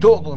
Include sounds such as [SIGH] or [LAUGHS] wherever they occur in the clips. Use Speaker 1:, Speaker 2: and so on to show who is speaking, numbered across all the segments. Speaker 1: todos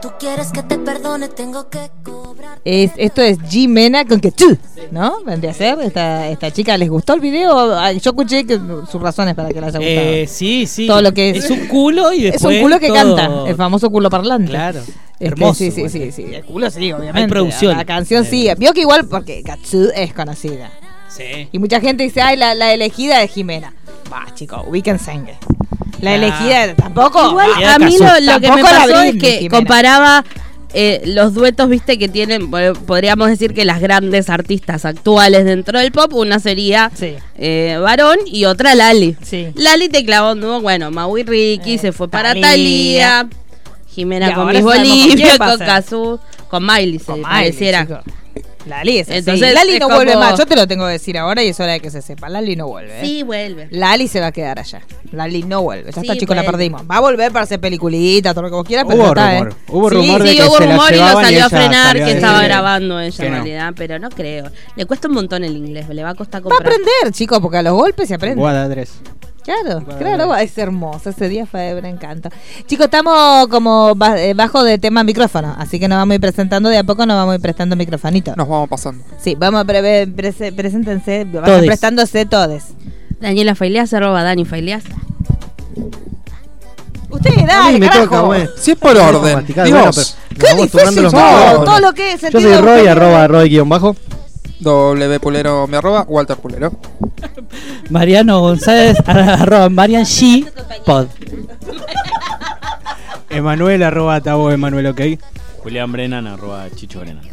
Speaker 2: tú quieres que te perdone, tengo que cobrar.
Speaker 3: Es, esto es Jimena con que tú, ¿no? Vendría a ser. Esta, esta chica, ¿les gustó el video? Ay, Yo escuché que, sus razones para que les haya gustado.
Speaker 4: Eh, sí, sí.
Speaker 3: Todo lo que es-
Speaker 4: es un culo y
Speaker 3: es
Speaker 4: después
Speaker 3: un culo que
Speaker 4: todo-
Speaker 3: canta, el famoso culo parlante.
Speaker 4: Claro.
Speaker 3: Este,
Speaker 4: hermoso.
Speaker 3: sí, sí,
Speaker 4: igual.
Speaker 3: sí, sí, El culo sí, obviamente.
Speaker 4: Hay producción.
Speaker 3: La canción sí.
Speaker 4: Eh.
Speaker 3: Vio que igual, porque Katsu es conocida.
Speaker 4: Sí.
Speaker 3: Y mucha gente dice, ay, la, la elegida de Jimena. Va, chicos, Weekend Senge. La
Speaker 4: Ah.
Speaker 3: elegida, tampoco.
Speaker 5: Igual
Speaker 3: bah.
Speaker 4: Era
Speaker 5: a mí lo,
Speaker 4: casual.
Speaker 5: lo que me
Speaker 3: Tampoco la
Speaker 5: pasó
Speaker 3: abrí,
Speaker 5: es que
Speaker 3: Jimena.
Speaker 5: comparaba eh, los duetos, viste, que tienen, po- podríamos decir que las grandes artistas actuales dentro del pop, una sería
Speaker 3: Sí.
Speaker 5: eh, Varón y otra Lali.
Speaker 3: Sí.
Speaker 5: Lali te clavó un dúo, bueno, Maui Ricky
Speaker 3: Eh,
Speaker 5: se fue para
Speaker 3: Thalía.
Speaker 5: Talía,
Speaker 3: Y
Speaker 5: Jimena con
Speaker 3: ahora
Speaker 5: Miss
Speaker 3: sabemos con
Speaker 5: Bolivia,
Speaker 3: quién va a
Speaker 5: con
Speaker 3: ser.
Speaker 5: Cazú, con Miley, se
Speaker 3: Con Miley,
Speaker 5: pareciera.
Speaker 3: chico. Lali es así.
Speaker 5: Entonces,
Speaker 3: Lali
Speaker 5: es
Speaker 3: no vuelve
Speaker 5: como-
Speaker 3: más. Yo te lo tengo que decir ahora y es hora de que se sepa. Lali no vuelve. ¿eh?
Speaker 5: Sí, vuelve.
Speaker 3: Lali se va a quedar allá. Lali no vuelve. Ya está,
Speaker 5: Sí,
Speaker 3: chicos, la
Speaker 5: vuelve.
Speaker 3: perdimos. Va a volver para hacer peliculita, todo lo que vos quieras, pero
Speaker 6: Hubo
Speaker 3: ya está,
Speaker 6: rumor,
Speaker 3: ¿eh?
Speaker 6: hubo
Speaker 3: Sí,
Speaker 6: rumor de
Speaker 5: Sí,
Speaker 6: que
Speaker 5: hubo
Speaker 6: se la
Speaker 5: rumor y lo
Speaker 6: llevaban y
Speaker 5: salió a
Speaker 6: ella
Speaker 5: frenar
Speaker 6: salió
Speaker 5: que
Speaker 6: a
Speaker 5: estaba
Speaker 6: decir
Speaker 5: grabando ella
Speaker 6: que
Speaker 5: en
Speaker 6: no.
Speaker 5: realidad, pero no creo. Le cuesta un montón el inglés, le va a costar
Speaker 3: Va a
Speaker 5: comprar.
Speaker 3: aprender, chicos, porque a los golpes se aprende.
Speaker 6: Guadadres.
Speaker 3: Claro, claro, es hermoso. Ese día fue un encanto. Chicos, estamos como ba- eh, bajo de tema micrófono, así que nos vamos a ir presentando. De a poco nos vamos a ir prestando microfonito.
Speaker 7: Nos vamos pasando.
Speaker 3: Sí, vamos a pre- prese- preséntense, vayan
Speaker 4: Todes.
Speaker 3: prestándose todes.
Speaker 5: Daniela Faileas, arroba Dani Faileas.
Speaker 3: Ustedes,
Speaker 6: A
Speaker 3: dale,
Speaker 6: mí me
Speaker 3: carajo.
Speaker 6: toca, bueno.
Speaker 7: Si es por
Speaker 6: Vamos a
Speaker 7: orden.
Speaker 6: masticar, bueno,
Speaker 7: Dios.
Speaker 6: pero
Speaker 3: Qué
Speaker 6: nos vamos turnando
Speaker 3: difícil
Speaker 6: los
Speaker 3: todo,
Speaker 6: micrófonos.
Speaker 3: todo lo que es
Speaker 6: Yo
Speaker 3: sentido
Speaker 6: soy Roy,
Speaker 3: común.
Speaker 6: arroba Roy guión bajo.
Speaker 7: W Pulero, mi arroba, Walter Pulero.
Speaker 4: Mariano González,
Speaker 8: [LAUGHS]
Speaker 4: arroba Marian G. Pod.
Speaker 6: Emanuel, arroba atabo, Emanuel, ok.
Speaker 9: Julián Brennan, arroba Chicho Brennan.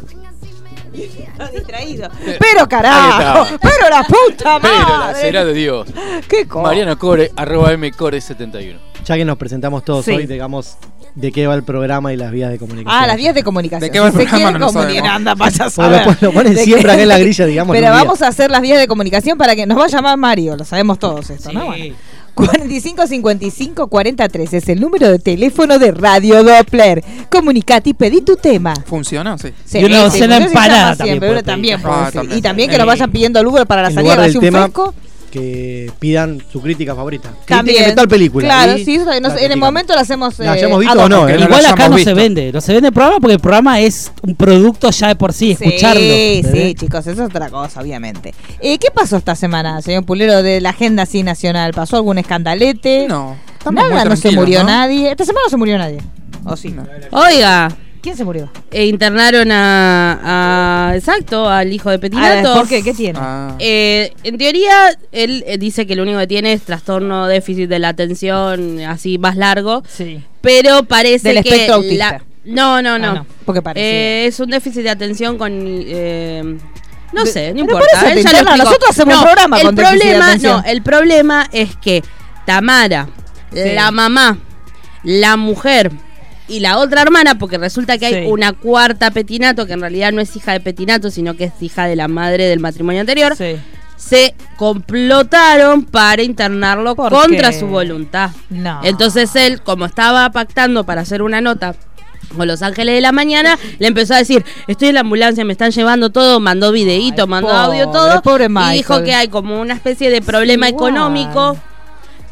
Speaker 3: Está distraído. Pero carajo,
Speaker 9: Ahí está.
Speaker 3: pero la puta madre.
Speaker 9: Pero la será de Dios.
Speaker 3: Qué cosa.
Speaker 9: Mariano Core, arroba mcore71.
Speaker 6: Ya que nos presentamos todos
Speaker 3: Sí.
Speaker 6: hoy, digamos de qué va el programa y las vías de comunicación.
Speaker 3: Ah, las vías de comunicación.
Speaker 7: ¿De qué va el
Speaker 3: Si se
Speaker 7: programa?
Speaker 3: quieren
Speaker 7: No lo
Speaker 3: comunicar,
Speaker 7: sabemos.
Speaker 3: anda, vaya a
Speaker 6: Bueno,
Speaker 3: saber.
Speaker 6: lo pon- lo ponen
Speaker 3: ¿De
Speaker 6: siempre
Speaker 3: qué?
Speaker 6: acá en
Speaker 3: [LAUGHS]
Speaker 6: la grilla, digamos,
Speaker 3: Pero
Speaker 6: los días.
Speaker 3: vamos a hacer las vías de comunicación para que nos va a llamar Mario, lo sabemos todos esto, ¿no?
Speaker 4: Sí.
Speaker 3: Bueno. 45 55 43 es el número de teléfono de Radio Doppler. Comunicate y pedí tu tema.
Speaker 7: ¿Funciona? Sí.
Speaker 3: Sí,
Speaker 4: Y una docena
Speaker 3: sí, porque
Speaker 4: de
Speaker 3: se llama
Speaker 4: empanadas
Speaker 3: siempre,
Speaker 4: también
Speaker 3: uno
Speaker 4: puede pedir.
Speaker 3: puede
Speaker 7: Ah,
Speaker 3: decir.
Speaker 7: también.
Speaker 3: Y también que nos
Speaker 4: Sí.
Speaker 3: vayan pidiendo al Uber para la
Speaker 6: En
Speaker 3: salida,
Speaker 6: lugar del
Speaker 3: hace un
Speaker 6: tema
Speaker 3: fresco.
Speaker 6: que pidan su crítica favorita.
Speaker 3: También.
Speaker 6: Crítica de tal película.
Speaker 3: Claro,
Speaker 6: Y
Speaker 3: sí, eso, nos-
Speaker 6: la
Speaker 3: en el
Speaker 6: criticamos.
Speaker 3: momento lo hacemos.
Speaker 6: ¿La
Speaker 3: eh,
Speaker 6: hayamos visto
Speaker 3: ad
Speaker 6: o no,
Speaker 3: hoc.
Speaker 6: eh?
Speaker 4: Igual
Speaker 6: la
Speaker 4: acá
Speaker 6: hayamos
Speaker 4: no se
Speaker 6: visto.
Speaker 4: vende, no se vende el programa porque el programa es un producto ya de por sí, escucharlo.
Speaker 3: Sí,
Speaker 4: ¿entendés?
Speaker 3: sí, chicos, eso es otra cosa, obviamente. Eh, ¿Qué pasó esta semana, señor Pulero, de la agenda así nacional? ¿Pasó algún escandalete?
Speaker 7: No. estamos muy
Speaker 3: Nada, no se
Speaker 7: tranquilos,
Speaker 3: murió
Speaker 7: ¿no?
Speaker 3: nadie. Esta semana no se murió nadie. ¿O sí?
Speaker 5: Oiga,
Speaker 3: ¿Quién se murió?
Speaker 7: Ah,
Speaker 5: e internaron a, a- Exacto, al hijo de Petinato.
Speaker 3: Ah, ¿Por qué? ¿Qué tiene?
Speaker 7: Ah.
Speaker 5: Eh, en teoría, él eh, dice que lo único que tiene es trastorno déficit de la atención, así más largo.
Speaker 3: sí.
Speaker 5: Pero parece
Speaker 3: Del
Speaker 5: que.
Speaker 3: espectro autista.
Speaker 5: la- No, no, no.
Speaker 3: Ah, no, porque parecía.
Speaker 5: Eh, es un déficit de atención con. eh, no
Speaker 3: De-
Speaker 5: sé, no
Speaker 3: pero
Speaker 5: importa.
Speaker 3: por eso
Speaker 5: él
Speaker 3: te
Speaker 5: ya lo
Speaker 3: interna,
Speaker 5: explicó.
Speaker 3: nosotros hacemos un programa
Speaker 5: el
Speaker 3: con déficit de
Speaker 5: problema,
Speaker 3: atención.
Speaker 5: No, el problema es que Tamara,
Speaker 3: Sí.
Speaker 5: la mamá, la mujer y la otra hermana, porque resulta que hay
Speaker 3: Sí.
Speaker 5: una cuarta Petinato, que en realidad no es hija de Petinato, sino que es hija de la madre del matrimonio anterior,
Speaker 3: Sí.
Speaker 5: se complotaron para internarlo
Speaker 3: ¿Por
Speaker 5: contra
Speaker 3: qué?
Speaker 5: su voluntad.
Speaker 3: No.
Speaker 5: Entonces él, como estaba pactando para hacer una nota con Los Ángeles de la Mañana, le empezó a decir, estoy en la ambulancia, me están llevando todo, mandó videíto,
Speaker 3: Ay,
Speaker 5: mandó
Speaker 3: pobre,
Speaker 5: audio, todo.
Speaker 3: pobre
Speaker 5: y dijo
Speaker 3: Michael.
Speaker 5: que hay como una especie de problema
Speaker 3: Sí, igual.
Speaker 5: económico.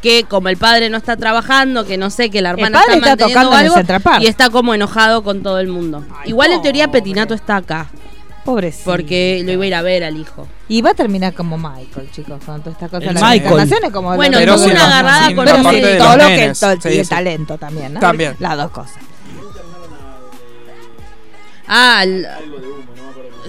Speaker 5: Que como el padre no está trabajando, que no sé, que la
Speaker 3: El
Speaker 5: hermana
Speaker 3: padre está
Speaker 5: está, manteniendo
Speaker 3: tocando en el
Speaker 5: algo,
Speaker 3: Central Park.
Speaker 5: y está como enojado con todo el mundo.
Speaker 3: Ay,
Speaker 5: Igual en teoría
Speaker 3: pobre.
Speaker 5: Petinato está acá,
Speaker 3: Pobrecito.
Speaker 5: porque lo iba a ir a ver al hijo.
Speaker 3: Y va a terminar como Michael, chicos, con toda esta cosa.
Speaker 4: El
Speaker 3: las
Speaker 4: Michael.
Speaker 3: encarnaciones como
Speaker 5: Bueno,
Speaker 3: lo-
Speaker 7: tuvo
Speaker 3: lo-
Speaker 7: una
Speaker 3: lo-
Speaker 7: agarrada
Speaker 3: sí,
Speaker 7: con
Speaker 3: pero
Speaker 7: la
Speaker 3: sí,
Speaker 7: parte de
Speaker 3: todo
Speaker 7: los
Speaker 3: lo que
Speaker 7: nenes.
Speaker 3: todo el-
Speaker 7: Sí,
Speaker 3: y el
Speaker 7: sí.
Speaker 3: talento también, ¿no?
Speaker 7: También.
Speaker 3: Las dos cosas.
Speaker 5: Ah, al-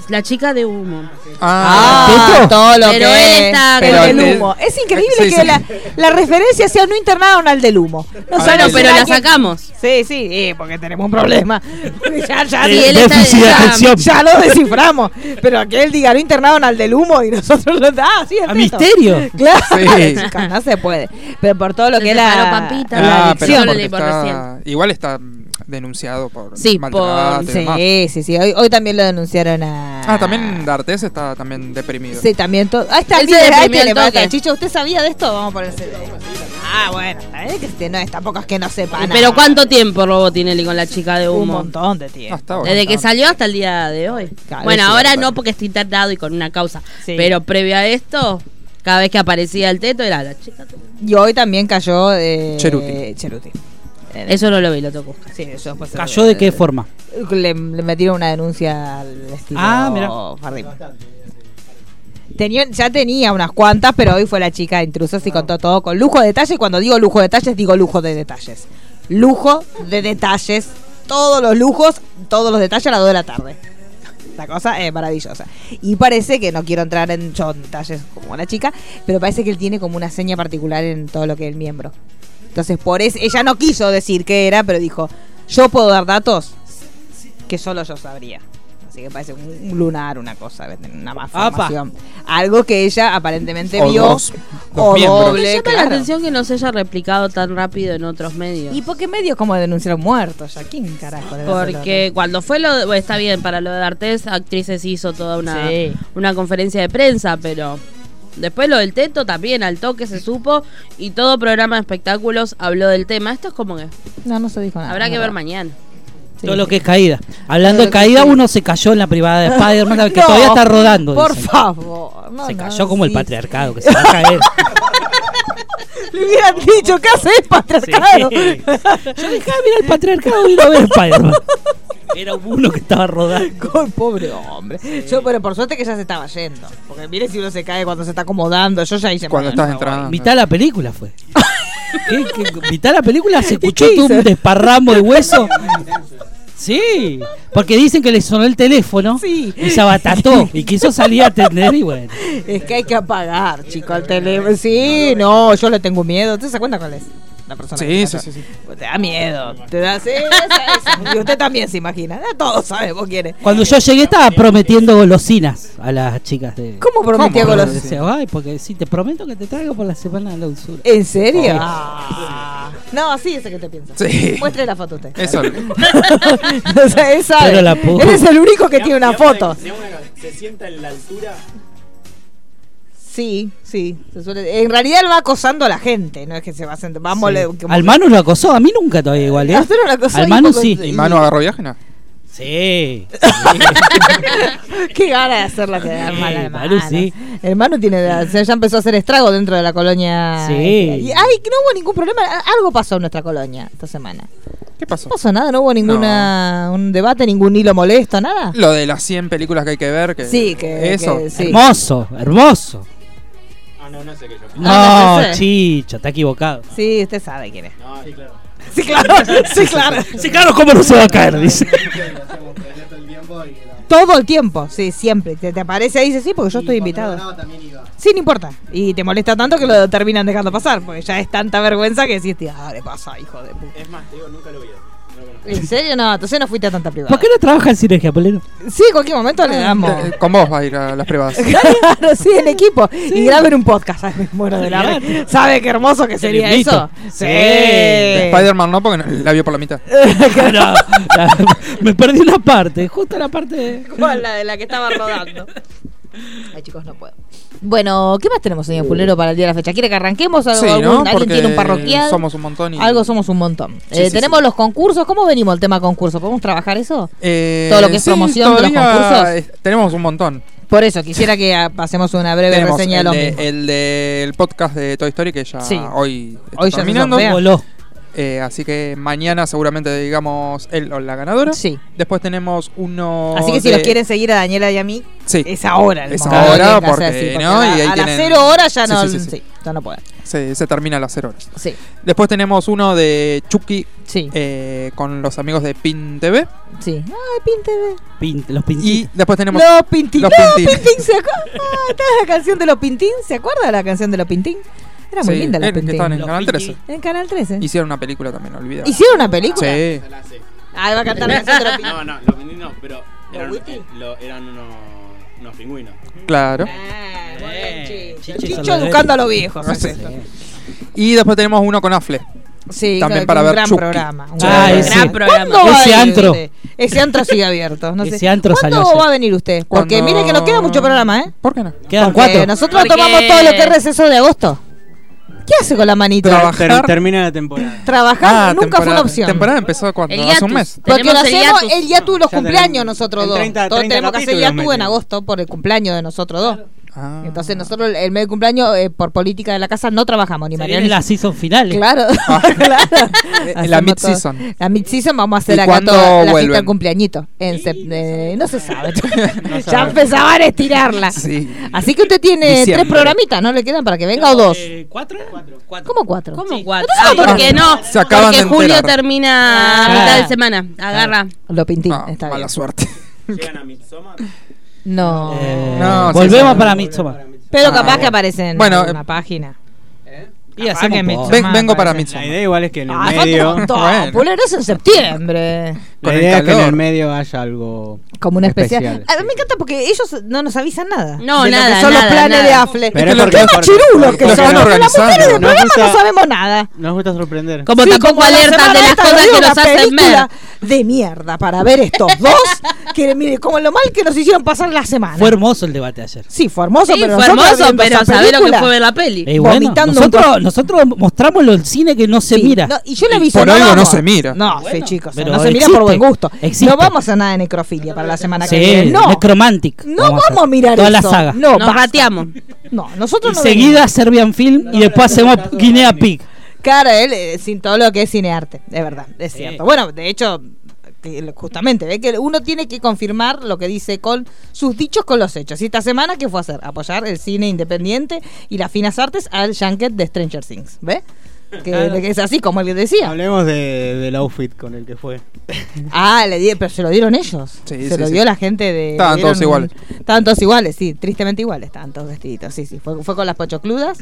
Speaker 5: la chica de humo.
Speaker 7: Ah,
Speaker 3: Ah,
Speaker 8: ¿Petro?
Speaker 3: todo lo
Speaker 5: Pero
Speaker 3: que
Speaker 5: él
Speaker 3: es
Speaker 5: está
Speaker 3: el
Speaker 7: con
Speaker 3: del
Speaker 7: el-
Speaker 3: humo. Es increíble
Speaker 7: Sí,
Speaker 3: que
Speaker 7: sí.
Speaker 3: La, la referencia sea no internaron al del humo. No
Speaker 7: Ah,
Speaker 5: Bueno,
Speaker 3: sabemos si
Speaker 5: pero la
Speaker 3: alguien-
Speaker 5: sacamos.
Speaker 3: Sí, sí, eh, porque tenemos un problema. [LAUGHS] Porque ya, ya,
Speaker 5: Sí, él está-
Speaker 8: Eh, déficit de
Speaker 5: ya-
Speaker 8: atención.
Speaker 3: ya lo desciframos. Pero aquel diga no internaron al del humo y nosotros lo. Ah, sí, es
Speaker 8: A
Speaker 3: teto.
Speaker 8: misterio.
Speaker 3: Claro,
Speaker 7: Sí.
Speaker 3: [LAUGHS] chicos, no se puede. Pero por todo lo
Speaker 5: Se
Speaker 3: que es la,
Speaker 5: separó Pampita.
Speaker 3: la
Speaker 7: Ah, pero
Speaker 3: adicción.
Speaker 5: Yo lo
Speaker 7: porque
Speaker 5: leí por
Speaker 7: está, igual está mm, denunciado por
Speaker 5: Sí,
Speaker 7: maltrato y demás.
Speaker 3: Sí, sí, sí. Hoy, hoy también lo denunciaron a.
Speaker 7: Ah, también D'Artes está también deprimido.
Speaker 3: Sí, también todo. Ahí está
Speaker 5: Él
Speaker 3: el
Speaker 5: se
Speaker 3: líder, ahí
Speaker 5: deprimió
Speaker 3: tiene
Speaker 5: al toque.
Speaker 3: bata. Chicho, ¿usted sabía de esto? Vamos a ponerse. Ah, bueno, está bien que este no es, tampoco es que no sepa nada.
Speaker 5: Pero ¿cuánto tiempo robó Tinelli con la chica de
Speaker 3: Un
Speaker 5: humo?
Speaker 3: montón de tiempo.
Speaker 7: Hasta ahora.
Speaker 5: Desde que
Speaker 7: Ah, está.
Speaker 5: salió hasta el día de hoy.
Speaker 3: Claro,
Speaker 5: bueno,
Speaker 3: es
Speaker 5: ahora
Speaker 7: cierto.
Speaker 5: no porque está internado y con una causa.
Speaker 3: Sí.
Speaker 5: Pero previo a esto, cada vez que aparecía el teto era la chica.
Speaker 3: Y hoy también cayó. Eh,
Speaker 7: Cheruti.
Speaker 3: Cheruti. Eh,
Speaker 5: Eso no lo vi, lo tocó.
Speaker 3: Sí, eso después se-
Speaker 8: ¿Cayó de qué forma?
Speaker 3: Le, le metieron una denuncia al estilo
Speaker 8: Ah, mira.
Speaker 3: Fardim. Tenía, ya tenía unas cuantas, pero hoy fue la chica de intrusos y contó todo con lujo de detalles. Cuando digo lujo de detalles, digo lujo de detalles. Lujo de detalles. Todos los lujos, todos los detalles a las 2 de la tarde. La cosa es maravillosa. Y parece que, no quiero entrar en yo en detalles como la chica, pero parece que él tiene como una seña particular en todo lo que es el miembro. Entonces, por eso, ella no quiso decir qué era, pero dijo, yo puedo dar datos que solo yo sabría. Así que parece un un lunar, una cosa, una más
Speaker 8: Apa.
Speaker 3: formación. Algo que ella aparentemente
Speaker 7: O
Speaker 3: vio
Speaker 7: dos- dos
Speaker 3: o
Speaker 7: miembros.
Speaker 5: Me
Speaker 3: doble.
Speaker 5: llama la
Speaker 3: claro.
Speaker 5: atención que no se haya replicado tan rápido en otros medios.
Speaker 3: ¿Y por qué medio como denunciaron muertos? Jaquín, carajo? debe
Speaker 5: Porque cuando fue lo de- bueno, está bien, para lo de Artes, actrices hizo toda una,
Speaker 3: Sí.
Speaker 5: una conferencia de prensa, pero después lo del teto también, al toque se supo, y todo programa de espectáculos habló del tema. Esto es como que
Speaker 3: hacerlo. No, no se dijo nada.
Speaker 5: habrá
Speaker 3: es
Speaker 5: que ver
Speaker 3: verdad.
Speaker 5: mañana.
Speaker 3: Sí.
Speaker 8: Todo lo que es caída. Hablando
Speaker 3: Todo
Speaker 8: de
Speaker 3: lo que
Speaker 8: caída,
Speaker 3: sí.
Speaker 8: uno se cayó en la
Speaker 3: [LAUGHS]
Speaker 8: privada de Spider-Man, que
Speaker 3: No,
Speaker 8: todavía está rodando.
Speaker 3: Por
Speaker 8: dicen.
Speaker 3: favor. No,
Speaker 8: Se
Speaker 3: no,
Speaker 8: cayó como el
Speaker 3: sí.
Speaker 8: patriarcado, que se va
Speaker 3: [LAUGHS]
Speaker 8: a caer.
Speaker 3: Le hubieran dicho, ¿qué haces, patriarcado? [LAUGHS]
Speaker 8: Yo dejaba mirar el patriarcado y iba a ver Spider-Man. Era uno que estaba rodando.
Speaker 3: Con pobre hombre. Yo, pero por suerte que ya se estaba yendo. Porque mire si uno se cae cuando se está acomodando. Yo ya hice
Speaker 7: Cuando
Speaker 3: "Bueno,
Speaker 7: estás
Speaker 3: no,
Speaker 7: entrando.
Speaker 8: Mitad de la
Speaker 3: [LAUGHS]
Speaker 8: película fue. ¿Qué, qué- mitad de la película se escuchó
Speaker 3: qué
Speaker 8: todo un
Speaker 3: hizo?
Speaker 8: desparramo
Speaker 3: [LAUGHS]
Speaker 8: de hueso. Sí, porque dicen que le sonó el teléfono
Speaker 3: Sí.
Speaker 8: y se abatató y quiso salir a atender y bueno.
Speaker 3: Es que hay que apagar, chico, el teléfono. Sí, no, yo le tengo miedo. ¿Usted se cuenta cuál es? La persona.
Speaker 7: Sí,
Speaker 3: que
Speaker 7: sí,
Speaker 3: pasó.
Speaker 7: sí, sí.
Speaker 3: Te da miedo. Te da. Sí, esa, esa. Y usted también se imagina. Ya Todos sabemos quién es.
Speaker 8: Cuando yo llegué estaba prometiendo golosinas a las chicas de...
Speaker 3: ¿Cómo prometió
Speaker 7: ¿Cómo?
Speaker 3: golosinas? Eh,
Speaker 8: Decía, Ay, porque sí, te prometo que te traigo por la semana de la usura.
Speaker 3: ¿En serio?
Speaker 8: Sí.
Speaker 3: Ah. No, así es el que te piensa.
Speaker 7: Sí.
Speaker 3: Muestre la foto usted.
Speaker 7: Eso.
Speaker 3: [LAUGHS] O sea, él sabe.
Speaker 8: Pero la puta.
Speaker 3: Él es el único que tiene una foto.
Speaker 10: se sienta en la altura.
Speaker 3: Sí, sí. se suele- En realidad él va acosando a la gente. No es que se va a sentar. Vamos, le- como
Speaker 8: Al
Speaker 3: que-
Speaker 8: Manu lo acosó, a mí nunca todavía igual. ¿eh?
Speaker 3: A usted no lo acosó
Speaker 8: Al
Speaker 3: y
Speaker 8: Manu
Speaker 3: poco-
Speaker 8: sí.
Speaker 7: ¿Y mano agarró viaje? No.
Speaker 8: Sí.
Speaker 3: Qué gana de hacerla quedar
Speaker 8: Sí,
Speaker 3: mal al
Speaker 8: Manu,
Speaker 3: hermano.
Speaker 8: sí.
Speaker 3: Hermano tiene, o sea, ya empezó a hacer estrago dentro de la colonia.
Speaker 8: Sí.
Speaker 3: Y ay, que no hubo ningún problema. Algo pasó en nuestra colonia esta semana.
Speaker 7: ¿Qué
Speaker 3: No
Speaker 7: pasó?
Speaker 3: pasó nada, no hubo ninguna un debate, ningún hilo molesto, nada.
Speaker 7: Lo de las 100 películas que hay que ver. Que
Speaker 3: Sí, que
Speaker 7: Eso.
Speaker 3: que- sí.
Speaker 8: Hermoso, hermoso.
Speaker 10: Ah, no, no sé qué yo.
Speaker 3: Ah, no
Speaker 8: No,
Speaker 3: sé.
Speaker 8: Chicho, está equivocado.
Speaker 3: Sí, usted sabe quién es.
Speaker 10: No, sí, claro.
Speaker 3: Sí, claro, sí, claro.
Speaker 8: Sí, claro, ¿cómo no se va a caer? Dice.
Speaker 3: Todo el tiempo, sí, siempre. Te, te aparece ahí y dice, sí, porque yo estoy invitado. Sí, no importa. Y te molesta tanto que lo terminan dejando pasar, porque ya es tanta vergüenza que decís, "Tía, dale, pasa, hijo de puta.
Speaker 10: Es más, te digo, nunca lo vi. No lo conozco.
Speaker 3: ¿En serio? No, entonces no fuiste a tanta privada. Ah.
Speaker 8: ¿Por qué no trabaja en
Speaker 4: [LAUGHS]
Speaker 8: sinergia, Polero?
Speaker 3: Sí, en cualquier momento le damos.
Speaker 7: Eh, Con vos va a ir a las
Speaker 3: [LAUGHS]
Speaker 7: privadas.
Speaker 3: claro, sí, en equipo. Y graben un podcast. Ay, me muero de la red. ¿Sabe qué hermoso que sería
Speaker 8: invito.
Speaker 3: eso?
Speaker 8: Sí.
Speaker 3: Eh,
Speaker 7: Spider-Man no, porque la vio por la mitad.
Speaker 8: No, la- me perdí una parte, justo la parte de...
Speaker 3: ¿Cuál? La de la que estaba
Speaker 7: [LAUGHS]
Speaker 3: rodando. Ay, chicos, no puedo. Bueno, ¿qué más tenemos, señor Pulero, para el día de la fecha? ¿Quiere que arranquemos? ¿Algo,
Speaker 7: Uh. Sí,
Speaker 3: algún-
Speaker 7: ¿no?
Speaker 3: ¿Alguien
Speaker 7: Porque
Speaker 3: tiene un parroquial?
Speaker 7: Somos un montón y.
Speaker 3: Algo somos un montón. Eh,
Speaker 7: sí,
Speaker 3: tenemos
Speaker 7: sí.
Speaker 3: los concursos. ¿Cómo venimos el tema concurso? ¿Podemos trabajar eso?
Speaker 7: Eh,
Speaker 3: Todo lo que es
Speaker 7: sí,
Speaker 3: promoción de los
Speaker 7: todavía,
Speaker 3: concursos.
Speaker 7: eh, Tenemos un montón.
Speaker 3: Por eso, quisiera que ah, pasemos una breve
Speaker 7: Tenemos
Speaker 3: reseña de
Speaker 7: el,
Speaker 3: los
Speaker 7: de-
Speaker 3: mismos.
Speaker 7: el del podcast de Toy Story que ya
Speaker 3: Sí.
Speaker 7: hoy está
Speaker 3: Hoy ya se
Speaker 7: terminando.
Speaker 3: sortea.
Speaker 8: Voló.
Speaker 7: Eh, así que mañana seguramente digamos él o la ganadora.
Speaker 3: Sí.
Speaker 7: Después tenemos uno.
Speaker 3: Así que si
Speaker 7: de-
Speaker 3: los quieren seguir a Daniela y a mí,
Speaker 7: Sí.
Speaker 3: es ahora el
Speaker 7: Es
Speaker 3: momento.
Speaker 7: ahora,
Speaker 3: Tienen que hacer
Speaker 7: porque,
Speaker 3: así,
Speaker 7: ¿no?
Speaker 3: a-
Speaker 7: Y ahí
Speaker 3: a las
Speaker 7: tienen-
Speaker 3: cero horas ya
Speaker 7: Sí,
Speaker 3: no,
Speaker 7: sí, sí, Eh, sí.
Speaker 3: sí, ya no pueden.
Speaker 7: Se, se termina a las 0 horas.
Speaker 3: Sí,
Speaker 7: Después tenemos uno de Chucky
Speaker 3: sí,
Speaker 7: eh, con los amigos de Pin TV.
Speaker 3: sí. Ay, Pinte.
Speaker 4: Pin- los pintitos.
Speaker 7: Y después tenemos.
Speaker 3: Los Pintín.
Speaker 7: Los
Speaker 3: Los Pintín.
Speaker 7: Pintín.
Speaker 3: ¿se acuerda? Ah, está la canción de los Pintín. ¿Se acuerda de la canción de los Pintín? Era muy
Speaker 7: Sí,
Speaker 3: linda la
Speaker 7: eh, que
Speaker 3: Pintín.
Speaker 7: estaban en
Speaker 4: Los
Speaker 7: Canal
Speaker 4: Pinky.
Speaker 7: 13.
Speaker 3: En Canal 13.
Speaker 7: Hicieron una película también, olvidada.
Speaker 3: ¿Hicieron una película?
Speaker 7: Sí.
Speaker 11: Ya la sé.
Speaker 3: Ah, va a [LAUGHS] cantar la canción de los Pintín.
Speaker 11: No, no, los meninos, pero eran,
Speaker 3: witty?
Speaker 11: lo- eran unos, unos pingüinos.
Speaker 7: Claro.
Speaker 3: Ah, buen
Speaker 4: Eh,
Speaker 3: chicho.
Speaker 4: chicho
Speaker 3: Chicho educando a los viejos. es esto.
Speaker 7: Y después tenemos uno con Affle.
Speaker 3: Sí,
Speaker 7: También
Speaker 3: con-
Speaker 7: para
Speaker 3: con
Speaker 7: ver
Speaker 3: un gran
Speaker 7: Chucky.
Speaker 3: programa. un
Speaker 4: Sí.
Speaker 3: gran
Speaker 4: Ah, ese-
Speaker 3: programa.
Speaker 5: programa.
Speaker 3: ¿Cuándo va
Speaker 4: Ese
Speaker 3: a venir
Speaker 4: antro.
Speaker 3: usted? Ese antro sigue abierto. No sé.
Speaker 4: Ese antro
Speaker 3: ¿Cuándo
Speaker 4: salió ayer.
Speaker 3: va a venir usted? Porque
Speaker 7: Cuando-
Speaker 3: mire que nos queda mucho programa, ¿eh?
Speaker 7: ¿Por qué no?
Speaker 4: Quedan
Speaker 3: Porque
Speaker 4: cuatro.
Speaker 3: nosotros
Speaker 5: Porque-
Speaker 3: tomamos todo lo que es receso de agosto. ¿Qué hace con la manita?
Speaker 7: Trabaja.
Speaker 11: Ter- termina la temporada.
Speaker 3: Trabajar
Speaker 7: Ah,
Speaker 3: nunca fue
Speaker 7: temporada-
Speaker 3: una opción.
Speaker 7: Temporada empezó cuando
Speaker 5: El
Speaker 7: hace un
Speaker 5: hiatus.
Speaker 7: mes.
Speaker 3: Porque lo
Speaker 5: Tenemos el
Speaker 3: hacemos
Speaker 5: hiatus.
Speaker 3: el yatú y los
Speaker 11: Ya tenemos-
Speaker 3: cumpleaños nosotros
Speaker 11: en
Speaker 3: dos.
Speaker 11: 30
Speaker 3: Todos tenemos que hacer
Speaker 11: capítulos
Speaker 3: yatú en
Speaker 11: meten.
Speaker 3: agosto por el cumpleaños de nosotros dos.
Speaker 7: Ah.
Speaker 3: Entonces nosotros el mes de cumpleaños, eh, por política de la casa, no trabajamos ni
Speaker 4: Se
Speaker 3: Mariana.
Speaker 4: vienen las season finales.
Speaker 3: Claro,
Speaker 7: [LAUGHS]
Speaker 3: [LAUGHS] claro.
Speaker 7: Eh, Ah. la
Speaker 3: Hacemos
Speaker 7: mid-season.
Speaker 3: todo. La mid-season vamos a hacer
Speaker 7: ¿Y
Speaker 3: acá
Speaker 7: cuándo
Speaker 3: toda la fiesta
Speaker 7: vuelven?
Speaker 3: del cumpleañito. En sep- eh, no se
Speaker 7: [LAUGHS]
Speaker 3: sabe. ya empezaban a estirarla.
Speaker 7: Sí.
Speaker 3: Así que usted tiene
Speaker 7: Diciembre.
Speaker 3: tres programitas, ¿no? Le quedan para que venga o dos.
Speaker 4: Eh, ¿Cuatro? Cuatro.
Speaker 3: ¿Cómo cuatro?
Speaker 5: ¿Cómo cuatro? Ah, porque no.
Speaker 7: Se acaban
Speaker 5: porque
Speaker 7: de
Speaker 5: julio
Speaker 7: enterar.
Speaker 5: termina a
Speaker 4: Ah.
Speaker 5: mitad de semana. Agarra.
Speaker 3: Lo pintín,
Speaker 7: No,
Speaker 3: está
Speaker 7: mala
Speaker 3: bien.
Speaker 7: suerte.
Speaker 11: Llegan a Midsommar.
Speaker 3: No.
Speaker 4: Eh,
Speaker 7: No, sí,
Speaker 4: volvemos
Speaker 7: sí.
Speaker 4: para Midsommar.
Speaker 3: Pero
Speaker 7: Ah,
Speaker 3: capaz
Speaker 7: bueno.
Speaker 3: que aparecen en
Speaker 7: Bueno,
Speaker 3: una
Speaker 7: eh,
Speaker 3: página.
Speaker 5: ¿Eh?
Speaker 4: Y
Speaker 3: Capaz que
Speaker 4: hacemos
Speaker 3: me-
Speaker 4: todo.
Speaker 7: Ven- vengo
Speaker 3: parece.
Speaker 7: para
Speaker 11: La
Speaker 7: Midsommar.
Speaker 11: idea Eh, igual es que en el
Speaker 3: Ah, falta un
Speaker 11: medio.
Speaker 3: montón,
Speaker 7: Bueno.
Speaker 3: Pulero, es en septiembre.
Speaker 7: Con
Speaker 11: La
Speaker 7: el
Speaker 11: idea es que en
Speaker 7: calor.
Speaker 11: el medio haya algo.
Speaker 3: Como una especial.
Speaker 11: Especial,
Speaker 3: A mí me encanta porque ellos no nos avisan nada.
Speaker 5: No,
Speaker 3: de lo que
Speaker 5: nada,
Speaker 3: son los
Speaker 5: nada,
Speaker 3: planes
Speaker 5: nada.
Speaker 3: de AFLE.
Speaker 11: Pero
Speaker 3: Qué
Speaker 11: es porque-
Speaker 3: machirulos que
Speaker 7: Lo
Speaker 3: son.
Speaker 7: están
Speaker 3: Porque las mujeres del
Speaker 7: organizando.
Speaker 3: programa no
Speaker 11: gusta-
Speaker 3: sabemos nada.
Speaker 11: Nos gusta sorprender.
Speaker 5: Como
Speaker 3: Sí,
Speaker 5: tampoco
Speaker 3: la
Speaker 5: alertas de
Speaker 3: semana
Speaker 5: las
Speaker 3: esta
Speaker 5: cosas
Speaker 3: vi
Speaker 5: que
Speaker 3: una
Speaker 5: nos hacen ver.
Speaker 3: película De mierda, para ver
Speaker 5: [LAUGHS]
Speaker 3: estos dos. que mire, como lo mal que nos hicieron pasar la semana.
Speaker 4: Fue hermoso el debate ayer.
Speaker 3: sí, fue hermoso,
Speaker 5: Sí,
Speaker 3: pero
Speaker 5: fue
Speaker 3: nosotros
Speaker 5: hermoso,
Speaker 3: viendo
Speaker 5: pero
Speaker 3: esa
Speaker 5: sabés lo que
Speaker 3: película-
Speaker 5: fue ver la peli.
Speaker 4: Eh, bueno,
Speaker 3: Vomitando un
Speaker 4: nosotros,
Speaker 3: poco.
Speaker 4: nosotros mostramos lo- el cine que no se
Speaker 3: Sí,
Speaker 4: mira.
Speaker 3: no, y yo la
Speaker 7: Y
Speaker 3: aviso,
Speaker 7: por
Speaker 3: no
Speaker 7: algo no
Speaker 3: vamos.
Speaker 7: se mira.
Speaker 3: No,
Speaker 4: Bueno,
Speaker 3: sí, chicos.
Speaker 4: pero
Speaker 3: no se mira por
Speaker 4: existe,
Speaker 3: buen gusto.
Speaker 4: existe.
Speaker 3: No vamos a nada de necrofilia para la semana que
Speaker 4: sí,
Speaker 3: viene. No.
Speaker 4: Necromantic.
Speaker 3: No
Speaker 4: Vamos
Speaker 3: vamos a mirar
Speaker 4: toda
Speaker 3: eso.
Speaker 4: la saga.
Speaker 3: No,
Speaker 5: Nos
Speaker 3: basta. [LAUGHS]
Speaker 5: rateamos.
Speaker 3: No, nosotros
Speaker 4: Y
Speaker 3: no
Speaker 4: seguida
Speaker 3: venimos.
Speaker 4: Serbian Film y después hacemos Guinea Pig.
Speaker 3: Claro, él eh, sin todo lo que es cinearte, es verdad, es
Speaker 4: Sí.
Speaker 3: cierto. Bueno, de hecho, que- justamente, ve que uno tiene que confirmar lo que dice con sus dichos con los hechos. Y esta semana, ¿qué fue a hacer? Apoyar el cine independiente y las finas artes al Junket de Stranger Things, ¿ve? Que,
Speaker 4: Claro.
Speaker 3: que es así como él decía.
Speaker 11: Hablemos de, del outfit con el que fue.
Speaker 3: Ah, le di, pero se lo dieron ellos.
Speaker 7: Sí,
Speaker 3: se
Speaker 7: sí,
Speaker 3: lo
Speaker 7: sí.
Speaker 3: dio la gente de.
Speaker 7: Estaban
Speaker 3: le dieron-
Speaker 7: todos iguales.
Speaker 3: Estaban todos iguales, sí, tristemente iguales, estaban todos vestiditos. Sí, sí, fue, fue con las pochocludas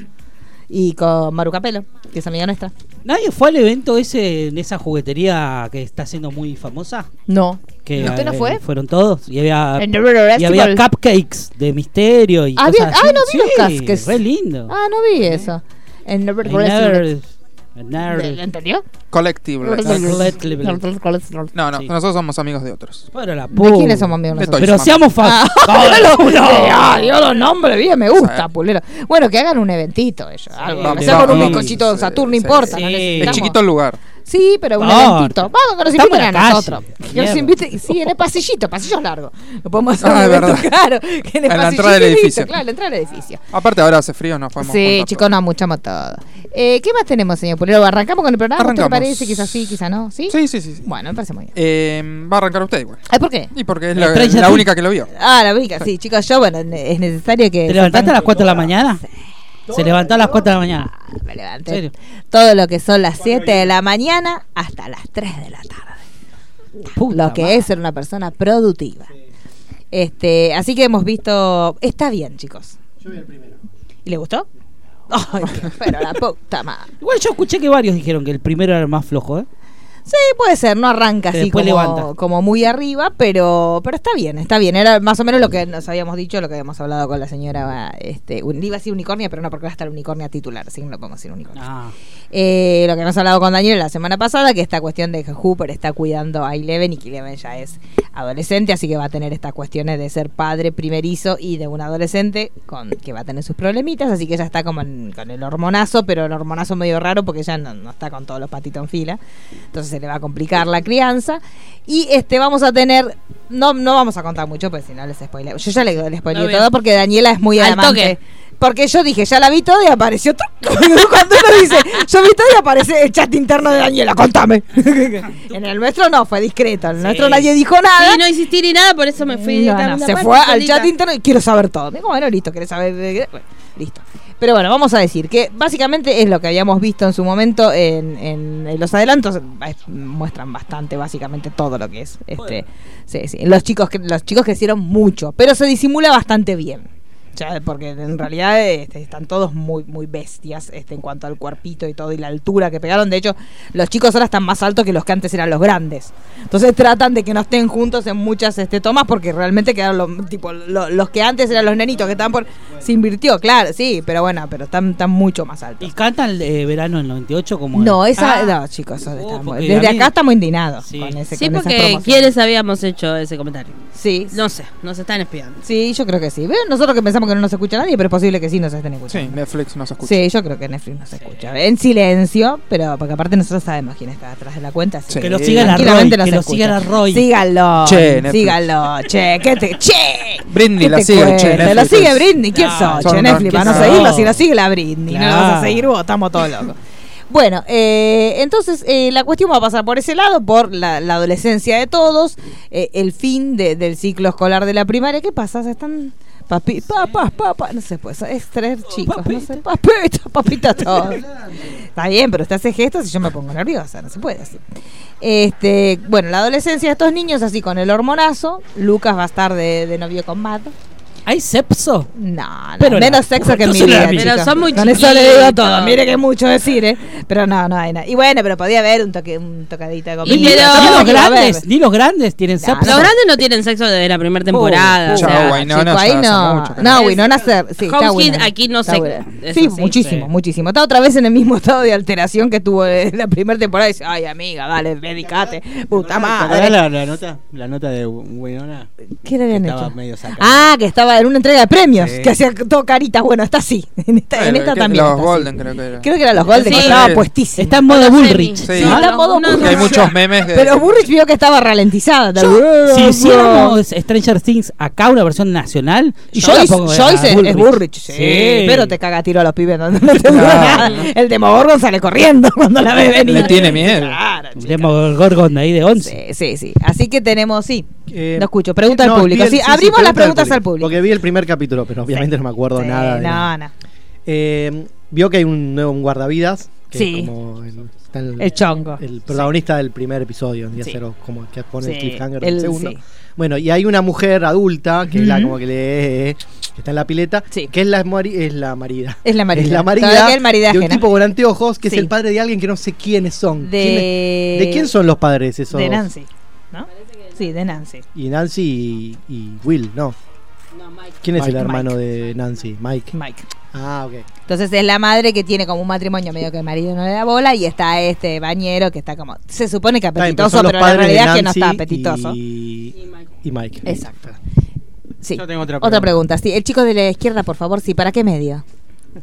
Speaker 3: y con Maru Capelo, que es amiga nuestra.
Speaker 4: ¿Nadie fue al evento ese en esa juguetería que está siendo muy famosa?
Speaker 3: No.
Speaker 4: Que,
Speaker 3: ¿Usted no
Speaker 4: eh,
Speaker 3: fue?
Speaker 4: Fueron todos. Y había,
Speaker 3: En The River
Speaker 4: y había
Speaker 3: Festival.
Speaker 4: cupcakes de misterio y
Speaker 3: Había-
Speaker 4: cosas
Speaker 3: ah,
Speaker 4: así.
Speaker 3: no vi
Speaker 4: Sí,
Speaker 3: los cupcakes.
Speaker 4: Re lindo.
Speaker 3: Ah, no vi eso. En Never
Speaker 4: I never- I never-
Speaker 3: ¿Lo entendió?
Speaker 7: Collective.
Speaker 4: Collective.
Speaker 7: No, no,
Speaker 4: Sí.
Speaker 7: nosotros somos amigos de otros.
Speaker 4: Pero la
Speaker 3: ¿De
Speaker 4: pu-
Speaker 3: quiénes somos amigos
Speaker 7: De
Speaker 3: nosotros? [LAUGHS] Ah,
Speaker 4: Pero
Speaker 7: Toys
Speaker 4: seamos [LAUGHS] fans.
Speaker 3: Yo los nombres, bien, me gusta, pulero. Bueno, que hagan un eventito ellos. algo,
Speaker 7: Vamos,
Speaker 3: que sea con un
Speaker 7: vamos,
Speaker 3: bizcochito Don
Speaker 7: sí,
Speaker 3: Saturno, no
Speaker 7: sí,
Speaker 3: importa.
Speaker 4: sí.
Speaker 3: no
Speaker 4: Es
Speaker 7: Es
Speaker 3: necesitamos.
Speaker 7: chiquito el lugar.
Speaker 3: Sí, pero un
Speaker 4: Importa.
Speaker 3: eventito. Vamos, que nos
Speaker 4: Estamos
Speaker 3: inviten
Speaker 4: en la
Speaker 3: a
Speaker 4: calle.
Speaker 3: nosotros. Que nos
Speaker 4: Mierda.
Speaker 3: inviten. Sí, en el pasillito, pasillos largos. Lo podemos hacer
Speaker 7: Ah,
Speaker 3: un
Speaker 7: es
Speaker 3: evento
Speaker 7: verdad.
Speaker 3: caro. Que en el
Speaker 7: En la entrada
Speaker 3: pasillito
Speaker 7: del
Speaker 3: y listo,
Speaker 7: edificio.
Speaker 3: Claro, en la entrada del edificio.
Speaker 7: Aparte ahora hace frío, nos podemos
Speaker 3: Sí,
Speaker 7: juntar
Speaker 3: chicos,
Speaker 7: todos.
Speaker 3: nos amuchamos todo. Eh, ¿Qué más tenemos, señor Pulero? ¿Arrancamos con el programa? ¿Usted le
Speaker 7: Arrancamos.
Speaker 3: parece? Quizás sí, quizás no. ¿Sí?
Speaker 7: Sí, sí, sí. sí.
Speaker 3: Bueno, me parece muy bien.
Speaker 7: Eh, va a arrancar usted igual.
Speaker 3: Ay, ¿Por qué?
Speaker 7: Y porque es
Speaker 4: La
Speaker 7: la,
Speaker 4: estrella
Speaker 7: la
Speaker 4: Tim.
Speaker 7: única que lo vio.
Speaker 3: Ah, la única, sí, chicos, yo, bueno, ne- es necesario que...
Speaker 4: ¿Te levantaste a las 4 de la mañana? Se levantó a las 4 de la mañana.
Speaker 3: Me levanté.
Speaker 4: ¿En serio?
Speaker 3: Todo lo que son las 7 de la mañana hasta las 3 de la tarde.
Speaker 4: Puta
Speaker 3: lo que
Speaker 4: madre.
Speaker 3: es ser una persona productiva. Este, así que hemos visto... Está bien, chicos. Yo vi el primero. ¿Y le
Speaker 4: [LAUGHS]
Speaker 3: gustó? Ay, qué- pero la puta madre.
Speaker 4: Igual yo escuché que varios dijeron que el primero era el más flojo, ¿eh?
Speaker 3: Sí, puede ser, no arranca
Speaker 4: Que
Speaker 3: así
Speaker 4: después
Speaker 3: como,
Speaker 4: levanta.
Speaker 3: como muy arriba, pero pero está bien, está bien. Era más o menos lo que nos habíamos dicho, lo que habíamos hablado con la señora, este, un- iba a decir unicornia, pero no, porque va a estar unicornia titular, así que no lo podemos decir unicornio. Eh, lo que hemos hablado con Daniel la semana pasada, que esta cuestión de que Hooper está cuidando a Eleven y que Eleven ya es adolescente, así que va a tener estas cuestiones de ser padre primerizo y de un adolescente con que va a tener sus problemitas, así que ella está como en- con el hormonazo, pero el hormonazo medio raro porque ella no, no está con todos los patitos en fila, entonces se le va a complicar la crianza. Y este vamos a tener, no, no vamos a contar mucho, pues si no les spoileo. Yo ya le, le spoileé
Speaker 5: Está bien.
Speaker 3: todo porque Daniela es muy
Speaker 5: Al
Speaker 3: adamante.
Speaker 5: toque.
Speaker 3: Porque yo dije, ya la vi toda y apareció otro. [LAUGHS] Cuando uno dice, yo vi todo y aparece el chat interno de Daniela,
Speaker 5: [LAUGHS]
Speaker 3: contame. en el nuestro no, fue discreto. En el nuestro nadie dijo nada.
Speaker 5: Sí, no insistí ni nada, por eso me fui.
Speaker 3: No,
Speaker 5: cada
Speaker 3: no,
Speaker 5: una
Speaker 3: se
Speaker 5: parte
Speaker 3: fue al
Speaker 5: solita.
Speaker 3: chat interno y quiero saber todo. Digo, bueno, listo, querés saber. de qué? Bueno, listo. Pero bueno, vamos a decir que básicamente es lo que habíamos visto en su momento en, en- en los adelantos. Es- muestran bastante, básicamente, todo lo que es. Este, sí, sí. Los chicos, cre- los chicos crecieron mucho, pero se disimula bastante bien. Ya, porque en realidad este, están todos muy muy bestias este, en cuanto al cuerpito y todo y la altura que pegaron. De hecho, los chicos ahora están más altos que los que antes eran los grandes. Entonces tratan de que no estén juntos en muchas este, tomas porque realmente quedaron los, tipo, lo- los que antes eran los nenitos que estaban por... Se invirtió, claro, sí, pero bueno, pero están, están mucho más
Speaker 8: ¿Y
Speaker 3: altos.
Speaker 8: cantan eh, verano del 98 como.?
Speaker 3: No,
Speaker 8: el-
Speaker 3: esa...
Speaker 8: Ah,
Speaker 3: no, chicos, eso
Speaker 8: Oh,
Speaker 3: está muy-
Speaker 8: porque
Speaker 3: desde
Speaker 8: a mí-
Speaker 3: acá estamos indignados
Speaker 8: Sí.
Speaker 3: con ese
Speaker 5: Sí,
Speaker 3: con esas
Speaker 5: porque
Speaker 3: promociones.
Speaker 5: ¿quiénes habíamos hecho ese comentario?
Speaker 3: Sí,
Speaker 5: No sé, nos están espiando.
Speaker 3: sí, yo creo que sí. Bueno, Nosotros que pensamos que no nos escucha nadie, pero es posible que sí nos estén escuchando.
Speaker 7: Sí, Netflix nos escucha.
Speaker 3: Sí, yo creo que Netflix no se escucha. En silencio, pero porque aparte nosotros sabemos quién está detrás de la cuenta. así
Speaker 7: Sí.
Speaker 8: Que lo sigan a Roy.
Speaker 3: tranquilamente
Speaker 8: Que
Speaker 3: nos
Speaker 8: lo
Speaker 3: escucha.
Speaker 8: sigan a Roy.
Speaker 3: Síganlo.
Speaker 7: Che, Netflix.
Speaker 3: síganlo. Che, que te, che.
Speaker 7: Britney
Speaker 3: ¿Qué
Speaker 7: la
Speaker 3: te
Speaker 7: sigue, che,
Speaker 3: cuento? Lo
Speaker 7: Netflix.
Speaker 3: sigue Britney. ¿Quién
Speaker 8: Ah, No,
Speaker 3: sos?
Speaker 7: son
Speaker 3: Che,
Speaker 7: unos
Speaker 3: Netflix, para no
Speaker 7: que-
Speaker 3: seguirlo,
Speaker 8: no.
Speaker 3: si lo sigue la Britney. No lo vas a
Speaker 8: Claro.
Speaker 3: seguir vos, estamos todos locos. Bueno, eh, entonces eh, la cuestión va a pasar por ese lado, por la, la adolescencia de todos, eh, el fin de- del ciclo escolar de la primaria. ¿Qué pasa? Se están papi, papas, papas, no sé, pues es tres chicos, no sé, papitas, papitas todos. Está bien, pero usted hace gestos y yo me pongo nerviosa, no se puede así. Este, bueno, la adolescencia de estos niños, así con el hormonazo, Lucas va a estar de, de novio con Matt.
Speaker 8: ¿Hay sepso?
Speaker 3: No, no,
Speaker 8: Pero
Speaker 3: menos
Speaker 8: no.
Speaker 3: sexo que en mi
Speaker 8: Entonces
Speaker 3: vida.
Speaker 8: no era
Speaker 3: chicos.
Speaker 5: Pero son muy
Speaker 3: Con eso le digo todo.
Speaker 5: chiquitos.
Speaker 3: Mire que es mucho decir, ¿eh? Pero no, no hay nada. Y bueno, pero podía haber un, toque, un tocadito de comida.
Speaker 5: Y pero-
Speaker 8: ni
Speaker 5: no,
Speaker 8: los
Speaker 3: Tampoco iba a haber.
Speaker 8: grandes, ni los grandes tienen
Speaker 3: Nah,
Speaker 8: sepso.
Speaker 5: Los grandes no tienen sexo desde la primera temporada.
Speaker 3: Oh,
Speaker 7: Uh,
Speaker 5: o sea,
Speaker 7: chao, Winona,
Speaker 3: chico,
Speaker 7: ya
Speaker 3: ahí
Speaker 7: hace
Speaker 3: no.
Speaker 7: mucho que
Speaker 3: no,
Speaker 7: no.
Speaker 3: Winona Ser- Sí,
Speaker 5: House
Speaker 3: está
Speaker 5: Kid
Speaker 3: Winona.
Speaker 5: aquí no
Speaker 3: Está
Speaker 5: sé-
Speaker 3: Winona.
Speaker 5: eso
Speaker 3: Sí,
Speaker 5: sí.
Speaker 3: muchísimo,
Speaker 8: Sí.
Speaker 3: muchísimo. Está otra vez en el mismo estado de alteración que tuvo en la primera temporada. Y dice, ay, amiga, dale, dedicate. Puta
Speaker 12: ¿Te acordás
Speaker 3: madre.
Speaker 12: La, la nota, la nota de Winona.
Speaker 3: ¿Qué le habían
Speaker 12: que estaba
Speaker 3: hecho?
Speaker 12: medio sacada.
Speaker 3: Ah, que estaba en una entrega de premios.
Speaker 12: Sí.
Speaker 3: Que hacía todo caritas. Bueno, está así. [LAUGHS] En esta, en
Speaker 7: Bueno,
Speaker 3: esta
Speaker 7: que-
Speaker 3: también.
Speaker 7: Los
Speaker 3: está así.
Speaker 7: Golden, creo que era.
Speaker 3: Creo que eran los Golden,
Speaker 5: Sí.
Speaker 3: que estaba
Speaker 7: Sí.
Speaker 3: puestísimo.
Speaker 8: Está en modo
Speaker 5: Los
Speaker 8: Bullrich.
Speaker 5: semis.
Speaker 7: Sí.
Speaker 5: No,
Speaker 3: Está
Speaker 5: no,
Speaker 3: modo
Speaker 5: no,
Speaker 7: Porque hay
Speaker 5: no.
Speaker 7: muchos memes que-
Speaker 3: Pero Burrich vio que estaba ralentizada.
Speaker 8: Yo, si hiciéramos Stranger Things acá una versión nacional, yo, la
Speaker 3: Joyce,
Speaker 8: pongo a
Speaker 3: Joyce es- es
Speaker 8: Bullrich.
Speaker 3: Burrich, sí, pero te caga tiro a los pibes. No, no te dura
Speaker 7: Claro.
Speaker 3: nada. El Demogorgon sale corriendo [LAUGHS] cuando la ve venir.
Speaker 7: Le tiene miedo.
Speaker 3: Claro, chica.
Speaker 8: Demo Gorgon de ahí de
Speaker 3: Sí,
Speaker 8: 11.
Speaker 3: sí, sí. Así que tenemos, sí.
Speaker 11: Eh,
Speaker 3: No escucho, pregunta al público.
Speaker 11: vi el-
Speaker 3: Sí, abrimos las
Speaker 11: pregunta
Speaker 3: preguntas al público.
Speaker 11: Porque vi el primer capítulo, pero obviamente no me acuerdo
Speaker 3: Sí,
Speaker 11: nada. de nada.
Speaker 3: no, no.
Speaker 11: Eh, vio que hay un nuevo guardavidas. Que
Speaker 3: Sí.
Speaker 11: Es como el, está el-
Speaker 3: El chongo.
Speaker 11: el protagonista del primer episodio, en día
Speaker 3: Sí.
Speaker 11: cero, como que pone el
Speaker 3: Sí,
Speaker 11: cliffhanger del
Speaker 3: el-
Speaker 11: segundo.
Speaker 3: sí.
Speaker 11: Bueno, y hay una mujer adulta, que es la
Speaker 3: Ujú.
Speaker 11: como que le que está en la pileta,
Speaker 3: Sí.
Speaker 11: que es la, mari- es la marida.
Speaker 3: Es la marida.
Speaker 11: Es la marida
Speaker 3: Todavía el maridaje,
Speaker 11: de un
Speaker 3: ¿no?
Speaker 11: tipo con anteojos que
Speaker 3: Sí.
Speaker 11: es el padre de alguien que no sé quiénes son.
Speaker 3: De-
Speaker 11: ¿Quién es- ¿De quién son los padres esos?
Speaker 3: De Nancy, ¿no? Sí, de Nancy.
Speaker 11: Y Nancy y, y Will, no. ¿Quién es
Speaker 3: Mike,
Speaker 11: el hermano de Nancy? Mike.
Speaker 3: Mike.
Speaker 11: Ah, ok.
Speaker 3: Entonces es la madre que tiene como un matrimonio medio que el marido no le da bola y está este bañero que está como, se supone que
Speaker 11: Está bien, pero
Speaker 3: apetitoso,
Speaker 11: son los
Speaker 3: pero, la
Speaker 11: padres de
Speaker 3: realidad es que no
Speaker 11: Nancy
Speaker 3: está apetitoso.
Speaker 11: Y, y Mike.
Speaker 3: Exacto. Sí.
Speaker 12: Yo tengo otra
Speaker 3: Otra pregunta. Sí, el chico de la izquierda, por favor, sí, ¿para qué medio?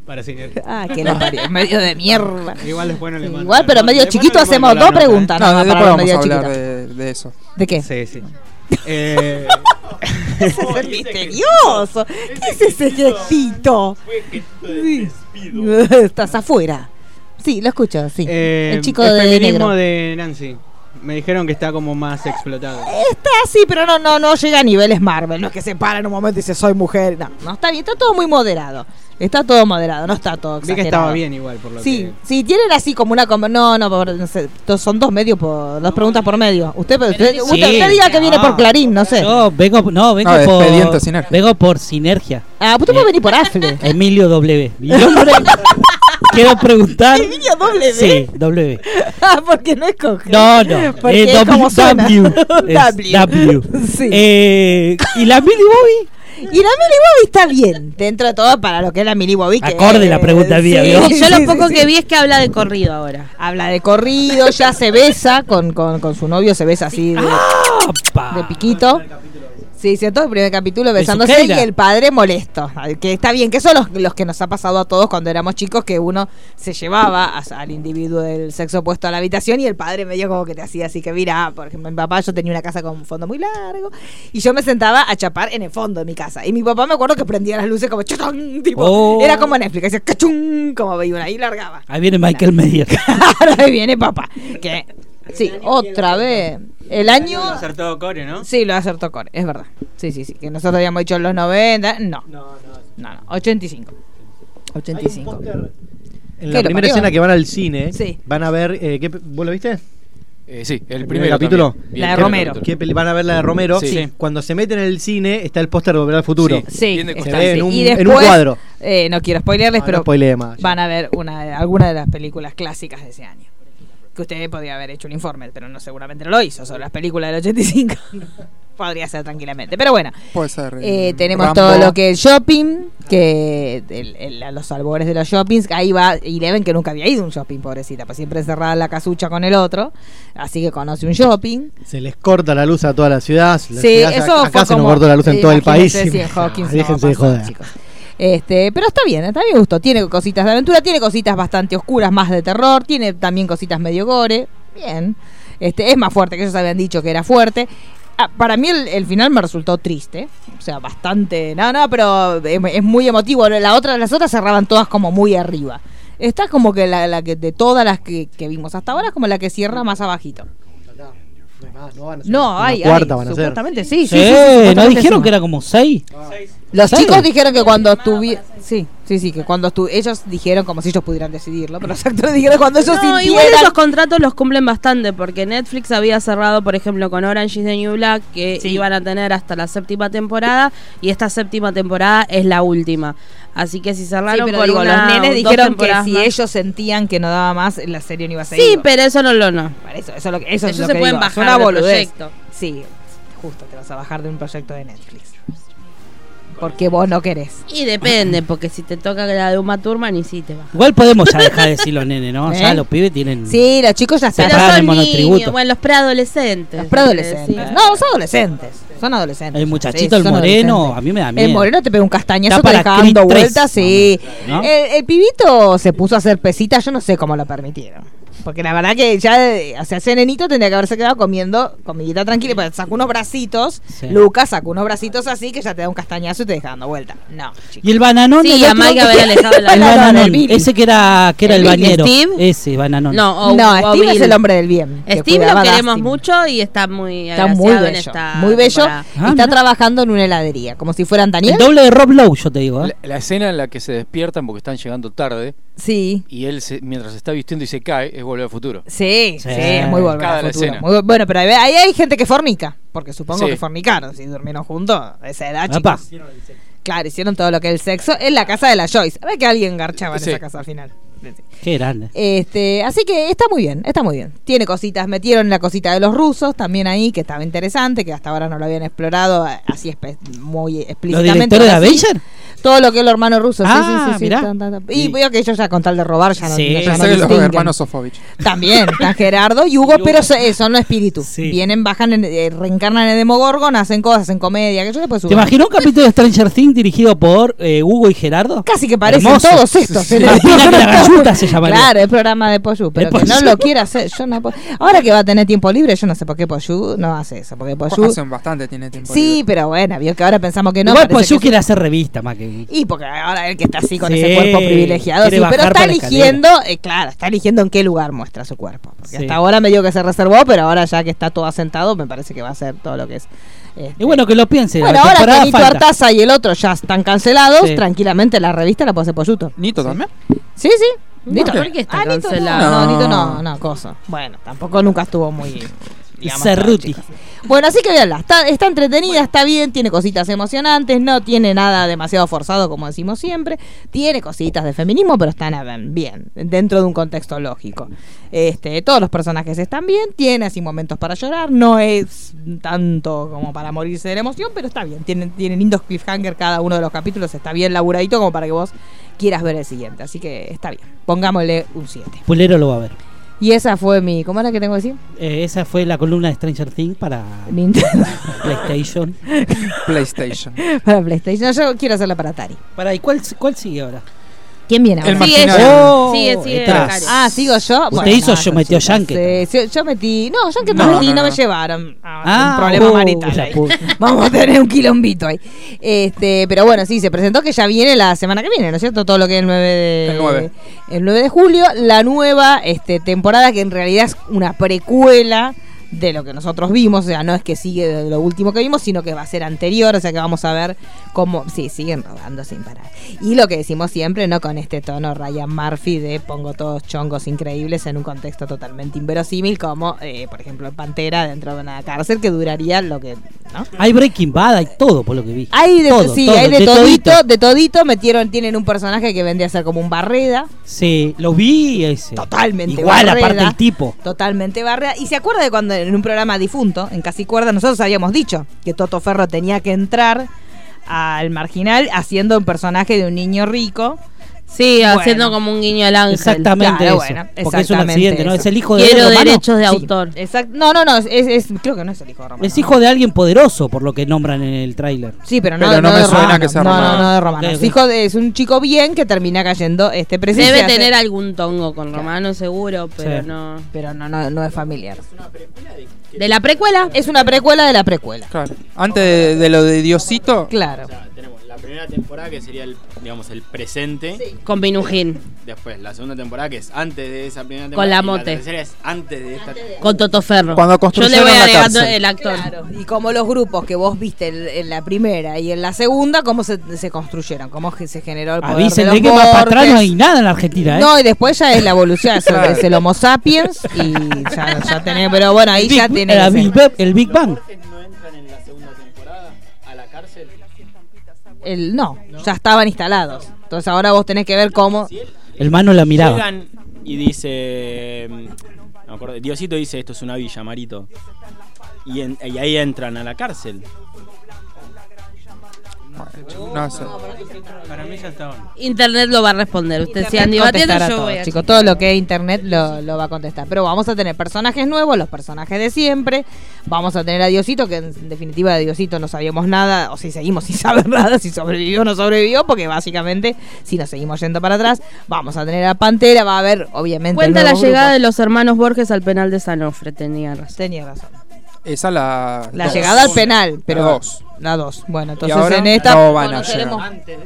Speaker 12: Para seguir.
Speaker 3: [LAUGHS] Ah, que la parió, medio de mierda.
Speaker 12: Igual después no le mando
Speaker 3: Igual,
Speaker 12: la
Speaker 3: pero
Speaker 12: nota.
Speaker 3: medio
Speaker 12: Después no le
Speaker 3: chiquito
Speaker 12: mando
Speaker 3: hacemos
Speaker 12: la
Speaker 3: dos
Speaker 12: nota, ¿eh?
Speaker 3: preguntas.
Speaker 7: No,
Speaker 3: nada más
Speaker 7: después
Speaker 3: para los
Speaker 7: vamos a
Speaker 3: medio
Speaker 7: hablar
Speaker 3: chiquitos.
Speaker 7: de, de eso.
Speaker 3: ¿De qué?
Speaker 12: Sí,
Speaker 3: [LAUGHS]
Speaker 12: sí. Eh,
Speaker 3: Ese
Speaker 12: [LAUGHS]
Speaker 3: es el misterioso. ¿Qué es ese gestito? Sí. Estás afuera. Sí, lo escucho, sí.
Speaker 12: eh,
Speaker 3: el chico
Speaker 12: el
Speaker 3: de
Speaker 12: feminismo
Speaker 3: negro.
Speaker 12: de Nancy. Me dijeron que está como más explotado.
Speaker 3: Está así, Ah, pero no, no, no llega a niveles Marvel. No es que se para en un momento y dice soy mujer. No, no está bien, está todo muy moderado. Está todo moderado, no está todo
Speaker 12: Vi
Speaker 3: exagerado.
Speaker 12: que estaba bien igual por lo
Speaker 3: Sí,
Speaker 12: que.
Speaker 3: sí, tienen así como una... com- No, no, por- no sé, to- son dos medios, por, dos preguntas por medio. Usted, usted,
Speaker 5: dice-
Speaker 3: usted-
Speaker 8: Sí,
Speaker 3: usted diga que viene por
Speaker 8: no.
Speaker 3: Clarín, no sé.
Speaker 8: Yo vengo, no, vengo
Speaker 7: No, de
Speaker 8: por.
Speaker 7: Expediente Sinergia.
Speaker 8: Vengo por sinergia.
Speaker 3: Ah, usted puede venir por AFLE.
Speaker 8: Emilio W. Y yo por ahí [LAUGHS] quiero preguntar.
Speaker 3: Emilio W.
Speaker 8: Sí, W.
Speaker 3: [LAUGHS] Ah, porque no es coge.
Speaker 8: No, no.
Speaker 3: Porque
Speaker 8: eh,
Speaker 3: es como suena.
Speaker 8: W.
Speaker 3: [LAUGHS]
Speaker 8: Es
Speaker 3: W.
Speaker 8: w.
Speaker 3: [LAUGHS] Sí.
Speaker 8: Eh, y la Millie Bobby.
Speaker 3: Y la Millie Bobby está bien, dentro de todo para lo que es la Millie Bobby. que-
Speaker 8: Acorde la pregunta mía, ¿vio?
Speaker 5: Y yo
Speaker 3: sí,
Speaker 5: lo
Speaker 3: sí,
Speaker 5: poco
Speaker 3: sí.
Speaker 5: que vi es que habla de corrido ahora.
Speaker 3: Habla de corrido,
Speaker 5: Ah,
Speaker 3: ya se besa con, con, con su novio, se besa así de,
Speaker 8: Apa.
Speaker 3: de piquito. Sí, cierto, el primer capítulo besándose y
Speaker 8: Keila.
Speaker 3: el padre molesto. Ay, Que está bien, que son los, los que nos ha pasado a todos cuando éramos chicos, que uno se llevaba a- al individuo del sexo opuesto a la habitación y el padre medio como que te hacía así que, mira, por ejemplo, mi papá, yo tenía una casa con un fondo muy largo y yo me sentaba a chapar en el fondo de mi casa. Y mi papá me acuerdo que prendía las luces como chuchón, tipo,
Speaker 8: Oh.
Speaker 3: era como Netflix, hacía cachún, como veía una y largaba.
Speaker 8: Ahí viene Michael Meyer.
Speaker 3: [LAUGHS] Ahora ahí viene papá. Que, sí, otra vez. El año...
Speaker 13: Acertó Core, ¿no?
Speaker 3: Sí, lo acertó Core, es verdad. Sí, sí, sí. Que nosotros habíamos dicho en los 90. No. No, no. 85. 85.
Speaker 11: En
Speaker 3: ¿Qué,
Speaker 11: la
Speaker 3: lo
Speaker 11: primera
Speaker 3: parió?
Speaker 11: escena que van al cine,
Speaker 3: Sí.
Speaker 11: van a ver. eh, ¿qué pe- ¿Vos lo viste?
Speaker 14: Eh, sí, el
Speaker 11: ¿El primer
Speaker 14: primer
Speaker 11: capítulo?
Speaker 3: La de Romero.
Speaker 11: ¿Qué peli- van a ver la de Romero.
Speaker 14: Sí. Sí.
Speaker 11: Cuando se meten en el cine, está el póster de Volver al Futuro.
Speaker 14: Sí.
Speaker 3: Sí,
Speaker 14: Bien de
Speaker 3: está,
Speaker 11: Se ve
Speaker 3: sí.
Speaker 11: en un,
Speaker 3: Y
Speaker 11: en un
Speaker 3: después,
Speaker 11: cuadro.
Speaker 3: eh, no quiero spoilearles,
Speaker 11: Ah,
Speaker 3: pero
Speaker 11: no spoilee más.
Speaker 3: van a ver una, alguna de las películas clásicas de ese año. Que usted podría haber hecho un informe, pero no seguramente no lo hizo sobre las películas del 85. [LAUGHS] podría ser tranquilamente. Pero bueno,
Speaker 7: Puede ser.
Speaker 3: Eh,
Speaker 7: mm,
Speaker 3: tenemos
Speaker 7: Rambo.
Speaker 3: todo lo que es shopping, que el- el- a los albores de los shoppings, ahí va Eleven que nunca había ido a un shopping, pobrecita, pues siempre encerrada en la casucha con el otro, así que conoce un shopping.
Speaker 11: Se les corta la luz a toda la ciudad. la
Speaker 3: sí,
Speaker 11: ciudad-
Speaker 3: eso
Speaker 11: acá
Speaker 3: fue
Speaker 11: se
Speaker 3: como-
Speaker 11: nos cortó la luz en todo el país.
Speaker 3: imagínense si en Hawkins no
Speaker 11: déjense de
Speaker 3: pasó,
Speaker 11: joder.
Speaker 3: chicos. Este, pero está bien, está bien gusto, tiene cositas de aventura, tiene cositas bastante oscuras, más de terror, tiene también cositas medio gore, bien. Este, es más fuerte que ellos habían dicho que era fuerte. Ah, para mí el, el final me resultó triste. O sea, bastante. No, no, pero es, es muy emotivo. La otra, las otras cerraban todas como muy arriba. Esta es como que la, la que de todas las que, que vimos hasta ahora es como la que cierra más abajito. No,
Speaker 11: Ah, Una
Speaker 3: hay, hay,
Speaker 11: cuarta van a ser.
Speaker 3: supuestamente sí,
Speaker 8: Sí,
Speaker 3: sí, sí, supuestamente
Speaker 8: ¿no dijeron
Speaker 3: sí.
Speaker 8: que era como seis?
Speaker 3: Los
Speaker 8: ¿Saben?
Speaker 3: chicos dijeron que cuando estuvieron. Sí, sí, sí, que cuando estu- Ellos dijeron como si ellos pudieran decidirlo, pero los actores dijeron cuando ellos
Speaker 5: No, igual
Speaker 3: sintieran-
Speaker 5: esos contratos los cumplen bastante porque Netflix había cerrado, por ejemplo, con Orange is the New Black que iban a tener hasta la séptima temporada y esta séptima temporada es la última. Así que si
Speaker 3: Sí,
Speaker 5: cerraron
Speaker 3: pero
Speaker 5: por
Speaker 3: digo,
Speaker 5: una,
Speaker 3: los nenes
Speaker 5: dos
Speaker 3: dijeron que
Speaker 5: temporadas
Speaker 3: si
Speaker 5: más-
Speaker 3: ellos sentían que no daba más, la serie no iba a seguir.
Speaker 5: Sí, pero eso no lo no.
Speaker 3: Para eso, eso es lo que, eso es
Speaker 5: Ellos
Speaker 3: lo
Speaker 5: se
Speaker 3: que
Speaker 5: pueden
Speaker 3: digo, es
Speaker 5: bajar
Speaker 3: una
Speaker 5: del
Speaker 3: boludez.
Speaker 5: proyecto.
Speaker 3: Sí, justo te vas a bajar de un proyecto de Netflix. Porque vos no querés.
Speaker 5: Y depende, porque si te toca la de Uma Thurman y sí te va.
Speaker 8: Igual podemos ya dejar de decir los nenes, ¿no?
Speaker 3: [LAUGHS] ¿Eh?
Speaker 8: Ya los pibes tienen.
Speaker 3: Sí, los chicos ya
Speaker 8: Pero
Speaker 3: están.
Speaker 5: Pero
Speaker 8: pagan el
Speaker 5: son
Speaker 8: monotributo.
Speaker 5: niños, bueno, los preadolescentes.
Speaker 3: Los preadolescentes.
Speaker 5: Sí.
Speaker 3: No, son adolescentes. Son adolescentes.
Speaker 8: El muchachito, el
Speaker 3: son
Speaker 8: moreno,
Speaker 3: adolescentes.
Speaker 8: a mí me da miedo.
Speaker 3: El moreno te pega un castañazo,
Speaker 8: Está
Speaker 3: te
Speaker 8: para
Speaker 3: deja
Speaker 8: Creed
Speaker 3: dando
Speaker 8: 3,
Speaker 3: vueltas, sí.
Speaker 8: ¿no?
Speaker 3: El, el pibito se puso a hacer pesitas, yo no sé cómo lo permitieron. Porque la verdad que ya, eh, o sea, ese nenito tendría que haberse quedado comiendo comidita tranquila, pero sacó unos bracitos,
Speaker 8: Sí.
Speaker 3: Lucas sacó unos bracitos así que ya te da un castañazo y te deja dando vuelta. No, chicos.
Speaker 8: Y el bananón.
Speaker 5: Sí,
Speaker 8: el
Speaker 5: a
Speaker 8: otro-
Speaker 5: Mike haber alejado la-
Speaker 8: El
Speaker 3: No, no, el
Speaker 8: bananón.
Speaker 3: Billy.
Speaker 8: Ese que era, que era el,
Speaker 5: ¿El Billy?
Speaker 8: bañero.
Speaker 5: ¿Steve?
Speaker 8: Ese bananón.
Speaker 5: No, o-
Speaker 3: no,
Speaker 5: o
Speaker 3: Steve es
Speaker 5: Bill.
Speaker 3: el hombre del bien. que
Speaker 5: Steve
Speaker 3: cuidaba
Speaker 5: lo
Speaker 3: a
Speaker 5: queremos
Speaker 3: Dustin.
Speaker 5: mucho y está muy
Speaker 3: Está muy
Speaker 5: agraciado en
Speaker 3: bello.
Speaker 5: esta
Speaker 3: Muy bello.
Speaker 5: temporada.
Speaker 8: Ah,
Speaker 3: está
Speaker 8: mira.
Speaker 3: trabajando en una heladería, como si fueran Daniel.
Speaker 8: El doble de Rob Lowe, yo te
Speaker 7: ¿Ah?
Speaker 8: digo.
Speaker 14: La,
Speaker 8: ¿eh?
Speaker 14: la escena en la que se despiertan porque están llegando tarde
Speaker 3: Sí.
Speaker 14: y él, se- mientras se está vistiendo y se cae, es volver al futuro.
Speaker 3: Sí, sí,
Speaker 8: Sí.
Speaker 3: es muy volver
Speaker 14: Cada
Speaker 3: al
Speaker 14: la
Speaker 3: futuro.
Speaker 14: escena.
Speaker 3: Muy bu- bueno, pero ahí ve- ahí hay gente que fornica, porque supongo
Speaker 14: Sí.
Speaker 3: que fornicaron, si durmieron juntos, a esa edad,
Speaker 8: Apa.
Speaker 3: ah, chicos. Claro, hicieron todo lo que es el sexo en la casa de la Joyce. A ver que alguien garchaba en
Speaker 14: Sí.
Speaker 3: esa casa al final.
Speaker 8: Qué grande.
Speaker 3: Este, así que está muy bien, está muy bien. Tiene cositas, metieron la cosita de los rusos también ahí, que estaba interesante, que hasta ahora no lo habían explorado eh, así espe- muy
Speaker 8: ¿Los
Speaker 3: explícitamente.
Speaker 8: directores de
Speaker 3: ahora sí.
Speaker 8: Avenger?
Speaker 3: Todo lo que es los hermanos rusos. sí,
Speaker 8: Ah,
Speaker 3: sí, sí, sí,
Speaker 8: mirá.
Speaker 3: tan, tan, tan. Y,
Speaker 8: Y-
Speaker 3: veo que ellos ya con tal de robar ya no,
Speaker 8: Sí.
Speaker 3: ya no
Speaker 7: Pensé que los
Speaker 3: distinguen.
Speaker 7: hermanos Sofovich.
Speaker 3: También, están Gerardo y Hugo, pero so- eh, son los espíritus.
Speaker 8: Sí.
Speaker 3: Vienen, bajan, en- eh, reencarnan en Demogorgon, hacen cosas, hacen comedia, que yo después
Speaker 8: ¿Te
Speaker 3: subo.
Speaker 8: imaginas un capítulo de Stranger Things dirigido por eh, Hugo y Gerardo?
Speaker 3: Casi que parecen
Speaker 8: Hermoso.
Speaker 3: todos estos. ¿eh?
Speaker 8: Sí. Valentina que la galluta se llamaría.
Speaker 3: Claro, el programa de Poyu, pero
Speaker 8: De
Speaker 3: que no
Speaker 8: Poyu.
Speaker 3: lo quiera hacer. Yo no po- Ahora que va a tener tiempo libre, yo no sé por qué Poyu no hace eso, porque Poyu...
Speaker 7: Hacen bastante, tiene tiempo.
Speaker 3: Sí,
Speaker 7: libre.
Speaker 3: pero bueno, vio que ahora pensamos que no.
Speaker 8: Igual
Speaker 3: parece
Speaker 8: Poyu
Speaker 3: que sí.
Speaker 8: quiere hacer revista más que.
Speaker 3: Y porque ahora el que está así con
Speaker 8: Sí,
Speaker 3: ese cuerpo privilegiado,
Speaker 8: quiere
Speaker 3: sí, pero
Speaker 8: bajar
Speaker 3: está
Speaker 8: por la escalera.
Speaker 3: eligiendo, eh, claro, está eligiendo en qué lugar muestra su cuerpo. Porque
Speaker 8: Sí.
Speaker 3: hasta ahora medio que se reservó, pero ahora ya que está todo asentado, me parece que va a ser todo lo que es. este.
Speaker 8: Y bueno, que lo piense.
Speaker 3: Bueno,
Speaker 8: la
Speaker 3: ahora
Speaker 8: temporada
Speaker 3: que Nito
Speaker 8: falta.
Speaker 3: Artaza y el otro ya están cancelados,
Speaker 8: Sí.
Speaker 3: tranquilamente la revista la puede hacer Poyuto.
Speaker 7: ¿Nito también?
Speaker 3: Sí, sí. Nito.
Speaker 5: ¿por qué está
Speaker 3: Ah, Nito
Speaker 5: cancelado?
Speaker 3: no, no, Nito no,
Speaker 7: No.
Speaker 3: no, cosa. Bueno, tampoco nunca estuvo muy. digamos,
Speaker 8: Cerruti.
Speaker 3: chicos. Bueno, así que veanla. Está, está entretenida, está bien, tiene cositas emocionantes, no tiene nada demasiado forzado, como decimos siempre. Tiene cositas de feminismo, pero están a ver, bien, dentro de un contexto lógico. Este, todos los personajes están bien, tiene así momentos para llorar, no es tanto como para morirse de la emoción, pero está bien. Tienen, tienen lindos cliffhanger cada uno de los capítulos, está bien laburadito como para que vos quieras ver el siguiente. Así que está bien. Pongámosle un 7.
Speaker 8: Pulero lo va a ver.
Speaker 3: Y esa fue mi. ¿Cómo era que tengo que decir?
Speaker 8: Eh, esa fue la columna de Stranger Things para
Speaker 3: Nintendo.
Speaker 8: PlayStation.
Speaker 7: PlayStation.
Speaker 3: [LAUGHS] para PlayStation. No, yo quiero hacerla para Atari.
Speaker 8: Pará, ¿y cuál, cuál sigue ahora?
Speaker 3: ¿Quién viene ahora?
Speaker 7: El
Speaker 5: Sigue,
Speaker 7: marginal.
Speaker 8: Oh,
Speaker 5: sigue, sigue.
Speaker 8: detrás.
Speaker 5: Macario.
Speaker 3: Ah, sigo yo.
Speaker 8: Usted hizo, yo metí a
Speaker 3: sí,
Speaker 8: Yankee.
Speaker 3: sí, sí, yo metí. No, Yankee
Speaker 7: No,
Speaker 3: no, metí,
Speaker 7: no,
Speaker 3: no,
Speaker 7: no.
Speaker 3: me llevaron.
Speaker 8: Ah,
Speaker 3: Ah, un problema
Speaker 8: oh,
Speaker 3: marital.
Speaker 8: la
Speaker 3: ahí.
Speaker 8: puta.
Speaker 3: Vamos a tener un quilombito ahí. Este, pero bueno, sí, se presentó que ya viene la semana que viene, ¿no es cierto? Todo lo que es el 9 de,
Speaker 7: El 9.
Speaker 3: el 9 de julio. La nueva este, temporada que en realidad es una precuela de lo que nosotros vimos, o sea, no es que sigue de lo último que vimos, sino que va a ser anterior, o sea que vamos a ver cómo, sí, siguen rodando sin parar. Y lo que decimos siempre, ¿no? Con este tono Ryan Murphy de pongo todos chongos increíbles en un contexto totalmente inverosímil, como, eh, por ejemplo, Pantera dentro de una cárcel que duraría lo que, ¿no?
Speaker 8: Hay Breaking Bad, hay todo por lo que vi.
Speaker 3: Hay de,
Speaker 8: Todo,
Speaker 3: sí,
Speaker 8: todo,
Speaker 3: hay de,
Speaker 8: de
Speaker 3: todito,
Speaker 8: todito.
Speaker 3: de todito metieron, tienen un personaje que vendría a ser como un barreda,
Speaker 8: Sí, lo vi ese.
Speaker 3: Totalmente
Speaker 8: Igual,
Speaker 3: barreda.
Speaker 8: aparte el tipo.
Speaker 3: totalmente barreda. Y se acuerda de cuando en un programa difunto, en Casi Cuerda, nosotros habíamos dicho que Toto Ferro tenía que entrar al marginal haciendo un personaje de un niño rico.
Speaker 5: Sí,
Speaker 3: Bueno.
Speaker 5: haciendo como un guiño al ángel.
Speaker 8: Exactamente
Speaker 3: Claro,
Speaker 8: eso.
Speaker 3: bueno,
Speaker 8: porque es un
Speaker 3: exactamente
Speaker 8: accidente, ¿no?
Speaker 3: eso.
Speaker 8: Es el hijo de
Speaker 5: Quiero
Speaker 8: alguien romano.
Speaker 5: derechos de
Speaker 3: Sí,
Speaker 5: autor.
Speaker 3: exact- no, no, no, es, es- creo que no es el hijo de Romano.
Speaker 8: Es hijo de alguien poderoso, por lo que nombran en el tráiler.
Speaker 3: Sí, pero no,
Speaker 7: Pero no
Speaker 3: no
Speaker 7: me
Speaker 3: de
Speaker 7: suena
Speaker 3: Romano.
Speaker 7: que sea
Speaker 3: no,
Speaker 7: Romano.
Speaker 3: No, no, de Romano.
Speaker 8: Ok,
Speaker 3: Es
Speaker 8: ok.
Speaker 3: hijo de- es un chico bien que termina cayendo este presidente.
Speaker 5: Debe tener algún tongo con Romano, seguro, pero
Speaker 8: Sí.
Speaker 5: no.
Speaker 3: Pero no, no, no es familiar.
Speaker 5: ¿De la precuela?
Speaker 3: Es una precuela de la precuela.
Speaker 7: Claro. Antes de, de lo de Diosito,
Speaker 3: Claro.
Speaker 14: O sea, tenemos la primera temporada que sería el, digamos, el presente.
Speaker 5: Con Minujín,
Speaker 14: Después, la segunda temporada que es antes de esa primera
Speaker 5: Con
Speaker 14: temporada.
Speaker 5: la
Speaker 14: y
Speaker 5: mote.
Speaker 14: tercera es antes de esta.
Speaker 5: con Toto Ferro.
Speaker 7: Cuando
Speaker 5: Yo
Speaker 7: construyeron
Speaker 5: le voy
Speaker 7: la
Speaker 5: agregando
Speaker 7: cárcel.
Speaker 5: el actor.
Speaker 3: Claro, y como los grupos que vos viste en, en la primera y en la segunda, cómo se, se construyeron, cómo ge- se generó el poder de
Speaker 8: Avísenle
Speaker 3: los
Speaker 8: que más para atrás no
Speaker 3: bordes.
Speaker 8: hay nada en la Argentina, ¿eh?
Speaker 3: No, y después ya es la evolución, es, el-
Speaker 7: Claro.
Speaker 3: es el Homo sapiens y ya, ya tenés, pero bueno, ahí
Speaker 8: Big-
Speaker 3: ya tenés.
Speaker 8: era Big Bang- el Big
Speaker 14: ¿Los
Speaker 8: Bang.
Speaker 14: Borges no entran en la segunda temporada a la cárcel?
Speaker 3: el- no, ya estaban instalados. Entonces ahora vos tenés que ver cómo.
Speaker 8: El mano la miraba.
Speaker 14: Llegan y dice. mm, No me acuerdo. Diosito dice: Esto es una villa, Marito. Y, en- y ahí entran a la cárcel.
Speaker 7: no sé.
Speaker 15: Para mí ya estaban.
Speaker 5: Internet lo va a responder. Usted siga
Speaker 3: Internet
Speaker 5: debatiendo,
Speaker 3: contestará
Speaker 5: yo
Speaker 3: todo,
Speaker 5: voy a.
Speaker 3: chicos, todo lo que es internet lo, lo va a contestar. Pero vamos a tener personajes nuevos, los personajes de siempre. Vamos a tener a Diosito, que en definitiva de Diosito no sabíamos nada, o si seguimos [LAUGHS] sin saber nada, si sobrevivió o no sobrevivió, porque básicamente si nos seguimos yendo para atrás, vamos a tener a Pantera, va a haber obviamente...
Speaker 5: Cuenta la
Speaker 3: nuevos
Speaker 5: llegada de
Speaker 3: grupos.
Speaker 5: los hermanos Borges al penal de Sanofre, tenía razón.
Speaker 3: Tenía razón.
Speaker 7: esa la.
Speaker 3: La
Speaker 7: dos.
Speaker 3: llegada al penal, pero...
Speaker 7: La dos.
Speaker 3: La dos. Bueno, entonces
Speaker 7: ahora
Speaker 3: en esta...
Speaker 7: no van a
Speaker 3: conoceremos-
Speaker 7: llegar.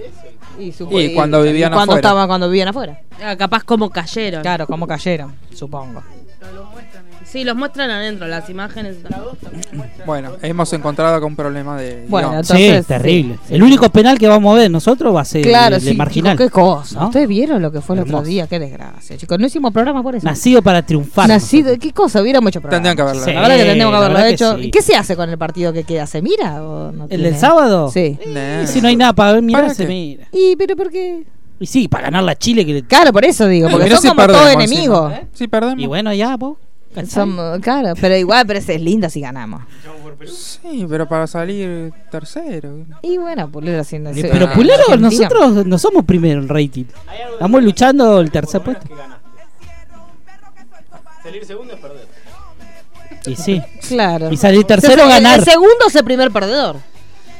Speaker 3: Y, su-
Speaker 7: Y cuando vivían
Speaker 3: cuando
Speaker 7: afuera.
Speaker 3: estaban- cuando vivían afuera.
Speaker 5: Ah, capaz como cayeron.
Speaker 3: Claro, como cayeron, supongo.
Speaker 5: Sí, los muestran adentro, las imágenes.
Speaker 7: Bueno, hemos encontrado acá un problema de.
Speaker 3: Bueno,
Speaker 7: no.
Speaker 8: Sí,
Speaker 3: Entonces,
Speaker 8: terrible. El único penal que vamos a ver nosotros va a ser
Speaker 3: Claro,
Speaker 8: el de
Speaker 3: sí,
Speaker 8: marginal.
Speaker 3: chicos, qué cosa.
Speaker 8: ¿no?
Speaker 3: ¿Ustedes vieron lo que fue el otro
Speaker 8: Hermoso.
Speaker 3: día? Qué desgracia, chicos. No hicimos programa por eso.
Speaker 8: Nacido para triunfar.
Speaker 3: Nacido, qué cosa, hubiéramos hecho programa.
Speaker 7: Tendrían que haberlo.
Speaker 8: Sí.
Speaker 3: La verdad que tendríamos que
Speaker 8: la
Speaker 3: haberlo
Speaker 8: verdad que
Speaker 3: hecho.
Speaker 8: sí.
Speaker 3: ¿Qué se hace con el partido que queda? ¿Se mira o no
Speaker 8: ¿El
Speaker 3: tiene?
Speaker 8: del sábado?
Speaker 3: Sí.
Speaker 7: Nah.
Speaker 8: Y Ah, si no hay nada para ver, mira,
Speaker 7: ¿Para
Speaker 8: se
Speaker 7: qué?
Speaker 8: mira.
Speaker 3: Y pero por qué?
Speaker 8: Y sí, para ganar la Chile que le...
Speaker 3: Claro, por eso digo, porque
Speaker 7: Pero
Speaker 3: son
Speaker 7: si
Speaker 3: como todos
Speaker 7: perdemos,
Speaker 3: enemigos. ¿eh?
Speaker 7: encima. Si perdemos.
Speaker 8: Y bueno, ya, vos. ¿eh?
Speaker 3: Ah,
Speaker 8: ¿cachai?
Speaker 3: Son, claro, pero igual, pero ese es lindo si ganamos.
Speaker 7: Sí, pero para salir tercero.
Speaker 3: Y bueno, Pulero haciendo
Speaker 8: Eh,
Speaker 3: eso.
Speaker 8: Pero
Speaker 7: Ah,
Speaker 8: Pulero,
Speaker 3: Argentina.
Speaker 8: nosotros no somos primero en rating. Estamos luchando el tercer puesto.
Speaker 14: Salir segundo es perder.
Speaker 8: Y sí.
Speaker 3: Claro.
Speaker 8: Y salir tercero,
Speaker 3: El-
Speaker 8: ganar.
Speaker 3: El segundo es el primer perdedor.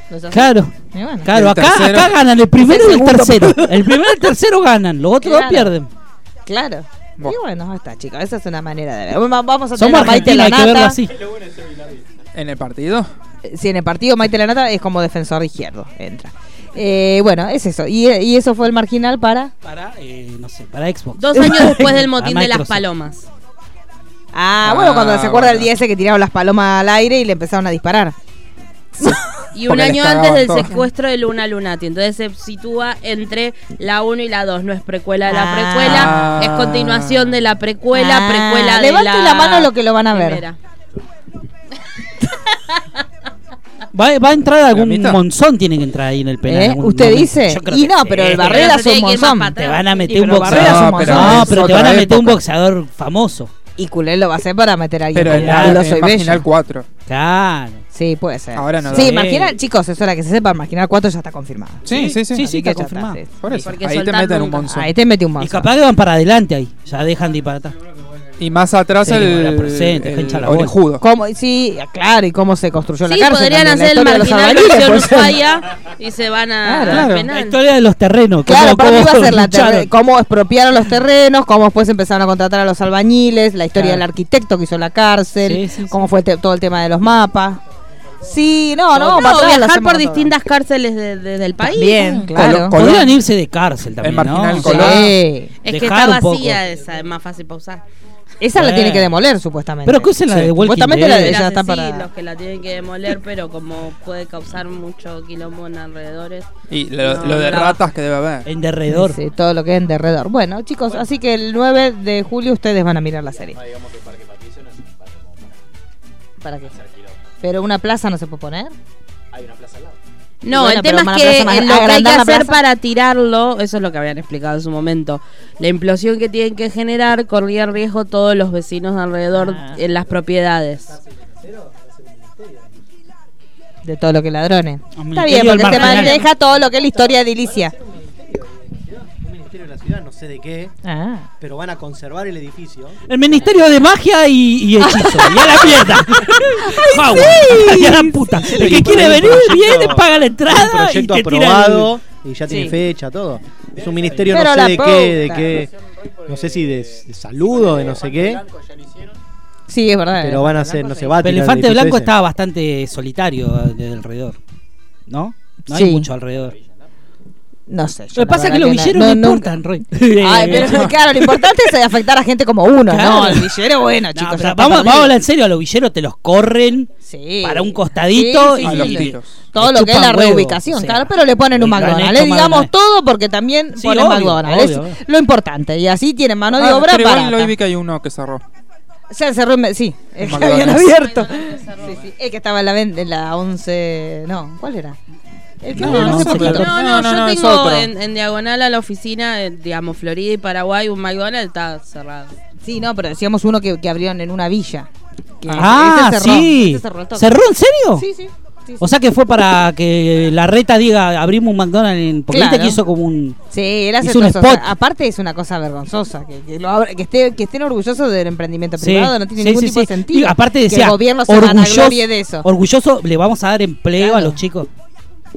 Speaker 3: ¿No es así?
Speaker 8: Claro,
Speaker 3: Y bueno.
Speaker 8: claro.
Speaker 7: El
Speaker 8: Acá,
Speaker 7: tercero.
Speaker 8: acá ganan el primero
Speaker 3: Es
Speaker 8: y
Speaker 3: el
Speaker 8: el
Speaker 3: segundo. [LAUGHS]
Speaker 8: tercero. El primero y el tercero ganan. Los otros
Speaker 3: Claro.
Speaker 8: dos pierden.
Speaker 3: Claro.
Speaker 7: Bueno.
Speaker 3: Y bueno, ahí está, chicos. Esa es una manera de ver. Bueno, Vamos a
Speaker 8: Somos
Speaker 3: tener a Maite
Speaker 8: argentinos, hay que verlo
Speaker 3: Lanata.
Speaker 8: así.
Speaker 7: En el partido.
Speaker 3: Si en el partido Maite Lanata es como defensor izquierdo. Entra. Eh, bueno, es eso. Y, y eso fue el marginal para.
Speaker 8: Para, eh, no sé, para Xbox.
Speaker 5: Dos
Speaker 3: [LAUGHS]
Speaker 5: años
Speaker 8: [LAUGHS]
Speaker 5: después del motín
Speaker 8: A
Speaker 5: de las
Speaker 8: Microsoft.
Speaker 5: palomas.
Speaker 3: Ah,
Speaker 7: Ah,
Speaker 3: bueno, cuando se acuerda
Speaker 7: bueno.
Speaker 3: el día ese que tiraron las palomas al aire y le empezaron a disparar.
Speaker 5: Y un
Speaker 7: Porque les
Speaker 5: año
Speaker 7: cagaban
Speaker 5: antes del
Speaker 7: todo.
Speaker 5: secuestro de Luna Lunati. Entonces se sitúa entre la 1 y la 2. No es precuela de la
Speaker 3: Ah.
Speaker 5: precuela, es continuación de la precuela,
Speaker 3: Ah,
Speaker 5: precuela de la.
Speaker 3: levante la mano lo que lo van a ver. ¿Eh?
Speaker 5: primera.
Speaker 8: Va, va a entrar algún
Speaker 7: mitad.
Speaker 8: monzón, tienen que entrar ahí en el penal.
Speaker 3: ¿Eh?
Speaker 8: algún
Speaker 3: ¿Usted
Speaker 8: momento.
Speaker 3: dice?
Speaker 8: Yo creo
Speaker 3: Y
Speaker 8: que
Speaker 3: no,
Speaker 8: sí.
Speaker 3: pero el
Speaker 5: Pero
Speaker 3: Barrera
Speaker 5: se
Speaker 3: es un
Speaker 5: tiene que ir más
Speaker 3: monzón.
Speaker 5: para atrás.
Speaker 8: Te van a meter
Speaker 3: pero
Speaker 8: un
Speaker 3: Barrera es un
Speaker 8: boxeador.
Speaker 3: monzón.
Speaker 8: No,
Speaker 7: Es
Speaker 8: pero te
Speaker 7: otra
Speaker 8: van a meter un
Speaker 7: época.
Speaker 8: boxeador famoso.
Speaker 3: Y culé lo va a hacer para meter a alguien.
Speaker 7: Pero
Speaker 3: en
Speaker 7: en
Speaker 3: el
Speaker 7: la
Speaker 3: culo,
Speaker 7: en
Speaker 3: soy
Speaker 7: Marginal
Speaker 3: bello.
Speaker 7: 4.
Speaker 8: Claro.
Speaker 3: Sí, puede ser.
Speaker 7: Ahora no lo
Speaker 3: sí,
Speaker 8: veo.
Speaker 3: marginal, chicos, eso era que se sepa, marginal 4 ya está confirmado.
Speaker 7: Sí, sí, sí.
Speaker 8: Sí,
Speaker 3: Así
Speaker 8: está
Speaker 3: que ya
Speaker 8: confirmado.
Speaker 3: sí, sí.
Speaker 7: Por eso.
Speaker 5: Porque
Speaker 7: Ahí te
Speaker 5: soltar
Speaker 7: meten un
Speaker 5: nunca.
Speaker 7: monzón.
Speaker 3: Ahí te metí un
Speaker 8: Y
Speaker 3: monstruo.
Speaker 8: capaz que van para adelante ahí. Ya dejan de ir para atrás.
Speaker 7: Y más atrás
Speaker 3: Sí,
Speaker 7: el.
Speaker 3: la presente,
Speaker 7: el
Speaker 3: hincha la [LAUGHS]
Speaker 7: orejudo.
Speaker 3: ¿Cómo? Sí, claro, y cómo se construyó la
Speaker 5: Sí,
Speaker 3: cárcel.
Speaker 5: podrían
Speaker 3: también, la
Speaker 5: hacer el
Speaker 3: historia de los pues, eh.
Speaker 5: marginal
Speaker 3: albañiles,
Speaker 5: versión
Speaker 3: por ejemplo. [LAUGHS]
Speaker 5: Ushuaia y se van a al
Speaker 8: La
Speaker 5: penal.
Speaker 8: historia de los terrenos.
Speaker 3: Claro,
Speaker 8: cómo-
Speaker 3: para mí
Speaker 8: cómo
Speaker 3: va a ser la
Speaker 8: lucharon.
Speaker 3: terre- cómo expropiaron los terrenos, cómo después empezaron a contratar a los albañiles, la historia del arquitecto que hizo la cárcel, cómo fue te- todo el tema de los mapas. Sí, no, no,
Speaker 5: No,
Speaker 3: para atrás lo
Speaker 5: viajar
Speaker 3: hacemos
Speaker 5: por
Speaker 3: todo.
Speaker 5: distintas cárceles de- de- del país.
Speaker 3: También, claro.
Speaker 8: Colo- Podrían irse de cárcel también.
Speaker 7: El marginal
Speaker 8: ¿no?
Speaker 7: Colón.
Speaker 3: Sí.
Speaker 5: Es que
Speaker 8: Dejar
Speaker 5: está
Speaker 8: un poco.
Speaker 5: vacía esa, es eh, más fácil pausar.
Speaker 3: Esa la
Speaker 8: Bueno.
Speaker 3: tiene que demoler, supuestamente.
Speaker 8: Pero ¿qué usen la de Walking
Speaker 3: Supuestamente la
Speaker 8: Dead?
Speaker 3: de
Speaker 5: Pero
Speaker 3: ella está
Speaker 5: sí,
Speaker 3: para...
Speaker 5: los que la tienen que demoler, pero como puede causar mucho quilombo en alrededores.
Speaker 7: Y lo,
Speaker 5: No,
Speaker 7: lo de
Speaker 5: la-
Speaker 7: ratas que debe haber.
Speaker 8: En derredor.
Speaker 3: Sí, todo lo que es en derredor. Bueno, chicos, así que el 9 de julio ustedes van a mirar la serie. ¿Para qué? ¿Pero una plaza no se puede poner?
Speaker 5: No,
Speaker 3: Bueno,
Speaker 5: el
Speaker 3: pero
Speaker 5: tema es
Speaker 3: más
Speaker 5: que
Speaker 3: plaza, más-
Speaker 5: eh, lo que hay que
Speaker 3: agrandar la
Speaker 5: hacer
Speaker 3: plaza.
Speaker 5: para tirarlo, eso es lo que habían explicado en su momento, la implosión que tienen que generar corría en riesgo todos los vecinos de alrededor en las propiedades.
Speaker 3: De todo lo que ladrones.
Speaker 8: Un
Speaker 3: Está
Speaker 8: ministerio
Speaker 3: bien, porque
Speaker 8: Ah, del
Speaker 3: se
Speaker 8: marginal.
Speaker 3: maneja todo lo que es la historia de Ilicia.
Speaker 11: Un ministerio de la ciudad, no sé de qué,
Speaker 3: Ah.
Speaker 11: pero van a conservar el edificio.
Speaker 8: El Ministerio de Magia y, y Hechizo. ¡Y a la mierda!
Speaker 11: [LAUGHS]
Speaker 8: Guau, ¡Y a la puta! El que quiere venir, viene, paga la
Speaker 3: [LAUGHS]
Speaker 11: Un
Speaker 8: entrada y
Speaker 11: proyecto
Speaker 8: te tira el-
Speaker 11: aprobado y ya tiene
Speaker 3: Sí.
Speaker 11: fecha, todo. Es un ministerio,
Speaker 3: Pero
Speaker 11: no sé
Speaker 3: la
Speaker 11: de qué, de
Speaker 3: puta.
Speaker 11: qué. No sé si de, de salud o de no sé qué,
Speaker 3: Sí, es verdad.
Speaker 11: pero van a hacer, no se va a
Speaker 8: Pero el
Speaker 11: tirar el
Speaker 8: elefante
Speaker 11: edificio
Speaker 8: blanco
Speaker 11: ese.
Speaker 8: estaba bastante solitario de alrededor. ¿No? No
Speaker 3: Sí.
Speaker 8: hay mucho alrededor.
Speaker 3: No sé. yo
Speaker 8: Lo que
Speaker 3: la
Speaker 8: pasa es que
Speaker 3: verdad
Speaker 8: los
Speaker 3: la-
Speaker 8: villeros
Speaker 3: no,
Speaker 8: no,
Speaker 3: nunca-
Speaker 8: importan, Roy. [LAUGHS]
Speaker 3: Ay, pero claro, lo importante es afectar a gente como uno, ¿no?
Speaker 8: Claro.
Speaker 3: El villero, bueno,
Speaker 8: No,
Speaker 3: chicos.
Speaker 8: pero
Speaker 3: ya está
Speaker 8: vamos,
Speaker 3: perdido.
Speaker 8: vamos a hablar en serio, a los villeros te los corren
Speaker 3: Sí.
Speaker 8: para un costadito
Speaker 3: Sí, sí,
Speaker 7: A
Speaker 8: y
Speaker 7: los
Speaker 3: sí.
Speaker 7: tiros.
Speaker 3: Todo
Speaker 8: Le
Speaker 3: lo que es la
Speaker 8: chupan huevo,
Speaker 3: reubicación,
Speaker 8: o sea,
Speaker 3: claro, pero le ponen un
Speaker 8: lo han
Speaker 3: McDonald's.
Speaker 8: hecho
Speaker 3: Le digamos
Speaker 8: McDonald's.
Speaker 3: todo porque también
Speaker 8: Sí,
Speaker 3: ponen
Speaker 8: obvio,
Speaker 3: McDonald's.
Speaker 8: obvio.
Speaker 3: Es lo importante. Y así tienen mano de
Speaker 7: Ah,
Speaker 3: obra
Speaker 7: pero igual
Speaker 3: barata.
Speaker 7: lo vi que hay uno que cerró.
Speaker 3: Se cerró en- Sí, el que
Speaker 7: McDonald's.
Speaker 3: habían abierto. Sí, sí, el que estaba en la, ven- en la 11. No, ¿cuál era? El que
Speaker 7: No,
Speaker 3: había en la
Speaker 7: no
Speaker 3: 11
Speaker 7: sé,
Speaker 3: poquito.
Speaker 7: pero-
Speaker 5: No, no,
Speaker 7: No, no,
Speaker 5: yo
Speaker 7: es
Speaker 5: tengo
Speaker 7: otro.
Speaker 5: en, en diagonal a la oficina, eh, digamos, Florida y Paraguay, un McDonald's está cerrado.
Speaker 3: Sí, no, pero decíamos uno que, que abrieron en una villa. Que
Speaker 8: Ah,
Speaker 3: ese cerró,
Speaker 8: sí.
Speaker 3: ese cerró el toque.
Speaker 8: ¿Cerró en serio?
Speaker 3: Sí, sí. sí,
Speaker 8: O
Speaker 3: sí.
Speaker 8: sea que fue para que la reta diga abrimos un McDonald's en. Porque viste
Speaker 3: Claro.
Speaker 8: que hizo como un.
Speaker 3: Sí, él hace
Speaker 8: hizo un
Speaker 3: todo eso. O sea,
Speaker 8: spot.
Speaker 3: aparte es una cosa vergonzosa, que, que lo abra- que, esté- que estén orgullosos del emprendimiento privado, no tiene
Speaker 8: sí,
Speaker 3: ningún
Speaker 8: sí,
Speaker 3: tipo de
Speaker 8: sí.
Speaker 3: sentido.
Speaker 8: Y aparte decía,
Speaker 3: que el gobierno se
Speaker 8: orgulloso,
Speaker 3: vanaglorie de eso.
Speaker 8: orgulloso, le vamos a dar empleo a los chicos.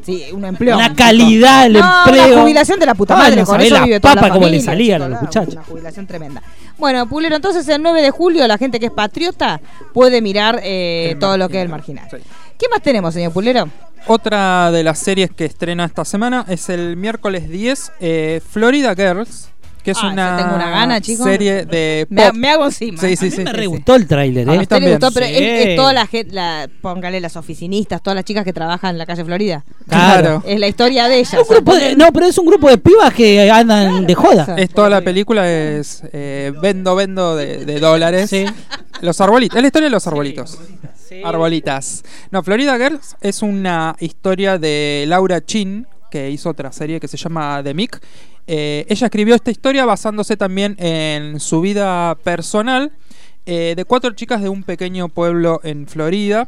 Speaker 3: Sí, un empleo.
Speaker 8: Una calidad del
Speaker 3: No, una
Speaker 8: empleo.
Speaker 3: jubilación de la puta
Speaker 8: Ah,
Speaker 3: madre,
Speaker 8: no
Speaker 3: con
Speaker 8: sabés
Speaker 3: eso
Speaker 8: la
Speaker 3: vive toda la
Speaker 8: papa como le
Speaker 3: familia,
Speaker 8: salían
Speaker 3: chicos,
Speaker 8: a los
Speaker 3: da,
Speaker 8: muchachos.
Speaker 3: Una jubilación tremenda. Bueno, Pulero, entonces el 9 de julio la gente que es patriota puede mirar eh,
Speaker 7: El
Speaker 3: todo lo que es el
Speaker 7: marginal,
Speaker 3: marginal.
Speaker 7: sí.
Speaker 3: ¿Qué más tenemos, señor Pulero?
Speaker 7: Otra de las series que estrena esta semana es el miércoles 10, eh, Florida Girls, que es
Speaker 3: Ah, yo
Speaker 7: una,
Speaker 3: tengo una gana, chicos.
Speaker 7: serie de
Speaker 3: Me,
Speaker 7: pop.
Speaker 3: me hago encima.
Speaker 7: Sí,
Speaker 8: a
Speaker 7: sí,
Speaker 8: mí
Speaker 7: sí,
Speaker 8: me
Speaker 7: sí,
Speaker 8: re
Speaker 7: sí.
Speaker 8: gustó el tráiler,
Speaker 7: A
Speaker 8: ¿eh?
Speaker 7: mí
Speaker 3: ¿A usted le
Speaker 7: también,
Speaker 3: gustó? Pero
Speaker 8: sí.
Speaker 3: es, es toda la gente, la, póngale las oficinistas, todas las chicas que trabajan en la calle Florida.
Speaker 7: Claro.
Speaker 3: Es la historia de ellas.
Speaker 8: Un grupo de- no, pero es un grupo de pibas que andan de joda.
Speaker 7: Es toda la película, es eh, vendo, vendo de, de dólares. Los arbolitos, es la historia de los arbolitos. Arbolitas. No, Florida Girls es una historia de Laura Chin, que hizo otra serie que se llama The Mick. Eh, ella escribió esta historia basándose también en su vida personal eh, de cuatro chicas de un pequeño pueblo en Florida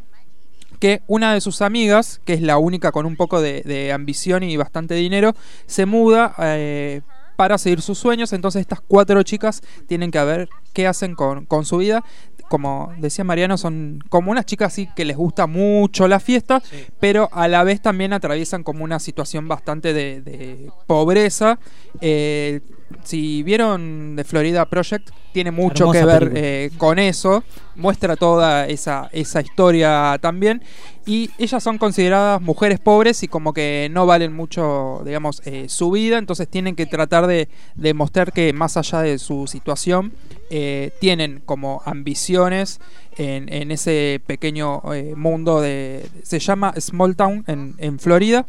Speaker 7: que una de sus amigas, que es la única con un poco de, de ambición y bastante dinero, se muda eh, para seguir sus sueños. Entonces estas cuatro chicas tienen que ver qué hacen con, con su vida. Como decía Mariano, son como unas chicas así que les gusta mucho la fiesta, pero a la vez también atraviesan como una situación bastante de, de pobreza. Eh, si vieron de Florida Project, tiene mucho
Speaker 8: Hermosa
Speaker 7: que ver
Speaker 8: película.
Speaker 7: eh, con eso. Muestra toda esa, esa historia también. Y ellas son consideradas mujeres pobres y como que no valen mucho, digamos, eh, su vida. Entonces tienen que tratar de, de mostrar que más allá de su situación, eh, tienen como ambiciones en, en ese pequeño eh, mundo de... Se llama Small Town en, en Florida.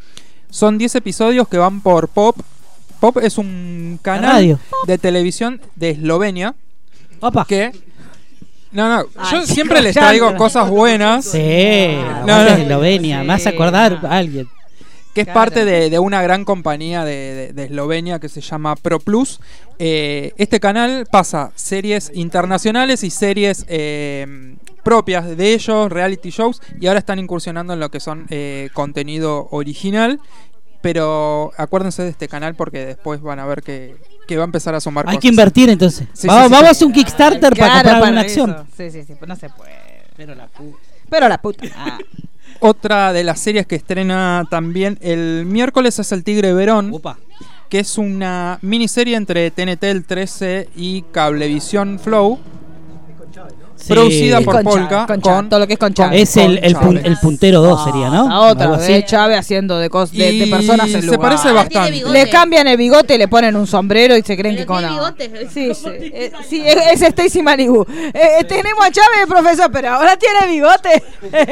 Speaker 7: Son 10 episodios que van por Pop. Pop es un canal
Speaker 8: Radio. Ah.
Speaker 7: de televisión de Eslovenia
Speaker 8: Opa.
Speaker 7: que... No, no, yo
Speaker 3: Ay,
Speaker 7: siempre les
Speaker 3: chicos, ya
Speaker 7: traigo
Speaker 3: no.
Speaker 7: cosas buenas.
Speaker 8: Sí,
Speaker 7: No,
Speaker 8: no,
Speaker 7: no.
Speaker 8: Eslovenia, me vas a acordar a alguien.
Speaker 7: que es
Speaker 3: Claro.
Speaker 7: parte de, de una gran compañía de, de- de Eslovenia que se llama Pro Plus. Eh, este canal pasa series internacionales y series eh, propias de ellos, reality shows, y ahora están incursionando en lo que son eh, contenido original. Pero acuérdense de este canal porque después van a ver que, que que va a empezar a sumar
Speaker 4: Hay
Speaker 7: cosas.
Speaker 4: que invertir entonces.
Speaker 7: Sí,
Speaker 4: vamos
Speaker 7: sí, sí,
Speaker 4: vamos a
Speaker 7: sí.
Speaker 4: hacer un Kickstarter para
Speaker 3: Claro,
Speaker 4: comprar
Speaker 3: para
Speaker 4: una
Speaker 3: eso.
Speaker 4: acción.
Speaker 3: Sí, sí, sí, pero no se puede.
Speaker 4: Pero la puta.
Speaker 3: Pero la puta. Ah.
Speaker 7: Otra de las series que estrena también el miércoles es El Tigre Verón, que es una miniserie entre TNT el 13 y Cablevisión Flow. Producida
Speaker 4: Es
Speaker 7: por
Speaker 4: con Chá-
Speaker 7: Polka
Speaker 3: con Chá- todo lo que es con Chá.
Speaker 4: Es el, el, pun-
Speaker 7: Chávez.
Speaker 4: el puntero 2 sería, ¿no?
Speaker 3: Ah, otra
Speaker 4: Algo así.
Speaker 3: vez Chávez haciendo de, cos, de, de
Speaker 7: Y
Speaker 3: personas en
Speaker 7: se
Speaker 3: lugar.
Speaker 7: parece bastante.
Speaker 3: Le cambian el bigote, le ponen un sombrero y se creen que con agua. Sí, sí, eh, sí, es, es Stacy Malibu. Eh, eh, tenemos a Chávez, profesor, pero ahora tiene bigote. [LAUGHS]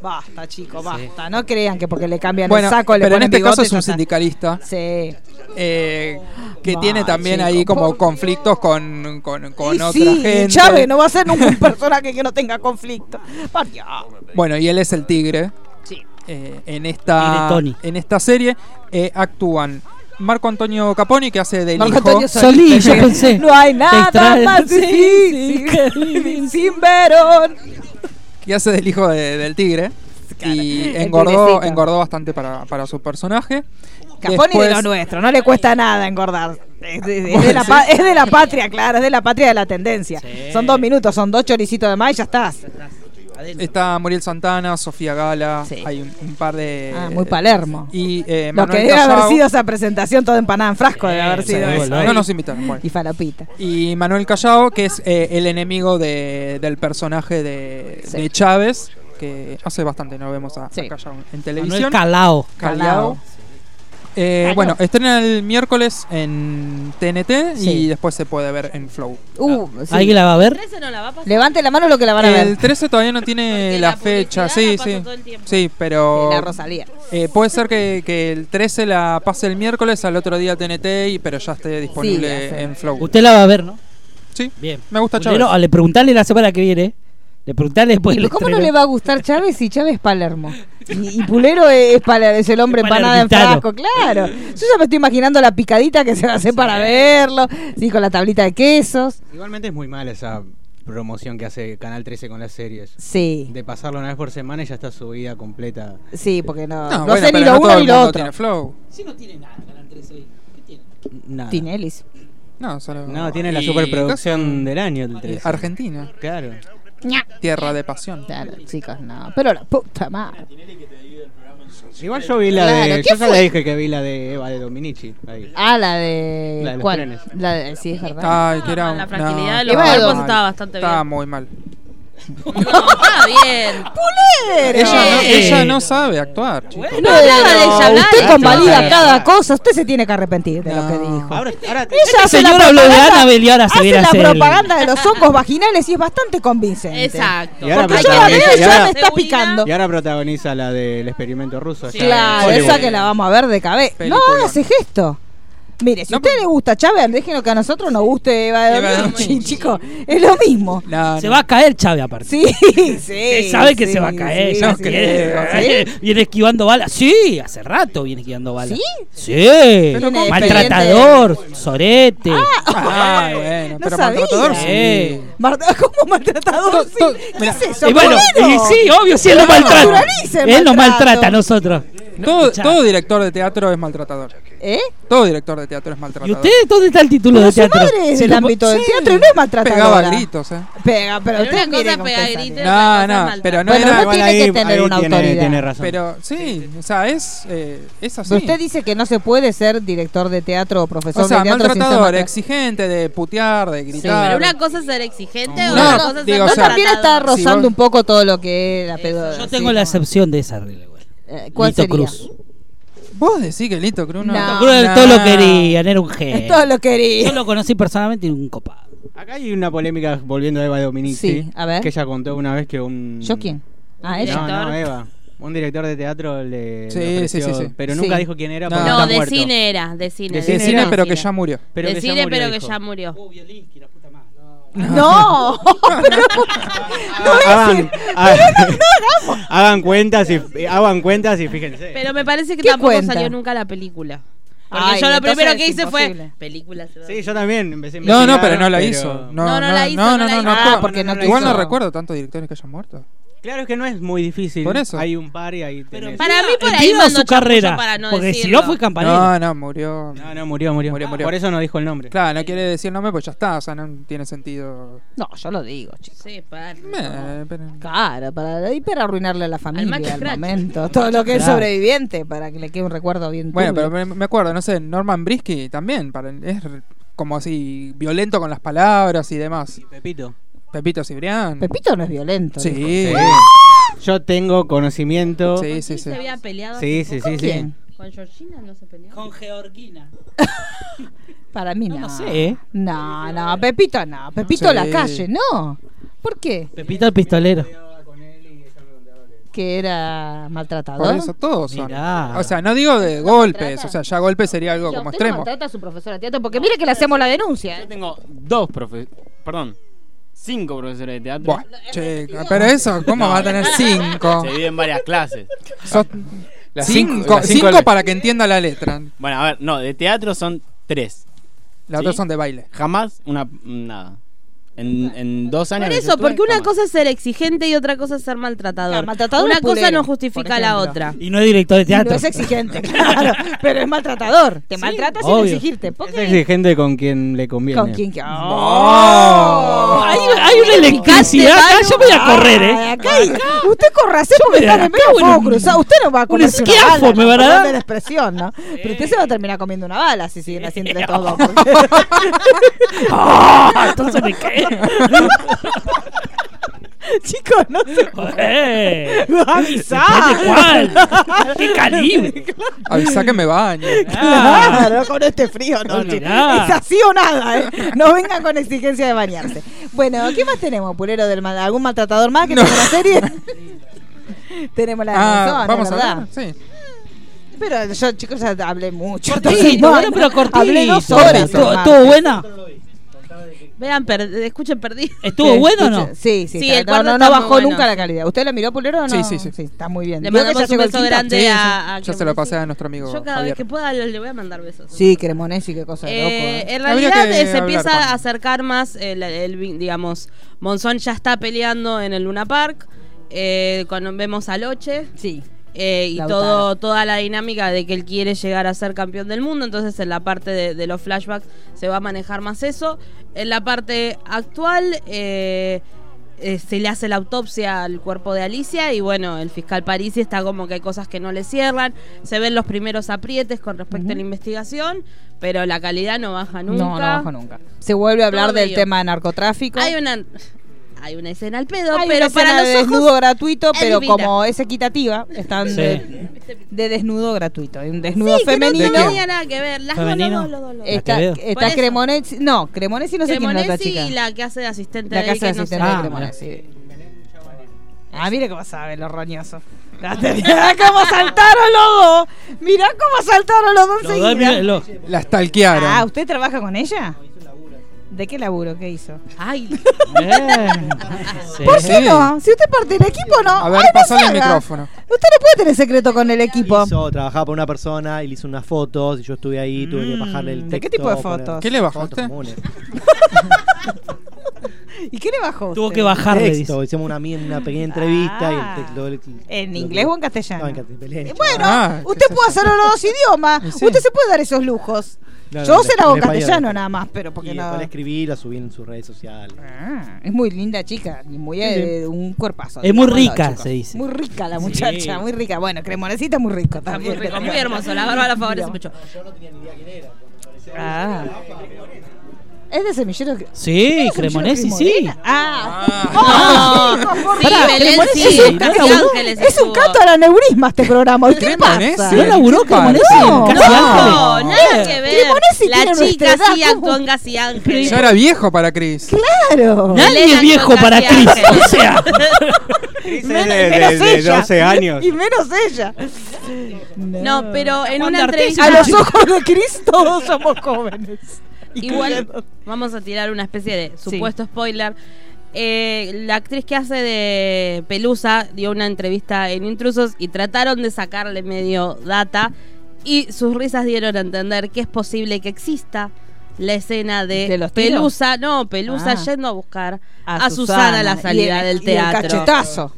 Speaker 3: basta, chicos, basta. No crean que porque le cambian
Speaker 7: Bueno,
Speaker 3: el saco le
Speaker 7: pero en
Speaker 3: ponen
Speaker 7: este
Speaker 3: bigote.
Speaker 7: caso es
Speaker 3: ya
Speaker 7: un
Speaker 3: está.
Speaker 7: sindicalista
Speaker 3: Sí.
Speaker 7: eh, que
Speaker 3: Ay,
Speaker 7: tiene también
Speaker 3: chico,
Speaker 7: ahí como
Speaker 3: por-
Speaker 7: conflictos con, con, con
Speaker 3: Y
Speaker 7: otra
Speaker 3: sí,
Speaker 7: gente.
Speaker 3: Chávez no va a ser nunca un [LAUGHS] personaje que no tenga conflicto. Por Dios.
Speaker 7: Bueno, y él es el tigre.
Speaker 3: Sí.
Speaker 7: Eh, en, esta,
Speaker 4: Y de Tony.
Speaker 7: en esta serie eh, actúan Marco Antonio Caponi, que hace del
Speaker 3: Marco
Speaker 7: hijo.
Speaker 3: Antonio
Speaker 4: Solí, yo pensé.
Speaker 3: [LAUGHS] No hay nada
Speaker 4: extrae-
Speaker 3: más
Speaker 4: [LAUGHS] Sí,
Speaker 3: difícil que sin Verón.
Speaker 7: que hace del hijo de- del tigre.
Speaker 3: [LAUGHS]
Speaker 7: Y
Speaker 3: El
Speaker 7: engordó,
Speaker 3: tigrecito.
Speaker 7: engordó bastante para, para su personaje.
Speaker 3: Caponi
Speaker 7: Después-
Speaker 3: de lo nuestro, no le cuesta nada engordar. Es de, es de la, pa- es de la patria, claro, es de la patria de la tendencia. Son dos minutos, son dos choricitos de más y ya estás.
Speaker 4: Eh,
Speaker 7: Está Muriel Santana, Sofía Gala,
Speaker 3: Sí.
Speaker 7: hay un, un par de...
Speaker 3: Ah, muy Palermo.
Speaker 7: Y eh,
Speaker 3: Lo que
Speaker 7: Manuel
Speaker 3: debe haber
Speaker 7: Callao.
Speaker 3: sido esa presentación toda empanada en frasco, debe haber sido
Speaker 4: sí,
Speaker 3: eso.
Speaker 4: boludo.
Speaker 7: No nos invitaron. bueno.
Speaker 3: Y falopita.
Speaker 7: Y Manuel Callao, que es eh, el enemigo de- del personaje de, de Chávez, que hace bastante no vemos a, a
Speaker 3: Sí.
Speaker 7: Callao en
Speaker 4: Manuel
Speaker 7: televisión.
Speaker 4: Ah, Calao.
Speaker 7: Callao. Eh, bueno, estrena el miércoles en TNT y
Speaker 4: Sí.
Speaker 7: después se puede ver en Flow.
Speaker 3: Uh, sí.
Speaker 4: ¿Alguien Ah, la va a ver?
Speaker 5: ¿Ese no la va a pasar?
Speaker 3: Levante la mano lo que la van a
Speaker 7: El
Speaker 3: ver.
Speaker 7: 13 todavía no tiene
Speaker 5: Porque
Speaker 7: la,
Speaker 5: la
Speaker 7: fecha,
Speaker 5: publicidad la
Speaker 7: sí,
Speaker 5: pasa
Speaker 7: sí.
Speaker 5: todo el tiempo.
Speaker 7: Sí, pero
Speaker 3: La Rosalía.
Speaker 7: eh, puede ser que, que el 13 la pase el miércoles al otro día TNT, y, pero ya esté disponible
Speaker 3: ya sé.
Speaker 7: en Flow.
Speaker 4: Usted la va a ver, ¿no?
Speaker 7: Sí,
Speaker 4: Bien.
Speaker 7: me gusta Chávez.
Speaker 4: Culero, ah, le preguntale la semana que viene. Le preguntale después.
Speaker 3: ¿Y
Speaker 4: del
Speaker 3: ¿Cómo no
Speaker 4: estreno.
Speaker 3: le va a gustar Chávez si Chávez es Palermo? Y, y Pulero es, es Pala- es el hombre
Speaker 4: Es
Speaker 3: empanada en
Speaker 4: palermitano.
Speaker 3: frasco, claro. Yo ya me estoy imaginando la picadita que se va a hacer para verlo, sí, con la tablita de quesos.
Speaker 11: Igualmente es muy mala esa promoción que hace Canal 13 con las series.
Speaker 3: Sí,
Speaker 11: De pasarlo una vez por semana y ya está su vida completa.
Speaker 3: sí, porque no,
Speaker 7: No,
Speaker 3: no sé
Speaker 7: bueno,
Speaker 3: ni
Speaker 7: pero
Speaker 3: lo
Speaker 7: no todo
Speaker 3: uno
Speaker 7: el
Speaker 3: ni lo
Speaker 7: mundo
Speaker 3: otro.
Speaker 7: tiene Flow.
Speaker 11: Nada.
Speaker 3: Tinelis.
Speaker 7: No, solo-
Speaker 11: No, tiene la
Speaker 7: Y-
Speaker 11: superproducción del año del 13.
Speaker 7: Argentina,
Speaker 11: Claro.
Speaker 7: tierra de pasión.
Speaker 3: Claro, chicos, no. Pero la puta madre.
Speaker 11: Igual yo vi la
Speaker 3: Claro,
Speaker 11: de.
Speaker 3: ¿qué
Speaker 11: Yo ya
Speaker 3: fue?
Speaker 11: le dije que vi la de Eva de Dominici. Ahí.
Speaker 3: Ah, la de.
Speaker 11: La de los
Speaker 3: ¿Cuál?
Speaker 11: trenes. Ah.
Speaker 3: La de... Sí, es verdad.
Speaker 7: Ay, que era
Speaker 5: la
Speaker 7: un-
Speaker 5: fragilidad
Speaker 7: no,
Speaker 5: de los
Speaker 7: estaba
Speaker 3: cuerpos
Speaker 7: mal.
Speaker 5: estaba bastante
Speaker 7: Estaba
Speaker 5: bien.
Speaker 7: muy mal.
Speaker 5: No, está bien.
Speaker 7: Ella no,
Speaker 4: Eh.
Speaker 7: ella no sabe actuar, chicos.
Speaker 5: No hablaba de ella, hablaba de
Speaker 3: usted
Speaker 5: ella.
Speaker 3: convalida cada cosa. Usted se tiene que arrepentir de lo que
Speaker 7: No.
Speaker 3: dijo.
Speaker 11: Ahora, ahora
Speaker 3: Ella
Speaker 4: Este
Speaker 3: hace la
Speaker 4: señor habló de
Speaker 3: propaganda-
Speaker 4: Annabel y ahora se
Speaker 3: hace
Speaker 4: viene a
Speaker 3: la
Speaker 4: hacer el-
Speaker 3: propaganda de los hongos vaginales y es bastante convincente.
Speaker 5: Exacto.
Speaker 11: Y ahora
Speaker 3: Porque
Speaker 11: Ay,
Speaker 3: yo la
Speaker 11: también,
Speaker 3: veo y ya
Speaker 11: ahora-
Speaker 3: me está picando.
Speaker 11: Y ahora protagoniza la del experimento ruso. allá
Speaker 3: Claro,
Speaker 11: en
Speaker 3: esa
Speaker 11: Hollywood.
Speaker 3: que la vamos a ver de cabeza. No
Speaker 7: Peliculón.
Speaker 3: hace gesto. Mire, si a
Speaker 7: No,
Speaker 3: usted
Speaker 7: pero-
Speaker 3: le gusta Chávez, déjenos que a nosotros nos guste Eva
Speaker 7: Eva
Speaker 3: de
Speaker 7: de
Speaker 3: Dominici,
Speaker 7: Dominici.
Speaker 3: chicos. Es lo mismo.
Speaker 7: No,
Speaker 4: Se
Speaker 7: no.
Speaker 4: va a caer Chávez aparte.
Speaker 3: Sí, sí.
Speaker 4: Él sabe que
Speaker 3: sí,
Speaker 4: se va a caer.
Speaker 3: sí,
Speaker 4: ya
Speaker 3: sí,
Speaker 4: creo.
Speaker 3: sí.
Speaker 4: [LAUGHS] Viene esquivando balas. Sí, hace rato viene esquivando balas.
Speaker 3: ¿Sí?
Speaker 4: Sí.
Speaker 3: ¿cómo?
Speaker 4: Maltratador, sorete. Eh,
Speaker 7: Ah, bueno,
Speaker 3: [LAUGHS] No
Speaker 7: pero
Speaker 3: sabía.
Speaker 7: maltratador sí.
Speaker 3: Eh.
Speaker 4: Sí.
Speaker 3: Marta, ¿Cómo maltratador? Sí.
Speaker 7: to-
Speaker 3: ¿Qué
Speaker 7: mira,
Speaker 3: es eso?
Speaker 4: Y bueno,
Speaker 3: Pulero?
Speaker 4: y sí, obvio, sí, él lo maltrata.
Speaker 3: Naturalice el
Speaker 4: Él nos
Speaker 3: maltrato.
Speaker 4: maltrata a nosotros.
Speaker 7: Todo,
Speaker 4: Escuchá.
Speaker 7: todo director de teatro es maltratador.
Speaker 3: ¿Eh?
Speaker 7: Todo director de teatro es maltratador.
Speaker 4: ¿Y usted dónde está el título
Speaker 3: Pero
Speaker 4: de
Speaker 3: su
Speaker 4: teatro?
Speaker 3: madre es
Speaker 4: Se
Speaker 3: del
Speaker 4: lo-
Speaker 3: ámbito del
Speaker 4: Sí.
Speaker 3: teatro y no es maltratadora.
Speaker 7: Pegaba gritos, eh.
Speaker 3: Pega, pero,
Speaker 5: Pero
Speaker 3: usted
Speaker 5: una
Speaker 3: mire
Speaker 5: cosa
Speaker 3: cómo
Speaker 5: pega
Speaker 3: usted sale.
Speaker 5: gritos.
Speaker 7: No, no, pero no
Speaker 11: Ah,
Speaker 3: Bueno,
Speaker 7: era.
Speaker 3: no tiene que tener una
Speaker 11: tiene-
Speaker 3: autoridad.
Speaker 11: Tiene razón.
Speaker 7: Pero sí, o sea, es, eh, es así.
Speaker 3: Pero Usted dice que no se puede ser director de teatro o profesor
Speaker 7: o sea,
Speaker 3: de teatro sin ser
Speaker 7: maltratador,
Speaker 3: maltra-
Speaker 7: exigente, de putear, de
Speaker 5: Pero
Speaker 7: gritar.
Speaker 5: una cosa es ser exigente,
Speaker 7: No,
Speaker 5: otra cosa es
Speaker 7: digo,
Speaker 5: ser
Speaker 7: o
Speaker 3: No
Speaker 7: sea,
Speaker 3: también está
Speaker 5: maltratador.
Speaker 3: rozando
Speaker 7: vos-
Speaker 3: un poco todo lo que es la pedo.
Speaker 4: Yo
Speaker 3: sí,
Speaker 4: tengo la
Speaker 3: como-
Speaker 4: excepción de esa regla, güey.
Speaker 3: Eh, ¿Cuál
Speaker 4: Lito
Speaker 3: sería?
Speaker 4: Cruz.
Speaker 7: Vos decís que Lito Cruz no.
Speaker 3: No.
Speaker 4: Cruz era- todo lo querían, era un
Speaker 3: [LAUGHS] Es
Speaker 4: genio.
Speaker 3: todo lo quería.
Speaker 4: Yo lo conocí personalmente y un copado.
Speaker 11: Acá hay una polémica volviendo a Eva de Dominici.
Speaker 3: Sí, a ver.
Speaker 11: Que ella contó una vez que un.
Speaker 3: ¿Yo quién? Ah, ella.
Speaker 11: No, no, Eva. Un director de teatro le.
Speaker 7: Sí,
Speaker 11: le ofreció-
Speaker 7: sí, sí, sí.
Speaker 11: Pero nunca
Speaker 3: Sí.
Speaker 11: dijo quién era.
Speaker 7: No.
Speaker 11: porque
Speaker 5: No,
Speaker 11: está
Speaker 5: de
Speaker 11: muerto.
Speaker 5: cine era, de
Speaker 11: De
Speaker 5: cine.
Speaker 7: De cine,
Speaker 11: no.
Speaker 7: pero que ya murió.
Speaker 11: Pero
Speaker 5: de
Speaker 11: que ya
Speaker 5: cine,
Speaker 11: murió,
Speaker 5: pero que
Speaker 11: dijo.
Speaker 5: ya murió.
Speaker 3: No, pero
Speaker 7: Ah,
Speaker 11: hagan, hagan- hagan cuentas y eh, hagan cuentas y fíjense.
Speaker 5: Pero me parece que
Speaker 3: ¿Qué
Speaker 5: tampoco
Speaker 3: cuenta?
Speaker 5: salió nunca la película. Porque
Speaker 3: Ay,
Speaker 5: yo lo
Speaker 3: entonces
Speaker 5: primero
Speaker 3: es
Speaker 5: que hice
Speaker 3: imposible.
Speaker 5: fue. Película. se va a
Speaker 11: sí,
Speaker 5: ver.
Speaker 11: yo también empecé a
Speaker 7: No, no,
Speaker 11: investigar,
Speaker 7: pero no la hizo. No,
Speaker 5: No, no la hizo,
Speaker 7: No,
Speaker 5: no la
Speaker 7: no, no,
Speaker 5: hizo.
Speaker 7: no
Speaker 5: Ah,
Speaker 7: actúa.
Speaker 3: porque no la
Speaker 7: Igual
Speaker 3: hizo.
Speaker 7: no recuerdo tantos directores que hayan muerto.
Speaker 11: Claro es que no es muy difícil.
Speaker 7: Por eso.
Speaker 11: Hay un par y ahí tenés.
Speaker 5: para mí por ahí
Speaker 4: Entiendo
Speaker 5: mandó
Speaker 4: su
Speaker 5: Chapuza
Speaker 4: carrera.
Speaker 5: para no
Speaker 4: porque si
Speaker 5: decirlo.
Speaker 4: no fue campanero.
Speaker 7: No, no, murió.
Speaker 11: No, no, murió, murió.
Speaker 7: Murió, murió.
Speaker 11: Por eso no dijo el nombre.
Speaker 7: Claro, no quiere decir nombre, pues ya está, o sea, no tiene sentido.
Speaker 3: No, yo lo digo, chicos.
Speaker 5: Sí, para.
Speaker 7: Meh, pero-
Speaker 3: Claro, para, y para arruinarle a la
Speaker 5: Mac
Speaker 3: familia al
Speaker 5: Scratch.
Speaker 3: momento. Todo lo que es
Speaker 11: Claro.
Speaker 3: sobreviviente, para que le quede un recuerdo bien
Speaker 7: Bueno,
Speaker 3: turbio.
Speaker 7: pero me, me acuerdo, no sé, Norman Brisky también, para, es re- como así violento con las palabras y demás.
Speaker 11: Pepito.
Speaker 7: Pepito Cibrián.
Speaker 3: Pepito no es violento. dijo.
Speaker 7: Mm. sí.
Speaker 11: Yo tengo conocimiento.
Speaker 7: Sí, sí,
Speaker 5: ¿Quién
Speaker 7: sí.
Speaker 5: se había peleado?
Speaker 11: Sí, sí, sí, sí.
Speaker 3: quién?
Speaker 5: ¿Con Georgina no se peleó?
Speaker 4: Con Georgina.
Speaker 3: Para mí no. No,
Speaker 4: sé.
Speaker 3: no, Pepito no. Pepito
Speaker 7: Sí.
Speaker 3: la calle, no. ¿Por qué?
Speaker 4: Pepito el pistolero.
Speaker 3: Que era maltratador.
Speaker 7: Por eso todos son.
Speaker 4: Mirá.
Speaker 7: O sea, no digo de golpes, o sea, ya golpe sería algo
Speaker 3: Y a
Speaker 7: como
Speaker 3: usted lo
Speaker 7: extremo.
Speaker 3: maltrata a su profesora de teatro, porque mire que le hacemos la denuncia.
Speaker 14: Yo
Speaker 3: ¿eh?
Speaker 14: tengo dos profes... Perdón. Cinco profesores de teatro.
Speaker 7: Buah, che, pero eso, ¿cómo va a tener cinco?
Speaker 14: Se dividen varias clases.
Speaker 7: Sos-
Speaker 9: Las
Speaker 7: cinco,
Speaker 9: las
Speaker 7: cinco
Speaker 9: le-
Speaker 7: para que entienda la letra.
Speaker 14: Bueno, a ver, no, de teatro son tres.
Speaker 7: Las otras
Speaker 14: Sí.
Speaker 7: son de baile.
Speaker 14: Jamás una nada. En, en dos años.
Speaker 5: Por
Speaker 14: que yo
Speaker 5: eso,
Speaker 14: estuve,
Speaker 5: porque una
Speaker 14: jamás.
Speaker 5: cosa es ser exigente y otra cosa es ser maltratador.
Speaker 3: Claro, maltratador
Speaker 5: una
Speaker 3: es
Speaker 5: cosa
Speaker 3: pulero,
Speaker 5: no justifica
Speaker 3: por
Speaker 5: la
Speaker 3: ejemplo.
Speaker 5: otra.
Speaker 4: Y no es director de
Speaker 3: Y
Speaker 4: teatro.
Speaker 3: No
Speaker 4: [LAUGHS]
Speaker 3: es exigente, [LAUGHS] claro, pero es maltratador. Te maltrata sin
Speaker 4: obvio.
Speaker 3: exigirte. ¿Por
Speaker 11: Es
Speaker 3: qué?
Speaker 11: exigente con quien le conviene.
Speaker 3: ¿Con quién? que-
Speaker 7: Oh.
Speaker 4: Hay, hay una electricidad acá, yo voy a correr,
Speaker 3: Ay,
Speaker 4: ¿eh?
Speaker 3: acá hay- usted corra cero porque
Speaker 4: me
Speaker 3: está en
Speaker 4: la
Speaker 3: el medio
Speaker 4: cago en
Speaker 3: fuego
Speaker 4: un-
Speaker 3: cruzado. Usted no va a
Speaker 4: un
Speaker 3: comerse una
Speaker 4: esquiafo,
Speaker 3: bala.
Speaker 4: me
Speaker 3: ¿no?
Speaker 4: van a
Speaker 3: Perdón
Speaker 4: dar.
Speaker 3: de la expresión, ¿no? Pero usted se va a terminar comiendo una bala si siguen
Speaker 4: [LAUGHS]
Speaker 3: haciendo entre todos dos.
Speaker 4: Ah, Entonces me cae.
Speaker 3: Chicos, no [LAUGHS] se
Speaker 4: Eh,
Speaker 3: avisá.
Speaker 4: depende cuál. [LAUGHS] ¿Qué
Speaker 3: [LAUGHS]
Speaker 4: calibre?
Speaker 7: Avisa que me baño.
Speaker 3: [LAUGHS] Ah,
Speaker 7: Ah,
Speaker 3: Claro, con este frío, no,
Speaker 4: Bueno,
Speaker 3: chicos.
Speaker 4: nada.
Speaker 3: Es así o nada, ¿eh? No vengan con exigencia de bañarse. Bueno, ¿qué más tenemos, Pulero del mal- ¿Algún maltratador más que
Speaker 7: No.
Speaker 3: tenga la serie?
Speaker 4: [LAUGHS]
Speaker 3: tenemos la de
Speaker 7: Ah,
Speaker 3: Monzón,
Speaker 7: vamos
Speaker 3: es
Speaker 7: a
Speaker 3: verdad.
Speaker 7: ver. Sí.
Speaker 3: Pero yo, chicos, ya hablé mucho. entonces
Speaker 4: Cortito,
Speaker 3: no,
Speaker 4: bueno,
Speaker 3: no,
Speaker 4: pero cortito.
Speaker 3: Hablé dos horas.
Speaker 4: ¿Estuvo,
Speaker 3: nomás.
Speaker 4: estuvo buena?
Speaker 5: Vean, per- escuchen perdido.
Speaker 8: Este,
Speaker 4: ¿Estuvo
Speaker 3: Sí,
Speaker 4: buena o
Speaker 3: escucha,
Speaker 4: no?
Speaker 3: Sí, sí.
Speaker 5: Sí,
Speaker 3: está-
Speaker 5: el
Speaker 3: no,
Speaker 5: cuarto
Speaker 3: no,
Speaker 5: está
Speaker 3: no
Speaker 5: muy
Speaker 3: bajó
Speaker 5: bueno.
Speaker 3: nunca la calidad. ¿usted la miró, Pulero? o No?
Speaker 7: Sí, sí, sí.
Speaker 3: está muy bien.
Speaker 5: Le
Speaker 3: Vio que ya
Speaker 5: mandamos un
Speaker 3: llegó el
Speaker 5: beso
Speaker 3: quinto.
Speaker 5: grande
Speaker 7: Sí, sí.
Speaker 5: a, a
Speaker 7: Yo se lo pasé a nuestro amigo.
Speaker 5: Yo cada
Speaker 7: Javier.
Speaker 5: vez que pueda le le voy a mandar besos.
Speaker 3: Sí, Cremonesi, qué cosa de loco.
Speaker 5: Eh,
Speaker 3: ¿eh?
Speaker 5: en
Speaker 7: Habría
Speaker 5: realidad
Speaker 7: que
Speaker 5: eh, se
Speaker 7: hablar
Speaker 5: empieza
Speaker 7: con-
Speaker 5: a acercar más, el, el vi- digamos, Monzón ya está peleando en el Luna Park, eh, cuando vemos a Loche
Speaker 3: Sí.
Speaker 5: eh, y
Speaker 3: Lautaro.
Speaker 5: todo, toda la dinámica de que él quiere llegar a ser campeón del mundo, entonces en la parte de, de los flashbacks se va a manejar más eso. En la parte actual eh, eh, se le hace la autopsia al cuerpo de Alicia y bueno, el fiscal Parisi está como que hay cosas que no le cierran, se ven los primeros aprietes con respecto a la investigación, pero la calidad no baja nunca.
Speaker 3: No, no bajó nunca. Se vuelve a hablar
Speaker 5: Todo
Speaker 3: del
Speaker 5: bello.
Speaker 3: tema de narcotráfico.
Speaker 5: Hay una hay una escena al pedo,
Speaker 3: Hay
Speaker 5: pero
Speaker 3: una escena
Speaker 5: para
Speaker 3: de
Speaker 5: los
Speaker 3: desnudo
Speaker 5: ojos
Speaker 3: gratuito,
Speaker 5: es
Speaker 3: pero
Speaker 5: divina.
Speaker 3: como es equitativa, están
Speaker 4: Sí.
Speaker 3: de, de desnudo gratuito. Hay un desnudo
Speaker 5: sí, que no-
Speaker 3: femenino.
Speaker 5: no, tenía nada que ver, las dos, los
Speaker 4: Femenino.
Speaker 5: dos, los dos, los dos.
Speaker 3: Está,
Speaker 4: Quevedo.
Speaker 5: Por
Speaker 3: está
Speaker 5: eso.
Speaker 3: Cremonesi. No, Cremonesi no sé quién es la otra
Speaker 5: Cremonesi
Speaker 3: chica.
Speaker 5: y la que hace de asistente
Speaker 3: La
Speaker 5: de
Speaker 3: casa de
Speaker 5: él, que no sé.
Speaker 3: asistente de
Speaker 4: Ah,
Speaker 3: Cremonesi. Ah, mire cómo sabe lo roñoso. Mirá cómo saltaron los dos. Mirá cómo saltaron los
Speaker 4: Los
Speaker 3: dos
Speaker 4: dos,
Speaker 3: enseguida.
Speaker 4: mira,
Speaker 3: [LAUGHS]
Speaker 4: los-
Speaker 7: La stalkearon.
Speaker 3: Ah, ¿usted trabaja con ella? ¿De qué laburo? ¿Qué hizo? [LAUGHS]
Speaker 5: Ay,
Speaker 4: Eh, sí.
Speaker 3: ¿Por qué
Speaker 7: Sí.
Speaker 3: no? Si usted parte del equipo, no.
Speaker 7: A ver,
Speaker 3: Ay, no
Speaker 7: pasale el
Speaker 3: salga.
Speaker 7: micrófono.
Speaker 3: Usted no puede tener secreto con el equipo.
Speaker 16: Hizo, trabajaba para una persona y le hizo unas fotos y yo estuve ahí, tuve que bajarle el
Speaker 3: Mm,
Speaker 16: texto.
Speaker 3: ¿de qué tipo de
Speaker 16: poner-
Speaker 3: fotos?
Speaker 7: ¿Qué le
Speaker 16: Fotos
Speaker 7: bajaste?
Speaker 16: comunes.
Speaker 3: ¿Y qué le bajó? usted?
Speaker 4: Tuvo que bajarle, dice.
Speaker 16: Texto, hicimos una, mie- una pequeña entrevista y el texto... el-
Speaker 3: Ah. ¿En
Speaker 16: lo-
Speaker 3: inglés o en
Speaker 16: No,
Speaker 3: castellano?
Speaker 16: en castellano.
Speaker 3: Eh, Bueno,
Speaker 7: Ah,
Speaker 3: usted
Speaker 7: qué
Speaker 3: puede hacerlo en los dos idiomas.
Speaker 7: Y sí.
Speaker 3: Usted se puede dar esos lujos.
Speaker 16: No,
Speaker 3: Yo
Speaker 16: no,
Speaker 3: se
Speaker 16: en
Speaker 3: la hago en
Speaker 16: español.
Speaker 3: castellano nada más, pero porque
Speaker 16: Y
Speaker 3: no.
Speaker 16: después la escribí y la subí en sus redes sociales.
Speaker 3: Ah, es muy linda chica y muy eh, un cuerpazo.
Speaker 4: Es muy
Speaker 3: digámoslo,
Speaker 4: rica,
Speaker 3: chicos.
Speaker 4: se dice.
Speaker 3: Muy rica la muchacha, muy rica. Bueno, cremonecita muy rico
Speaker 5: está muy
Speaker 3: también.
Speaker 5: rico, muy hermoso. La barba la favorece mucho.
Speaker 3: [LAUGHS] Ah. Es de semillero.
Speaker 4: Sí, Cremonesi, sí.
Speaker 3: Ah.
Speaker 5: No,
Speaker 3: chicos, por
Speaker 5: sí,
Speaker 3: Dios.
Speaker 5: Belén,
Speaker 3: Cremonesi
Speaker 5: sí,
Speaker 3: es un
Speaker 5: Casi
Speaker 3: canto-
Speaker 5: Ángeles
Speaker 3: Es un
Speaker 5: estuvo.
Speaker 3: canto al aneurisma este programa. ¿Qué le
Speaker 7: Cremonesi.
Speaker 3: pasa?
Speaker 4: ¿No laburó Cremonesi?
Speaker 3: No,
Speaker 4: en Casi
Speaker 5: No,
Speaker 4: Ángeles?
Speaker 5: nada que ver.
Speaker 3: Cremonesi tiene
Speaker 5: La
Speaker 3: nuestra
Speaker 5: chica
Speaker 3: edad,
Speaker 5: sí
Speaker 3: ¿cómo?
Speaker 5: actuó en Casi Ángeles.
Speaker 7: Ya era viejo para Chris.
Speaker 3: Claro.
Speaker 4: Nadie
Speaker 5: Elena
Speaker 4: es viejo
Speaker 5: con
Speaker 4: para
Speaker 5: Casi
Speaker 4: Chris.
Speaker 5: Ángeles.
Speaker 4: O sea,
Speaker 5: [LAUGHS]
Speaker 11: Chris es
Speaker 3: Menos-
Speaker 11: de,
Speaker 3: menos
Speaker 11: de- de
Speaker 3: ella.
Speaker 11: 12 años.
Speaker 3: Y menos ella.
Speaker 5: No, pero en una
Speaker 4: Wanda Ortiz,
Speaker 5: entrevista.
Speaker 3: A los ojos de Cristo todos somos jóvenes.
Speaker 5: Igual vamos a tirar una especie de supuesto spoiler. Eh, la actriz que hace de Pelusa dio una entrevista en Intrusos y trataron de sacarle medio data y sus risas dieron a entender que es posible que exista la escena de,
Speaker 3: ¿De los tiros?
Speaker 5: Pelusa, no, Pelusa
Speaker 3: Ah.
Speaker 5: yendo a buscar a, Susana, a la salida del
Speaker 3: Y el
Speaker 5: teatro.
Speaker 3: cachetazo.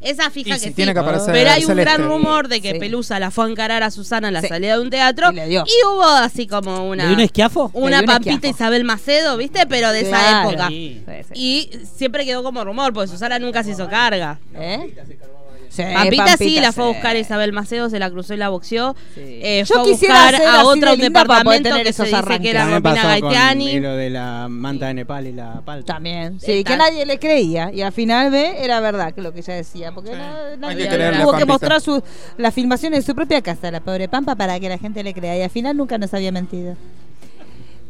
Speaker 5: Esa fija
Speaker 7: Y
Speaker 5: que
Speaker 7: si
Speaker 5: sí.
Speaker 7: tiene que aparecer
Speaker 5: Pero hay un
Speaker 7: Celeste.
Speaker 5: gran rumor de que
Speaker 7: Sí.
Speaker 5: Pelusa la fue a encarar a Susana en la salida de un teatro. Y, hubo así como una.
Speaker 4: ¿Le dio un esquiafo? Le
Speaker 5: Una
Speaker 4: dio un
Speaker 5: pampita
Speaker 4: esquiafo.
Speaker 5: Isabel Macedo, ¿viste? Pero de esa
Speaker 4: Claro.
Speaker 5: época.
Speaker 4: Sí.
Speaker 5: Y siempre quedó como rumor, porque Susana nunca se hizo carga.
Speaker 3: ¿Eh? Sí,
Speaker 5: Pampita, sí,
Speaker 3: Pampita,
Speaker 5: la fue a
Speaker 3: sí.
Speaker 5: buscar Isabel Macedo, se la cruzó y la boxeó. Eh,
Speaker 3: Yo
Speaker 5: fue a
Speaker 3: quisiera
Speaker 5: buscar
Speaker 3: ser
Speaker 5: a
Speaker 3: así
Speaker 5: otra
Speaker 3: de
Speaker 5: un
Speaker 3: linda para poder
Speaker 5: departamento
Speaker 3: tener
Speaker 5: que se
Speaker 3: esos
Speaker 5: dice que
Speaker 3: arranques.
Speaker 5: era
Speaker 11: También
Speaker 5: Romina
Speaker 11: pasó con
Speaker 5: Gaitiani.
Speaker 11: lo de la manta de Nepal y la palta.
Speaker 3: También. Sí, que nadie le creía. Y al final ve, era verdad que lo que ella decía. Porque na- nadie
Speaker 7: que creerle a
Speaker 3: tuvo que
Speaker 7: Pampita.
Speaker 3: mostrar su, las filmaciones de su propia casa, la pobre Pampa, para que la gente le crea. Y al final nunca nos había mentido.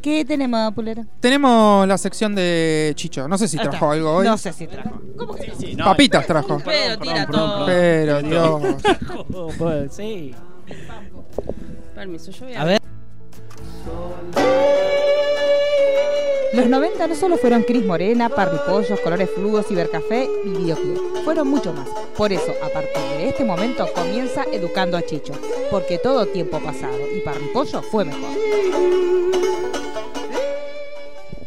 Speaker 3: ¿Qué tenemos, Pulero?
Speaker 7: Tenemos la sección de Chicho. No sé si
Speaker 3: Ahí está.
Speaker 7: trajo algo hoy.
Speaker 3: No sé si trajo.
Speaker 7: no. Papitas trajo.
Speaker 5: Pero tira todo.
Speaker 7: Pero Dios.
Speaker 4: pues, sí.
Speaker 5: Permiso, yo voy a,
Speaker 4: A ver.
Speaker 3: Los 90 no solo fueron Cris Morena, parripollos, colores fluos, cibercafé y videoclub. Fueron mucho más. Por eso, a partir de este momento, comienza Educando a Chicho. Porque todo tiempo pasado y parripollo fue mejor.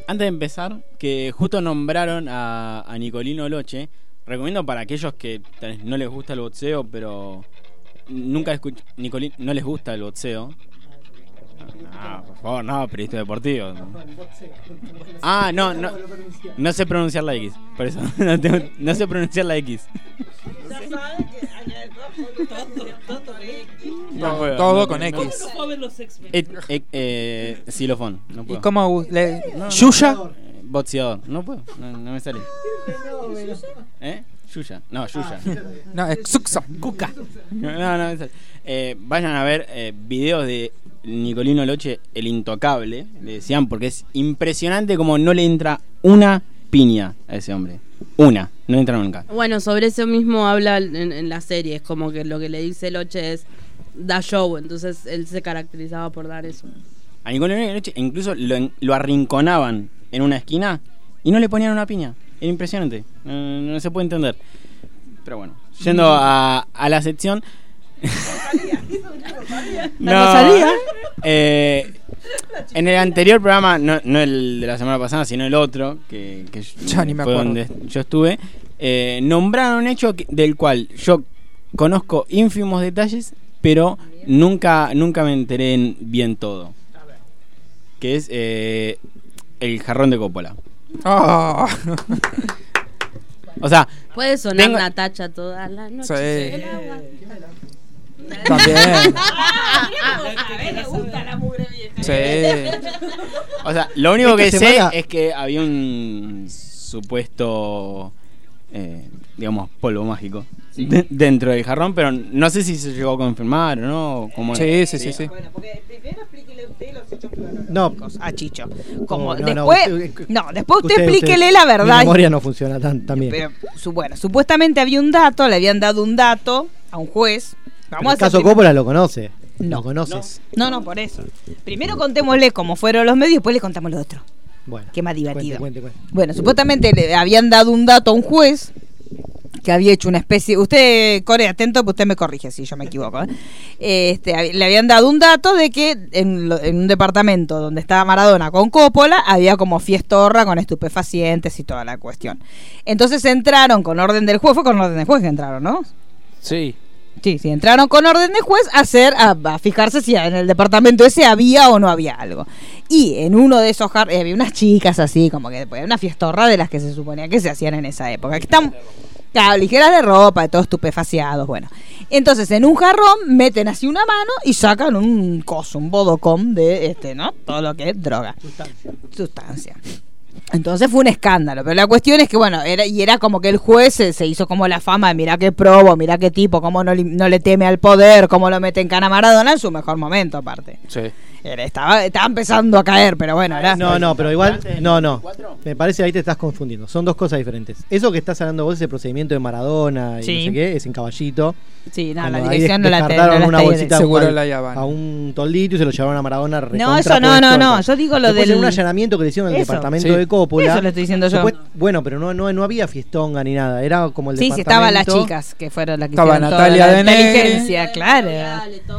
Speaker 14: Antes de empezar, que justo nombraron a, a Nicolino Loche, recomiendo para aquellos que tal vez no les gusta el boxeo, pero nunca escuchan. Nicolino no les gusta el boxeo. Ah, por favor, no, periodista deportivo. Ah, no, no. No sé pronunciar la X, por eso. [LAUGHS] No, tengo- no sé pronunciar la X. No
Speaker 7: [LAUGHS]
Speaker 14: puedo,
Speaker 7: Todo
Speaker 14: no
Speaker 7: con
Speaker 14: puedo, no
Speaker 7: X.
Speaker 14: puedo. Eh, eh, eh, xilofón, no puedo.
Speaker 7: ¿Y cómo le-
Speaker 14: ¿Yuya? Boxeador, no puedo, no, no me sale. ¿Eh? Yuya, no, Yuya.
Speaker 7: No, es Xuxa.
Speaker 14: Cuca. No, no, no, esa- eh, vayan a ver eh, videos de Nicolino Loche, el intocable, le decían, porque es impresionante como no le entra una piña a ese hombre. Una, no le entra nunca.
Speaker 5: Bueno, sobre eso mismo habla en, en la serie. Es como que lo que le dice Loche es da show. Entonces él se caracterizaba por dar eso.
Speaker 14: A Nicolino Loche incluso lo, en- lo arrinconaban en una esquina y no le ponían una piña. Era impresionante. No, no se puede entender. Pero bueno, yendo a, a
Speaker 7: [LAUGHS]
Speaker 14: la sección.
Speaker 4: La Rosalía.
Speaker 14: Eh, en el anterior programa, no, no el de la semana pasada, sino el otro, que, que yo-
Speaker 7: Ya ni me
Speaker 14: fue
Speaker 7: acuerdo.
Speaker 14: donde yo estuve, eh, nombraron un hecho que- del cual yo conozco ínfimos detalles, pero nunca, nunca me enteré en bien todo. Que es eh, el jarrón de Coppola.
Speaker 7: Ah.
Speaker 14: O sea,
Speaker 5: Puede sonar
Speaker 14: Tengo-
Speaker 5: Natacha todas las noches.
Speaker 14: Sí.
Speaker 5: El agua.
Speaker 14: También. O sea, lo único que
Speaker 7: Esta semana-
Speaker 14: sé es que había un supuesto, eh, digamos, polvo mágico de- dentro del jarrón, pero no sé si se llegó a confirmar o no. o cómo-
Speaker 7: Sí, sí, sí, sí.
Speaker 16: No,
Speaker 3: a Chicho. Como
Speaker 16: Oh, no, no,
Speaker 3: después, no,
Speaker 16: usted-
Speaker 3: después usted, explíquele la verdad.
Speaker 16: Mi memoria no funciona tan, tan bien.
Speaker 3: Pero, su- bueno, supuestamente había un dato, le habían dado un dato a un juez.
Speaker 16: Pero
Speaker 3: Vamos
Speaker 16: el
Speaker 3: a hacer
Speaker 16: caso
Speaker 3: prim-
Speaker 16: Coppola lo conoce. Lo conoces.
Speaker 3: No, no, por eso. Primero contémosle cómo fueron los medios y después le contamos lo otro.
Speaker 16: Bueno.
Speaker 3: Qué más divertido.
Speaker 16: Cuente, cuente,
Speaker 3: Bueno, supuestamente le habían dado un dato a un juez que había hecho una especie. Usted, Core, atento, pues usted me corrige si yo me equivoco. ¿eh? Este, hab- le habían dado un dato de que en, lo- en un departamento donde estaba Maradona con Coppola había como fiestorra con estupefacientes y toda la cuestión. Entonces entraron con orden del juez, fue con orden del juez que entraron, ¿no?
Speaker 9: Sí.
Speaker 3: Sí, sí, entraron con orden de juez a hacer, a, a fijarse si en el departamento ese había o no había algo. Y en uno de esos jar- eh, había unas chicas así, como que pues, una fiestorra de las que se suponía que se hacían en esa época. Que están claro, ligeras de ropa, de todos estupefaciados, bueno. Entonces, en un jarrón meten así una mano y sacan un coso, un bodocom de este, ¿no? Todo lo que es droga. Sustancia. Entonces fue un escándalo, pero la cuestión es que, bueno, era, y era como que el juez se, se hizo como la fama de mirá qué probo, mirá qué tipo, cómo no, li- no le teme al poder, cómo lo mete en cana a Maradona en su mejor momento, aparte.
Speaker 9: Sí.
Speaker 3: Era- estaba, estaba empezando a caer, pero bueno, era.
Speaker 16: No, no, pero igual, no, no. Me parece ahí te estás confundiendo. Son dos cosas diferentes. Eso que estás hablando vos, ese procedimiento de Maradona y
Speaker 3: Sí.
Speaker 16: no sé qué, es en caballito.
Speaker 3: Sí, no, la
Speaker 16: Cuando ahí
Speaker 3: dirección no la te-
Speaker 16: descartaron
Speaker 3: no la
Speaker 16: una
Speaker 3: te-
Speaker 16: bolsita
Speaker 7: Seguro
Speaker 16: al-
Speaker 7: la hallaban.
Speaker 16: a un toldito y se lo llevaron a Maradona.
Speaker 3: No, eso
Speaker 16: recontra
Speaker 3: no, no,
Speaker 16: puesto.
Speaker 3: no. Yo digo lo
Speaker 16: Después
Speaker 3: del.
Speaker 16: en un allanamiento que le hicieron en el
Speaker 3: Eso.
Speaker 16: departamento
Speaker 3: Sí.
Speaker 16: de Coppola.
Speaker 3: Eso le estoy diciendo yo.
Speaker 16: supuest- Bueno, pero no, no, no había fiestonga ni nada. Era como el
Speaker 3: Sí, sí,
Speaker 16: departamento.
Speaker 3: estaban las chicas que fueron las que
Speaker 16: Estaba
Speaker 3: hicieron toda
Speaker 16: Natalia
Speaker 3: la
Speaker 16: Denegri.
Speaker 3: inteligencia, claro.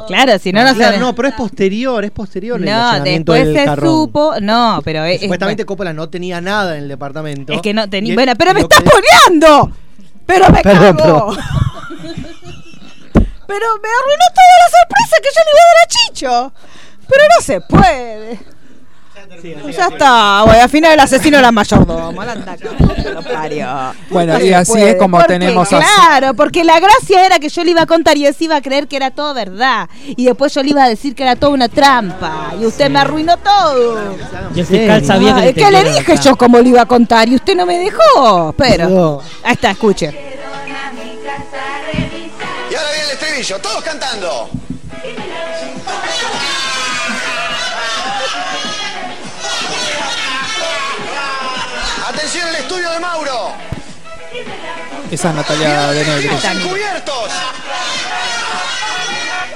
Speaker 3: Claro, si no, no
Speaker 16: Claro,
Speaker 3: se-
Speaker 16: no, pero es posterior, es posterior el
Speaker 3: No,
Speaker 16: allanamiento
Speaker 3: después
Speaker 16: del
Speaker 3: se
Speaker 16: jarrón.
Speaker 3: supo. No, pero. es- es-
Speaker 16: Supuestamente Coppola no tenía nada en el departamento.
Speaker 3: Es que no
Speaker 16: Y
Speaker 3: tenía.
Speaker 16: él-
Speaker 3: Bueno, pero
Speaker 16: y
Speaker 3: me
Speaker 16: lo
Speaker 3: estás
Speaker 16: que-
Speaker 3: poniendo. Pero me
Speaker 16: Perdón,
Speaker 3: cagó. [LAUGHS] Pero me arruinó toda la sorpresa que yo le iba a dar a Chicho. Pero no se puede. ya está, güey. Al final el asesino era mayordomo. La anda- que lo parió.
Speaker 7: Bueno,
Speaker 3: No
Speaker 7: y
Speaker 3: se
Speaker 7: así
Speaker 3: puede,
Speaker 7: es como
Speaker 3: porque,
Speaker 7: tenemos a-
Speaker 3: Claro, porque la gracia era que yo le iba a contar y él se iba a creer que era todo verdad. Y después yo le iba a decir que era toda una trampa. Y usted me arruinó todo.
Speaker 4: Y el fiscal sabía
Speaker 3: Ah,
Speaker 4: que
Speaker 3: es que le
Speaker 4: tenía
Speaker 3: dije
Speaker 4: acá.
Speaker 3: yo cómo le iba a contar y usted no me dejó. Pero.
Speaker 16: No.
Speaker 3: Ahí está, escuche.
Speaker 17: Y ahora viene el estribillo, todos cantando. Atención el estudio de Mauro.
Speaker 7: Esa es Natalia de Negro.
Speaker 17: ¡Los encubiertos!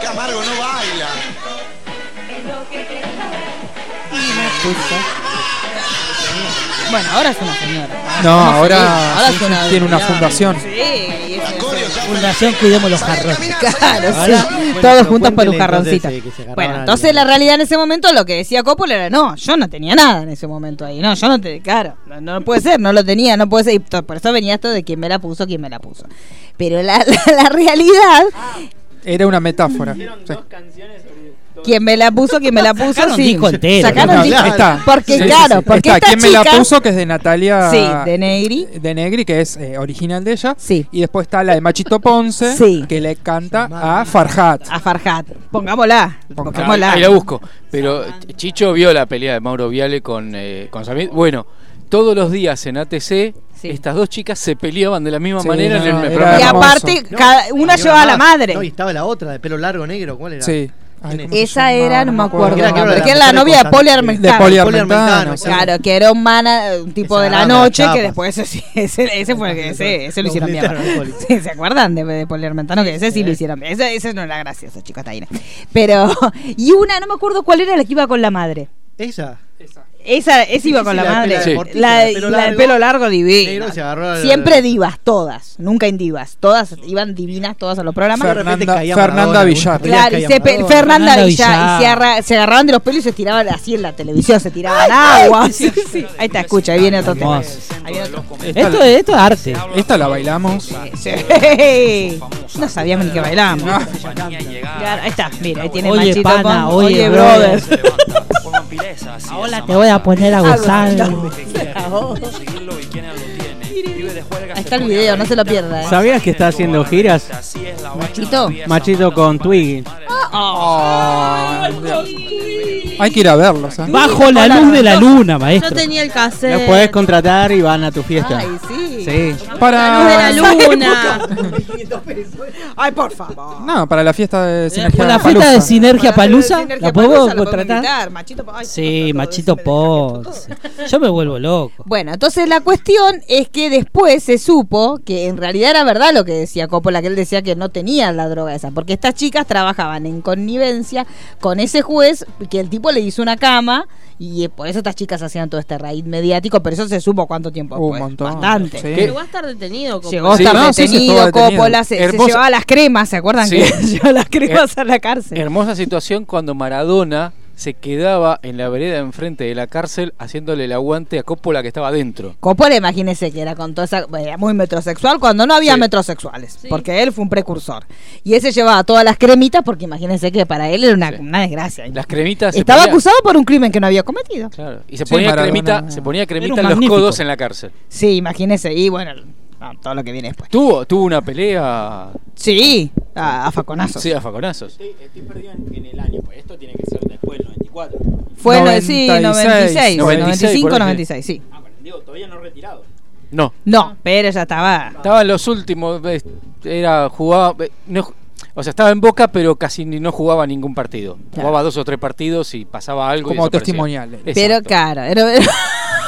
Speaker 17: Camargo no baila.
Speaker 3: Bueno, ahora es una señora.
Speaker 7: Ah, No, ahora,
Speaker 3: ahora
Speaker 7: sí,
Speaker 3: es una
Speaker 7: tiene una
Speaker 3: habilidad.
Speaker 7: fundación.
Speaker 3: Sí,
Speaker 4: Fundación Cuidemos los Jarrones.
Speaker 3: Claro,
Speaker 4: Ahora,
Speaker 3: sí.
Speaker 4: bueno,
Speaker 3: Todos
Speaker 4: pero
Speaker 3: juntos para un
Speaker 4: cuéntele,
Speaker 3: jarroncito.
Speaker 4: entonces, que se agarraban
Speaker 3: bueno,
Speaker 4: al-
Speaker 3: entonces la realidad en ese momento lo que decía Coppola era, no, yo no tenía nada en ese momento ahí, no, yo no te, claro, no, no puede ser, no lo tenía, no puede ser, y to- por eso venía esto de quién me la puso, quién me la puso. Pero la, la- la realidad,
Speaker 7: Era una metáfora. Sí.
Speaker 3: quién me la puso, quién me la puso,
Speaker 7: Sacaron
Speaker 3: sí.
Speaker 7: disco entero.
Speaker 3: Sacaron
Speaker 7: No,
Speaker 3: disco.
Speaker 7: está.
Speaker 3: Porque
Speaker 7: Sí, sí,
Speaker 3: claro,
Speaker 7: sí.
Speaker 3: porque
Speaker 7: Está,
Speaker 3: esta
Speaker 7: ¿Quién me
Speaker 3: chica-
Speaker 7: la puso? Que es de Natalia.
Speaker 3: Sí, de Negri.
Speaker 7: De Negri, que es eh, original de ella.
Speaker 3: Sí.
Speaker 7: Y después está la de Machito Ponce, que le canta a Farhat.
Speaker 3: A Farhat. Pongámosla.
Speaker 7: Pongámosla.
Speaker 9: Ahí la busco. Pero Chicho vio la pelea de Mauro Viale con, eh, con Samir. Bueno, todos los días en ATC, estas dos chicas se peleaban de la misma
Speaker 7: Sí,
Speaker 9: manera
Speaker 7: no,
Speaker 9: en el
Speaker 7: era
Speaker 9: programa.
Speaker 3: Y aparte, cada- una
Speaker 16: había
Speaker 3: llevaba a
Speaker 16: una
Speaker 3: la
Speaker 16: más.
Speaker 3: madre.
Speaker 16: No, y estaba la otra, de pelo largo negro. ¿Cuál era?
Speaker 7: Sí.
Speaker 3: Esa era, no me acuerdo,
Speaker 16: Era que era
Speaker 3: porque
Speaker 16: la
Speaker 3: era la
Speaker 16: mujer de
Speaker 3: novia de
Speaker 16: Constantino.
Speaker 3: Poli Armentano.
Speaker 7: De Poli Armentano,
Speaker 16: claro.
Speaker 3: Claro, que era un, mana- un tipo
Speaker 16: Esa
Speaker 3: de la
Speaker 16: banda de
Speaker 3: noche que
Speaker 16: chapas.
Speaker 3: después ese, ese, ese fue el que ese, ese lo
Speaker 16: Lo
Speaker 3: hicieron mierda.
Speaker 16: obliteraron,
Speaker 3: Sí, ¿Se acuerdan de, de Poli Armentano? Que ese sí lo hicieron mierda. Ese, ese no era gracioso, chicos, está bien. Pero, [LAUGHS] y una, no me acuerdo cuál era la que iba con la madre.
Speaker 16: Esa.
Speaker 3: Esa, esa iba
Speaker 16: Sí,
Speaker 3: con
Speaker 16: sí, la
Speaker 3: la,
Speaker 16: de
Speaker 3: madre.
Speaker 16: pelo
Speaker 3: Sí.
Speaker 16: deportista,
Speaker 3: La,
Speaker 16: la de
Speaker 3: de-
Speaker 16: pelo
Speaker 3: la del
Speaker 16: largo.
Speaker 3: pelo largo divina.
Speaker 16: Negro se agarró al-
Speaker 3: Siempre divas, todas. Nunca indivas. Todas iban divinas todas a los programas.
Speaker 7: Fernanda- De repente caía Fernanda Maradona, Villar. algunos
Speaker 3: Claro,
Speaker 7: días
Speaker 3: y
Speaker 7: caía
Speaker 3: se pe-
Speaker 7: Maradona.
Speaker 3: Fernanda
Speaker 7: Fernanda
Speaker 3: Villar.
Speaker 7: Villar.
Speaker 3: Y se, arra- se agarraban de los pelos y se tiraban así en la televisión. Se tiraban
Speaker 4: Ay,
Speaker 3: agua.
Speaker 4: ay,
Speaker 3: Sí, sí. Ahí está, escucha. Ahí viene otro tema. Ahí viene otro.
Speaker 4: Esto, esto es arte.
Speaker 7: Esta la bailamos.
Speaker 3: Sí. No sabíamos ni que bailábamos. Claro, Ahí está, mira, ahí tiene
Speaker 4: Oye,
Speaker 3: Machito
Speaker 4: pana,
Speaker 3: Pons.
Speaker 4: oye,
Speaker 3: oye,
Speaker 4: brother.
Speaker 3: brother.
Speaker 4: Ahora te voy a poner a gozar.
Speaker 3: Ahí está el video, no se lo pierda. ¿eh?
Speaker 11: ¿Sabías que está haciendo giras?
Speaker 3: Machito.
Speaker 11: Machito con Twiggy.
Speaker 7: Hay que ir a verlos. ¿eh?
Speaker 11: Bajo la luz de la luna, maestro.
Speaker 5: Yo tenía el
Speaker 3: Eh.
Speaker 5: cassette.
Speaker 11: Los puedes contratar y van a tu fiesta.
Speaker 5: Ay, sí.
Speaker 11: Sí.
Speaker 3: [LAUGHS]
Speaker 5: La luz de la luna.
Speaker 3: Ay, por favor.
Speaker 7: No, para la fiesta de Sinergia.
Speaker 4: Para la fiesta de
Speaker 7: Palusa.
Speaker 4: Sinergia Palusa,
Speaker 3: Sinergia
Speaker 4: ¿la puedo
Speaker 3: Palusa la podemos
Speaker 4: contratar?
Speaker 3: invitar, Machito Pons. Ay,
Speaker 4: Sí, Machito Pons. Yo me vuelvo loco.
Speaker 3: Bueno, entonces la cuestión es que después se supo que en realidad era verdad lo que decía Coppola, que él decía que no tenían la droga esa, porque estas chicas trabajaban en connivencia con ese juez, que el tipo le hizo una cama, y eh, por eso estas chicas hacían todo este raid mediático, pero eso se supo cuánto tiempo
Speaker 7: Un
Speaker 3: después.
Speaker 7: montón.
Speaker 3: Bastante.
Speaker 7: Sí.
Speaker 5: Llegó a estar detenido. como-
Speaker 3: Llegó a
Speaker 7: Sí,
Speaker 3: estar
Speaker 7: no, pues. sí, sí,
Speaker 3: detenido,
Speaker 7: estuvo detenido. Eh,
Speaker 3: Coppola, se, se
Speaker 9: Hermoso.
Speaker 3: llevaba las cremas, [LAUGHS] ¿se acuerdan?
Speaker 9: Sí.
Speaker 3: Que llevaba
Speaker 7: [LAUGHS]
Speaker 3: las cremas a la cárcel.
Speaker 9: Hermosa situación cuando Maradona se quedaba en la vereda enfrente de la cárcel haciéndole el aguante a Coppola que estaba adentro.
Speaker 3: Coppola, imagínese que era con toda esa, era muy metrosexual cuando no había
Speaker 9: Sí.
Speaker 3: metrosexuales, porque él fue un precursor. Y ese llevaba todas las cremitas porque imagínense que para él era una, una desgracia.
Speaker 9: Las cremitas. se
Speaker 3: Estaba
Speaker 9: ponía-
Speaker 3: acusado por un crimen que no había cometido.
Speaker 9: Claro. Y se
Speaker 3: Sí,
Speaker 9: ponía
Speaker 3: Maradona.
Speaker 9: cremita, se ponía cremita en
Speaker 3: Era un
Speaker 9: los
Speaker 3: magnífico.
Speaker 9: codos en la cárcel.
Speaker 3: Sí, imagínese y bueno, no, todo lo que viene después.
Speaker 9: Tuvo, tuvo una pelea.
Speaker 3: Sí, a, a faconazos.
Speaker 9: Sí, a faconazos.
Speaker 14: pues Esto tiene que ser después del 94.
Speaker 3: Fue en el- sí, 96, 95, 96, sí.
Speaker 14: Ah, Digo, todavía no retirado.
Speaker 9: No.
Speaker 3: No, pero ya estaba.
Speaker 9: Estaba en los últimos. eh, Era jugaba. eh, no ju- o sea, estaba en Boca, pero casi ni- no jugaba ningún partido. Jugaba dos o tres partidos y pasaba algo. y
Speaker 7: Como
Speaker 9: desaparecía.
Speaker 7: testimonial.
Speaker 9: Exacto.
Speaker 3: Pero claro, era, era-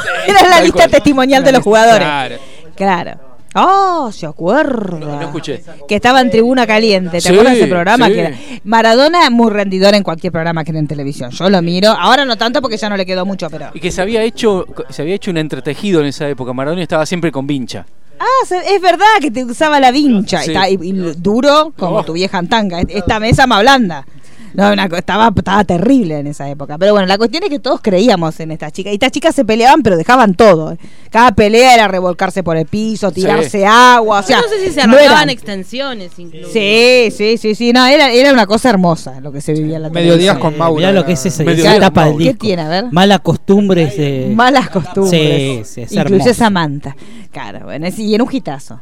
Speaker 3: [LAUGHS] era la
Speaker 9: Tal
Speaker 3: lista
Speaker 9: cual.
Speaker 3: testimonial de los jugadores.
Speaker 9: Claro.
Speaker 3: Claro. Oh, se acuerda.
Speaker 9: No escuché.
Speaker 3: que estaba en Tribuna Caliente. ¿Te
Speaker 9: Sí,
Speaker 3: acuerdas de ese programa?
Speaker 9: sí.
Speaker 3: Que era Maradona muy rendidor en cualquier programa que era en televisión. Yo lo miro. Ahora no tanto porque ya no le quedó mucho, pero.
Speaker 9: Y que se había hecho se había hecho un entretejido en esa época. Maradona estaba siempre con vincha.
Speaker 3: Ah, se- es verdad que te usaba la vincha.
Speaker 9: Sí.
Speaker 3: Está, y, y duro como tu vieja antanga. Esta mesa más blanda. No, una co- estaba, estaba terrible en esa época. Pero bueno, la cuestión es que todos creíamos en estas chicas. Y estas chicas se peleaban, pero dejaban todo. Cada pelea era revolcarse por el piso, tirarse agua. O sea,
Speaker 5: Yo no sé si se
Speaker 3: no
Speaker 5: arrancaban
Speaker 3: eran-
Speaker 5: extensiones incluso.
Speaker 3: Sí, sí, sí, sí. No, era, era una cosa hermosa lo que se vivía en la
Speaker 8: Mediodías
Speaker 3: televisión.
Speaker 8: con Mauro. Mirá lo que es esa- esa Mediodías etapa
Speaker 3: etapa
Speaker 8: con del
Speaker 3: ¿Qué
Speaker 8: disco.
Speaker 3: tiene? A ver.
Speaker 8: Malas costumbres de.
Speaker 3: Malas costumbres.
Speaker 8: Sí, sí, es
Speaker 3: Incluye
Speaker 8: hermoso.
Speaker 3: esa manta. Claro, bueno, es- y en un hitazo.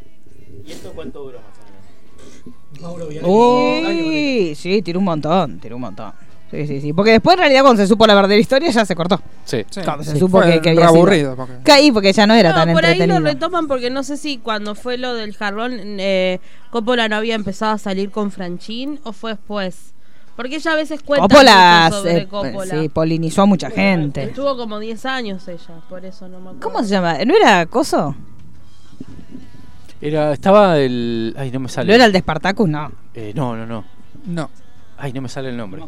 Speaker 3: Sí, sí, tiró un montón, tiró un montón. Sí, sí, sí. Porque después, en realidad, cuando se supo la verdadera historia, ya se cortó.
Speaker 18: Sí. Sí.
Speaker 3: Cuando se
Speaker 18: Sí.
Speaker 3: supo
Speaker 18: Fue
Speaker 3: que, que había sido.
Speaker 18: reaburrido, porque-
Speaker 3: Que ahí, porque ya no era
Speaker 5: No,
Speaker 3: tan
Speaker 5: por ahí
Speaker 3: entretenido.
Speaker 5: lo retoman porque no sé si cuando fue lo del jarrón, eh, Coppola no había empezado a salir con Franchín o fue después. Porque ella a veces cuenta
Speaker 3: Coppola,
Speaker 5: mucho sobre
Speaker 3: eh,
Speaker 5: Coppola.
Speaker 3: sí, polinizó a mucha gente.
Speaker 5: Estuvo como 10 años ella, por eso no me acuerdo.
Speaker 3: ¿Cómo se llama? ¿No era Coso?
Speaker 18: Era, estaba el. Ay, no me sale.
Speaker 3: ¿No era el de Spartacus? No.
Speaker 18: Eh, no, no, no.
Speaker 7: No.
Speaker 18: Ay, no me sale el nombre.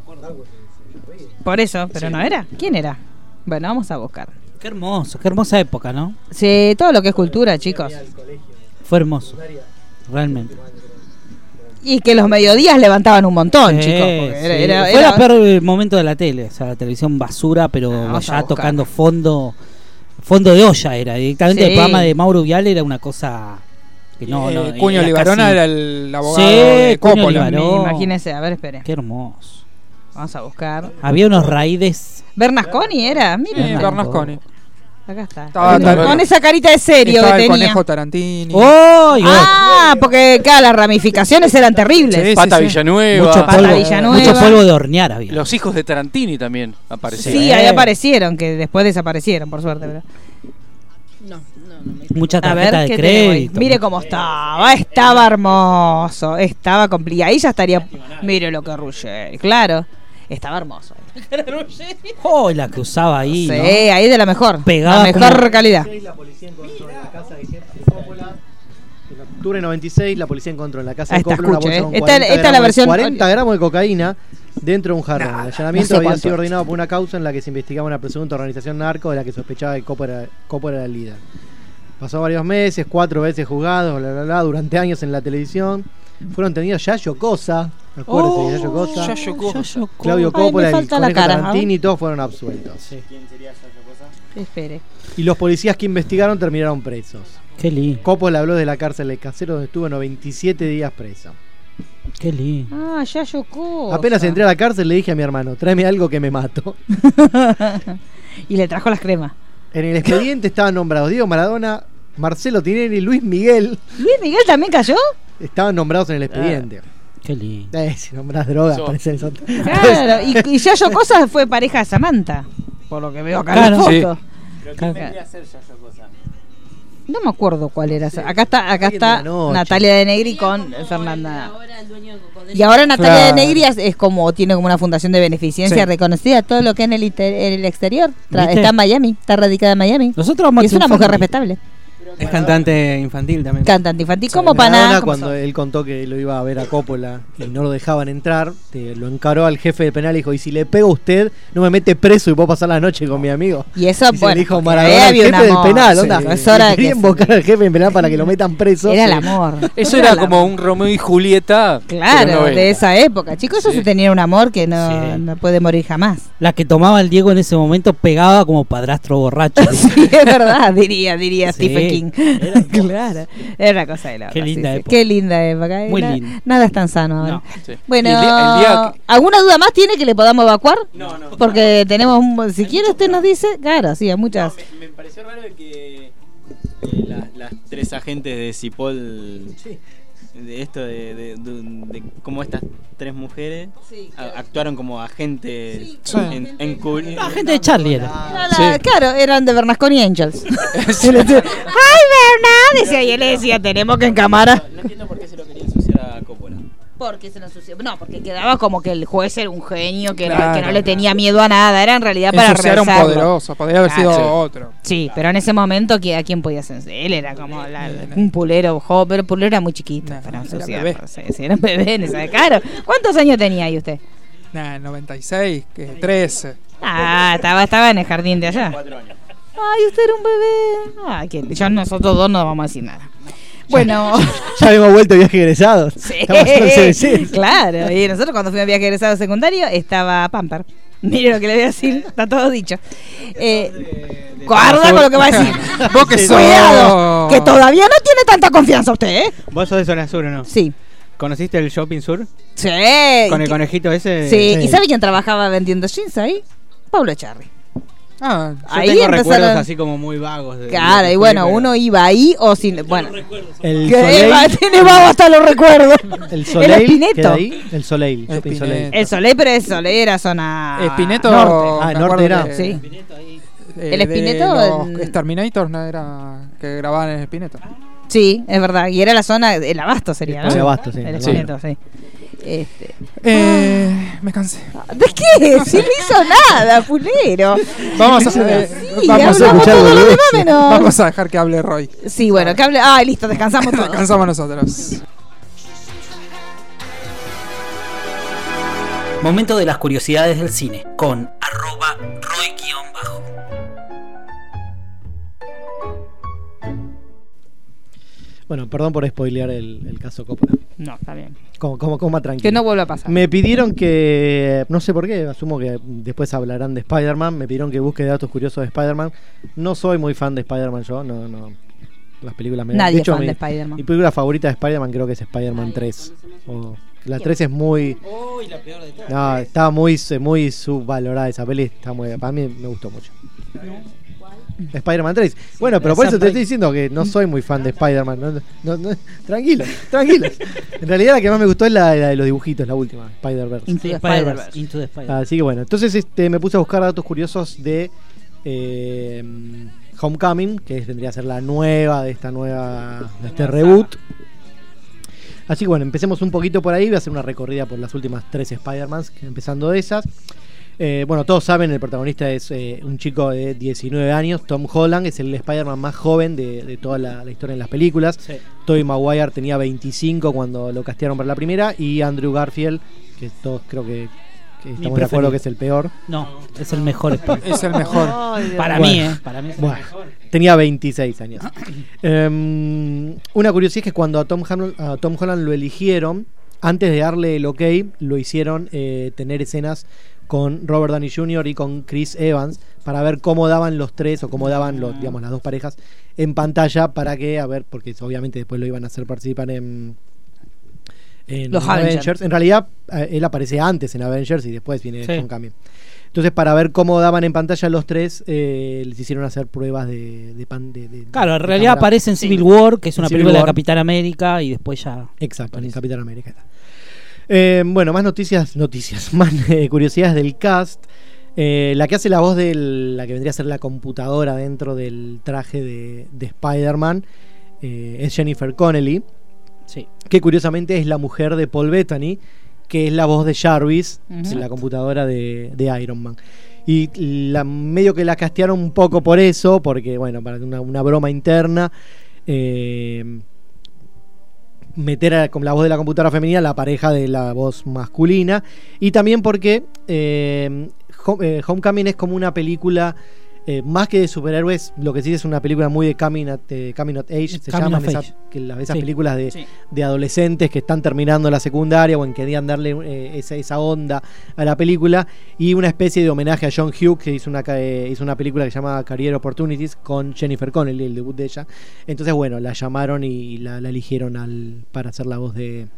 Speaker 3: Por eso, pero
Speaker 8: Sí.
Speaker 3: no era. ¿Quién era? Bueno, vamos a buscar.
Speaker 8: Qué hermoso, qué hermosa época, ¿no?
Speaker 3: Sí, todo lo que es cultura, chicos.
Speaker 8: Fue hermoso. Realmente.
Speaker 3: Y que los mediodías levantaban un montón,
Speaker 8: Sí,
Speaker 3: chicos. porque era- era-
Speaker 8: sí. Fue
Speaker 3: era-
Speaker 8: el peor eh, momento de la tele. O sea, la televisión basura, pero
Speaker 3: Ah, vamos a
Speaker 8: ya
Speaker 3: buscar.
Speaker 8: tocando fondo. Fondo de olla era. Directamente
Speaker 3: Sí.
Speaker 8: el programa de Mauro Vial era una cosa. Que no,
Speaker 7: Eh,
Speaker 8: no,
Speaker 7: Cuño Libarona era el abogado
Speaker 8: Sí,
Speaker 7: de
Speaker 8: Cuño
Speaker 7: Coppola.
Speaker 8: Libarona.
Speaker 3: Imagínese, a ver, espere.
Speaker 8: Qué hermoso.
Speaker 3: Vamos a buscar.
Speaker 8: Había unos raídes.
Speaker 3: Bernasconi era, miren.
Speaker 8: Sí, Bernasconi.
Speaker 3: Acá está.
Speaker 7: Estaba
Speaker 3: Con-
Speaker 7: Tarantino.
Speaker 3: con esa carita de serio
Speaker 7: Estaba
Speaker 3: que
Speaker 7: el
Speaker 3: tenía.
Speaker 7: conejo Tarantini.
Speaker 8: ¡Oh! y bueno.
Speaker 3: Ah, porque claro, las ramificaciones eran terribles.
Speaker 18: Sí, Pata sí, sí. Villanueva.
Speaker 8: Mucho
Speaker 18: Pata
Speaker 8: polvo,
Speaker 3: Villanueva.
Speaker 8: mucho polvo de hornear había.
Speaker 18: Los hijos de Tarantini también aparecieron.
Speaker 3: Sí, ahí aparecieron, que después desaparecieron, por suerte. Pero.
Speaker 8: Mucha
Speaker 3: A ver,
Speaker 8: tarjeta de
Speaker 3: ¿qué tenemos ahí?
Speaker 8: crédito.
Speaker 3: Mire cómo estaba, estaba hermoso, estaba complicado. Ahí ya estaría. Mire lo que Ruggeri, claro. Estaba hermoso.
Speaker 8: Oh, la que usaba ahí.
Speaker 3: Sí,
Speaker 8: ¿no?
Speaker 3: ahí de la mejor.
Speaker 8: Pegaba
Speaker 3: la mejor
Speaker 8: como-
Speaker 3: calidad.
Speaker 11: La policía encontró en la casa de Jeffrey Coppola. En octubre de 96, la policía encontró en la casa
Speaker 3: Ahí
Speaker 11: de
Speaker 3: está,
Speaker 11: Coppola una
Speaker 3: escuche,
Speaker 11: bolsa
Speaker 3: eh.
Speaker 11: con
Speaker 3: Esta-
Speaker 11: 40
Speaker 3: esta es la
Speaker 11: gramos de-
Speaker 3: versión-
Speaker 11: 40 gramos de cocaína dentro de un jarrón. el allanamiento
Speaker 3: no sé
Speaker 11: había
Speaker 3: cuánto
Speaker 11: sido
Speaker 3: es.
Speaker 11: ordenado por una causa en la que se investigaba una presunta organización narco de la que sospechaba que Coppola era, Coppola era el líder. Pasó varios meses, cuatro veces juzgado, bla, bla, bla, durante años en la televisión. Fueron tenidos Yayo Cosa, acuérdese, de Yayo Cosa. Claudio Coppola,
Speaker 3: Oh, Ay, me
Speaker 11: el
Speaker 3: falta la
Speaker 11: conejo
Speaker 3: cara. Ah,
Speaker 11: Tarantini, todos fueron absueltos.
Speaker 3: Espere.
Speaker 11: Y los policías que investigaron terminaron presos.
Speaker 8: Qué lindo.
Speaker 11: Coppola habló de la cárcel de Casero donde estuvo 97 días preso.
Speaker 8: Qué lindo.
Speaker 3: Ah, ya chocó.
Speaker 11: Apenas entré a la cárcel le dije a mi hermano, tráeme algo que me [LAUGHS] mato.
Speaker 3: [LAUGHS] y le trajo las cremas.
Speaker 11: En el expediente estaban nombrados Diego Maradona, Marcelo Tinelli, Luis Miguel.
Speaker 3: ¿Luis Miguel también cayó?
Speaker 11: Estaban nombrados en el expediente.
Speaker 8: Qué lindo.
Speaker 11: Eh, si nombras drogas,
Speaker 3: So-
Speaker 11: parece el son-
Speaker 3: Claro, y, y Yayo Cosa fue pareja de Samantha. Por lo que veo acá en la
Speaker 8: Claro.
Speaker 3: foto.
Speaker 14: Lo que
Speaker 3: Claro.
Speaker 14: vendría a ser Yayo Cosa.
Speaker 3: No me acuerdo cuál era. esa. Acá está, acá
Speaker 14: Alguien de
Speaker 3: está
Speaker 14: la noche.
Speaker 3: Natalia de Negri con Fernanda. Y ahora Natalia
Speaker 5: Claro.
Speaker 3: de Negri es, es como tiene como una fundación de beneficencia
Speaker 5: Sí.
Speaker 3: reconocida todo lo que en el, inter- en el exterior. Tra-
Speaker 19: ¿Viste?
Speaker 3: está en Miami, está radicada en Miami.
Speaker 8: Nosotros vamos
Speaker 3: Y
Speaker 8: a
Speaker 3: es una
Speaker 8: triunfar,
Speaker 3: mujer
Speaker 8: Mari.
Speaker 3: respetable.
Speaker 19: Es cantante infantil también.
Speaker 3: Cantante infantil como
Speaker 11: Maradona,
Speaker 3: para
Speaker 11: cuando él contó que lo iba a ver a Coppola y no lo dejaban entrar, te- lo encaró al jefe del penal y dijo, y si le pego a usted, no me mete preso y puedo pasar la noche con mi amigo.
Speaker 3: Y eso,
Speaker 11: se
Speaker 3: Ah, bueno,
Speaker 11: le dijo
Speaker 3: porque
Speaker 11: Maradona,
Speaker 3: ahí
Speaker 11: el
Speaker 3: había
Speaker 11: jefe
Speaker 3: un
Speaker 11: del
Speaker 3: amor,
Speaker 11: penal,
Speaker 3: sí.
Speaker 11: onda.
Speaker 3: Es hora
Speaker 11: Le
Speaker 3: de
Speaker 11: quería
Speaker 3: que se-
Speaker 11: invocar al jefe del penal para que
Speaker 3: [LAUGHS]
Speaker 11: lo metan preso.
Speaker 3: Era el
Speaker 11: sí.
Speaker 3: amor.
Speaker 18: Eso era como un Romeo y Julieta.
Speaker 3: Claro,
Speaker 18: pero no
Speaker 3: de esa época. Chicos, eso se tenía un amor que no, no puede morir jamás. [LAUGHS]
Speaker 8: La que tomaba el Diego en ese momento pegaba como padrastro borracho.
Speaker 3: [LAUGHS] Sí, es verdad, diría, diría
Speaker 8: Sí.
Speaker 3: Stephen King. [LAUGHS] claro, era una cosa de la
Speaker 8: Qué linda época.
Speaker 3: Qué linda época. eh,
Speaker 8: Muy
Speaker 3: na-
Speaker 8: linda.
Speaker 3: Nada es tan sano ahora.
Speaker 7: ¿eh?
Speaker 18: Sí.
Speaker 3: Bueno,
Speaker 18: Y el día- el día
Speaker 3: ¿alguna duda más tiene que le podamos evacuar? No, no. Porque tenemos, un, si quiere usted nos dice, claro, sí, hay muchas.
Speaker 14: Me pareció raro que eh, la- las tres agentes de Cipol. De esto, de, de- de- de cómo estas tres mujeres a- actuaron como agentes en, encubri-
Speaker 8: Ah, Gente de Charlie era.
Speaker 3: Era la- Claro, eran de Bernasconi
Speaker 8: [LAUGHS]
Speaker 3: Angels. [LAUGHS]
Speaker 14: Sí.
Speaker 3: Y le decía, ¡Ay, Bernad! Decía, y él le decía, tenemos que encamar.
Speaker 14: No entiendo por qué se lo quería ensuciar a Coppola.
Speaker 3: Porque se nos sució. No, porque quedaba como que el juez era un genio, que, era-
Speaker 7: Claro.
Speaker 3: que no le tenía miedo a nada. Era en realidad para
Speaker 7: Ensuciaron
Speaker 3: reversarlo.
Speaker 7: poderoso, podría haber sido otro.
Speaker 3: Sí, pero en ese momento, ¿qui- ¿a quién podía ser? Él era como la- un pulero, jo, pero el pulero era muy chiquito. para ensuciar.
Speaker 7: bebé.
Speaker 3: Sí, sí, era un bebé en esa- Claro. ¿Cuántos años tenía ahí usted?
Speaker 7: Nah, 96, que 13.
Speaker 3: Ah, estaba, estaba en el jardín de allá. Ay, usted era un bebé. Ah, que yo, nosotros dos no vamos a decir nada. Bueno.
Speaker 11: Ya habíamos vuelto de viaje egresado. Estamos
Speaker 3: [LAUGHS]
Speaker 11: en CBC.
Speaker 3: claro, y nosotros cuando fuimos a viaje egresado secundario estaba Pamper. Mire lo que le voy a decir, está todo dicho. Eh, guarda con lo que va
Speaker 20: [LAUGHS]
Speaker 3: a decir.
Speaker 7: Vos que sos-
Speaker 3: Cuidado, que todavía no tiene tanta confianza usted, ¿eh?
Speaker 20: ¿Vos sos de Zona Sur o no?
Speaker 3: Sí.
Speaker 20: ¿Conociste el Shopping Sur?
Speaker 3: Sí.
Speaker 20: Con el
Speaker 3: ¿Qué-
Speaker 20: conejito ese.
Speaker 3: Sí, ¿y sabe quién trabajaba vendiendo jeans ahí? Pablo Echarri.
Speaker 7: Ah,
Speaker 20: Yo
Speaker 3: ahí
Speaker 20: tengo
Speaker 3: empezaron-
Speaker 20: recuerdos así como muy vagos. de-
Speaker 3: Claro,
Speaker 20: de-
Speaker 3: y bueno, uno iba ahí o sin. Bueno,
Speaker 20: El
Speaker 3: [LAUGHS] que va- tiene vago hasta los recuerdos.
Speaker 11: El
Speaker 3: el
Speaker 11: Soleil.
Speaker 3: Espineto.
Speaker 11: queda ahí? El Soleil. Shopping
Speaker 7: Espineto.
Speaker 11: Soleil.
Speaker 3: El Soleil, pero el Soleil era zona.
Speaker 7: Espineto.
Speaker 3: Ah, norte.
Speaker 11: Ah,
Speaker 7: me
Speaker 11: norte
Speaker 7: acuerdo
Speaker 11: era.
Speaker 7: que-
Speaker 3: Sí.
Speaker 7: eh,
Speaker 3: El
Speaker 7: de
Speaker 3: Espineto,
Speaker 7: los
Speaker 3: en-
Speaker 7: Exterminators no era que grababan en Espineto.
Speaker 3: Ah. Sí, es verdad. Y era la zona. El Abasto sería, ¿no?
Speaker 11: El Abasto, sí,
Speaker 3: El
Speaker 11: el
Speaker 3: Espineto, sí. Este,
Speaker 7: Eh, me cansé.
Speaker 3: ¿De qué? Si no hizo nada, punero.
Speaker 7: Vamos a,
Speaker 3: Sí,
Speaker 7: eh,
Speaker 3: hablamos
Speaker 7: vamos, a
Speaker 3: todo lo demás menos.
Speaker 7: vamos a dejar que hable Roy.
Speaker 3: Sí, bueno, que hable. Ah, listo, descansamos
Speaker 11: [LAUGHS]
Speaker 3: todos.
Speaker 7: Descansamos nosotros.
Speaker 21: Momento de las curiosidades del cine con
Speaker 11: Bueno, perdón por spoilear el, el caso Coppola.
Speaker 22: No, está bien.
Speaker 11: Como, como, coma tranquilo.
Speaker 3: Que no vuelva a pasar.
Speaker 11: Me pidieron que, no sé por qué, asumo que después hablarán de Spider-Man, me pidieron que busque datos curiosos de Spider-Man. No soy muy fan de Spider-Man yo, no, no. Las películas me
Speaker 3: Nadie
Speaker 11: de hecho,
Speaker 3: es fan
Speaker 11: mi-
Speaker 3: de Spider-Man.
Speaker 11: Mi película favorita de Spider-Man creo que es Spider-Man 3. O- la 3 es muy... No, está muy, muy subvalorada esa peli, está muy... Para mí me gustó mucho. Spider-Man 3. Bueno, pero por eso te estoy diciendo que no soy muy fan de Spider-Man. No, no, no, tranquilo, tranquilo. En realidad la que más me gustó es la, la de los dibujitos, la última, Spider-Verse.
Speaker 8: Into the Spider-Verse. Into the Spider-Verse.
Speaker 11: Así que bueno, entonces este, me puse a buscar datos curiosos de eh, Homecoming, que es- vendría a ser la nueva de esta nueva, de este reboot. Así que bueno, empecemos un poquito por ahí. Voy a hacer una recorrida por las últimas tres Spider-Mans, que- empezando de esas. Eh, bueno, todos saben, el protagonista es eh, un chico de 19 años, Tom Holland, es el Spider-Man más joven de, de toda la, la historia en las películas. Tobey Maguire tenía 25 cuando lo castearon para la primera y Andrew Garfield, que todos creo que, que estamos de
Speaker 8: preferido.
Speaker 11: acuerdo que es el peor.
Speaker 8: No, es
Speaker 3: [LAUGHS]
Speaker 8: el mejor Spider-Man.
Speaker 7: Es el mejor.
Speaker 8: Ay, Para
Speaker 11: Bueno.
Speaker 8: mí, ¿eh? Para mí es el
Speaker 11: Bueno,
Speaker 8: mejor.
Speaker 11: Tenía
Speaker 8: [COUGHS]
Speaker 11: 26 años. Em, una curiosidad es que cuando a Tom, Ham- a Tom Holland lo eligieron, antes de darle el ok, lo hicieron eh, tener escenas con Robert Downey Jr. y con Chris Evans para ver cómo daban los tres o cómo daban
Speaker 8: Ah.
Speaker 11: los, digamos, las dos parejas en pantalla para que, a ver, porque obviamente después lo iban a hacer participar en, en
Speaker 3: Los Avengers.
Speaker 11: En realidad, eh, él aparece antes en Avengers y después viene
Speaker 3: Sí.
Speaker 11: con Cami. Entonces, para ver cómo daban en pantalla los tres, eh, les hicieron hacer pruebas de, de, pan- de- de-
Speaker 8: Claro, en
Speaker 11: de
Speaker 8: realidad
Speaker 11: cámara.
Speaker 8: aparece en Civil
Speaker 11: Sí.
Speaker 8: War, que es una
Speaker 11: Civil
Speaker 8: película de
Speaker 11: War.
Speaker 8: Capitán América, y después ya.
Speaker 11: Exacto, en Capitán América está. Eh, bueno, más noticias, noticias, [LAUGHS] más eh, curiosidades del cast. Eh, la que hace la voz de la que vendría a ser la computadora dentro del traje de, de Spider-Man eh, es Jennifer Connelly,
Speaker 8: Sí.
Speaker 11: que curiosamente es la mujer de Paul Bettany, que es la voz de Jarvis,
Speaker 8: Ujú.
Speaker 11: la computadora de, de Iron Man. Y la, medio que la castearon un poco por eso, porque, bueno, para una, una broma interna. eh, meter a- con la voz de la computadora femenina la pareja de la voz masculina. Y también porque eh, Home- eh, Homecoming es como una película. eh, más que de superhéroes, lo que sí es una película muy de Coming, at, eh, coming of Age, se
Speaker 8: Coming
Speaker 11: llaman
Speaker 8: of
Speaker 11: esa-
Speaker 8: age.
Speaker 11: que las- esas
Speaker 8: Sí.
Speaker 11: películas de,
Speaker 8: Sí.
Speaker 11: de adolescentes que están terminando la secundaria o en querían darle eh, esa, esa onda a la película. Y una especie de homenaje a John Hughes, que hizo una, ca- eh, hizo una película que se llama Career Opportunities con Jennifer Connelly, el debut de ella. Entonces, bueno, la llamaron y la, la eligieron al, para hacer la voz de,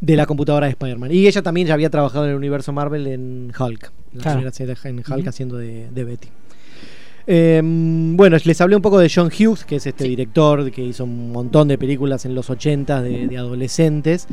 Speaker 11: de la computadora de Spider-Man. Y ella también ya había trabajado en el universo Marvel en Hulk. La
Speaker 8: Claro.
Speaker 11: señora Zeta en Hulk
Speaker 8: Ujú.
Speaker 11: haciendo de, de Betty. Eh, bueno, les hablé un poco de John Hughes, que es este director que hizo un montón de películas en los 80 de, de adolescentes.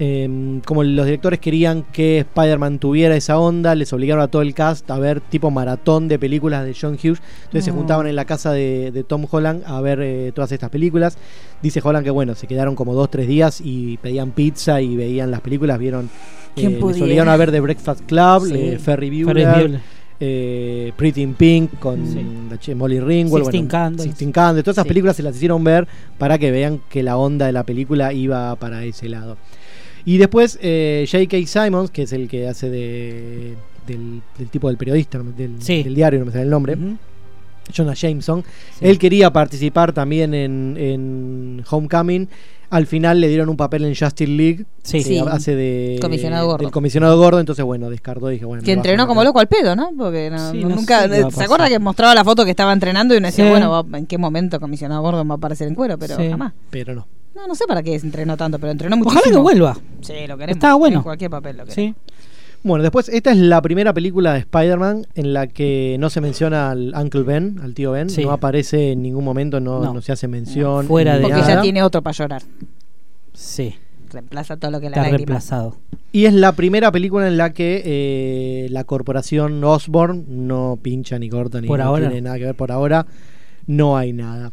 Speaker 11: Eh, como los directores querían que Spider-Man tuviera esa onda, les obligaron a todo el cast a ver tipo maratón de películas de John Hughes. Entonces se
Speaker 8: No.
Speaker 11: juntaban en la casa de, de Tom Holland a ver eh, todas estas películas. Dice Holland que bueno, se quedaron como dos, tres días y pedían pizza y veían las películas, vieron... eh,
Speaker 8: ¿Quién
Speaker 11: les
Speaker 8: pudiera?
Speaker 11: obligaron a ver The Breakfast Club,
Speaker 8: Sí.
Speaker 11: eh, Ferry
Speaker 8: Ferris
Speaker 11: Bueller,
Speaker 8: Bueller.
Speaker 11: eh, Pretty in Pink con la che- Molly Ringwald,
Speaker 8: Sixteen
Speaker 11: bueno,
Speaker 8: Candles.
Speaker 11: Sixteen Candles. Todas esas
Speaker 8: Sí.
Speaker 11: películas se las hicieron ver para que vean que la onda de la película iba para ese lado. Y después eh, J.K. Simons, que es el que hace de del, del tipo del periodista, no me- del, del diario, no me sale el nombre. Jonah Jameson. Él quería participar también en, en Homecoming. Al final le dieron un papel en Justice League.
Speaker 3: Sí.
Speaker 11: que
Speaker 3: Sí.
Speaker 11: Hace de.
Speaker 3: Comisionado gordo.
Speaker 11: del comisionado gordo. Entonces, bueno, descartó y dije, bueno. me
Speaker 3: Que
Speaker 11: bajo
Speaker 3: entrenó
Speaker 11: acá.
Speaker 3: como loco al pedo, ¿no? Porque no-
Speaker 11: Sí, no
Speaker 3: nunca.
Speaker 11: sé qué va a
Speaker 3: ¿Se
Speaker 11: pasar.
Speaker 3: acuerda que mostraba la foto que estaba entrenando y uno decía,
Speaker 11: Sí.
Speaker 3: bueno, va- ¿en qué momento comisionado Gordon va a aparecer en cuero? Pero
Speaker 11: Sí.
Speaker 3: jamás.
Speaker 11: Pero no.
Speaker 3: No, no sé para qué entrenó tanto, pero entrenó muchísimo.
Speaker 11: Ojalá que vuelva.
Speaker 3: Sí, lo queremos.
Speaker 11: Estaba bueno.
Speaker 3: En cualquier papel lo queremos.
Speaker 11: Bueno, después, esta es la primera película de Spider-Man en la que no se menciona al Uncle Ben, al tío Ben.
Speaker 8: Sí.
Speaker 11: No aparece en ningún momento, no,
Speaker 8: No.
Speaker 11: no se hace mención.
Speaker 8: Fuera
Speaker 11: ni
Speaker 8: de-
Speaker 3: Porque
Speaker 11: nada.
Speaker 3: ya tiene otro para llorar.
Speaker 8: Sí.
Speaker 3: Reemplaza todo lo que la
Speaker 8: Está
Speaker 3: lágrima.
Speaker 8: reemplazado.
Speaker 11: Y es la primera película en la que eh, la corporación Osborn no pincha ni corta ni
Speaker 8: Por
Speaker 11: no
Speaker 8: ahora.
Speaker 11: tiene nada que ver por ahora. No hay nada.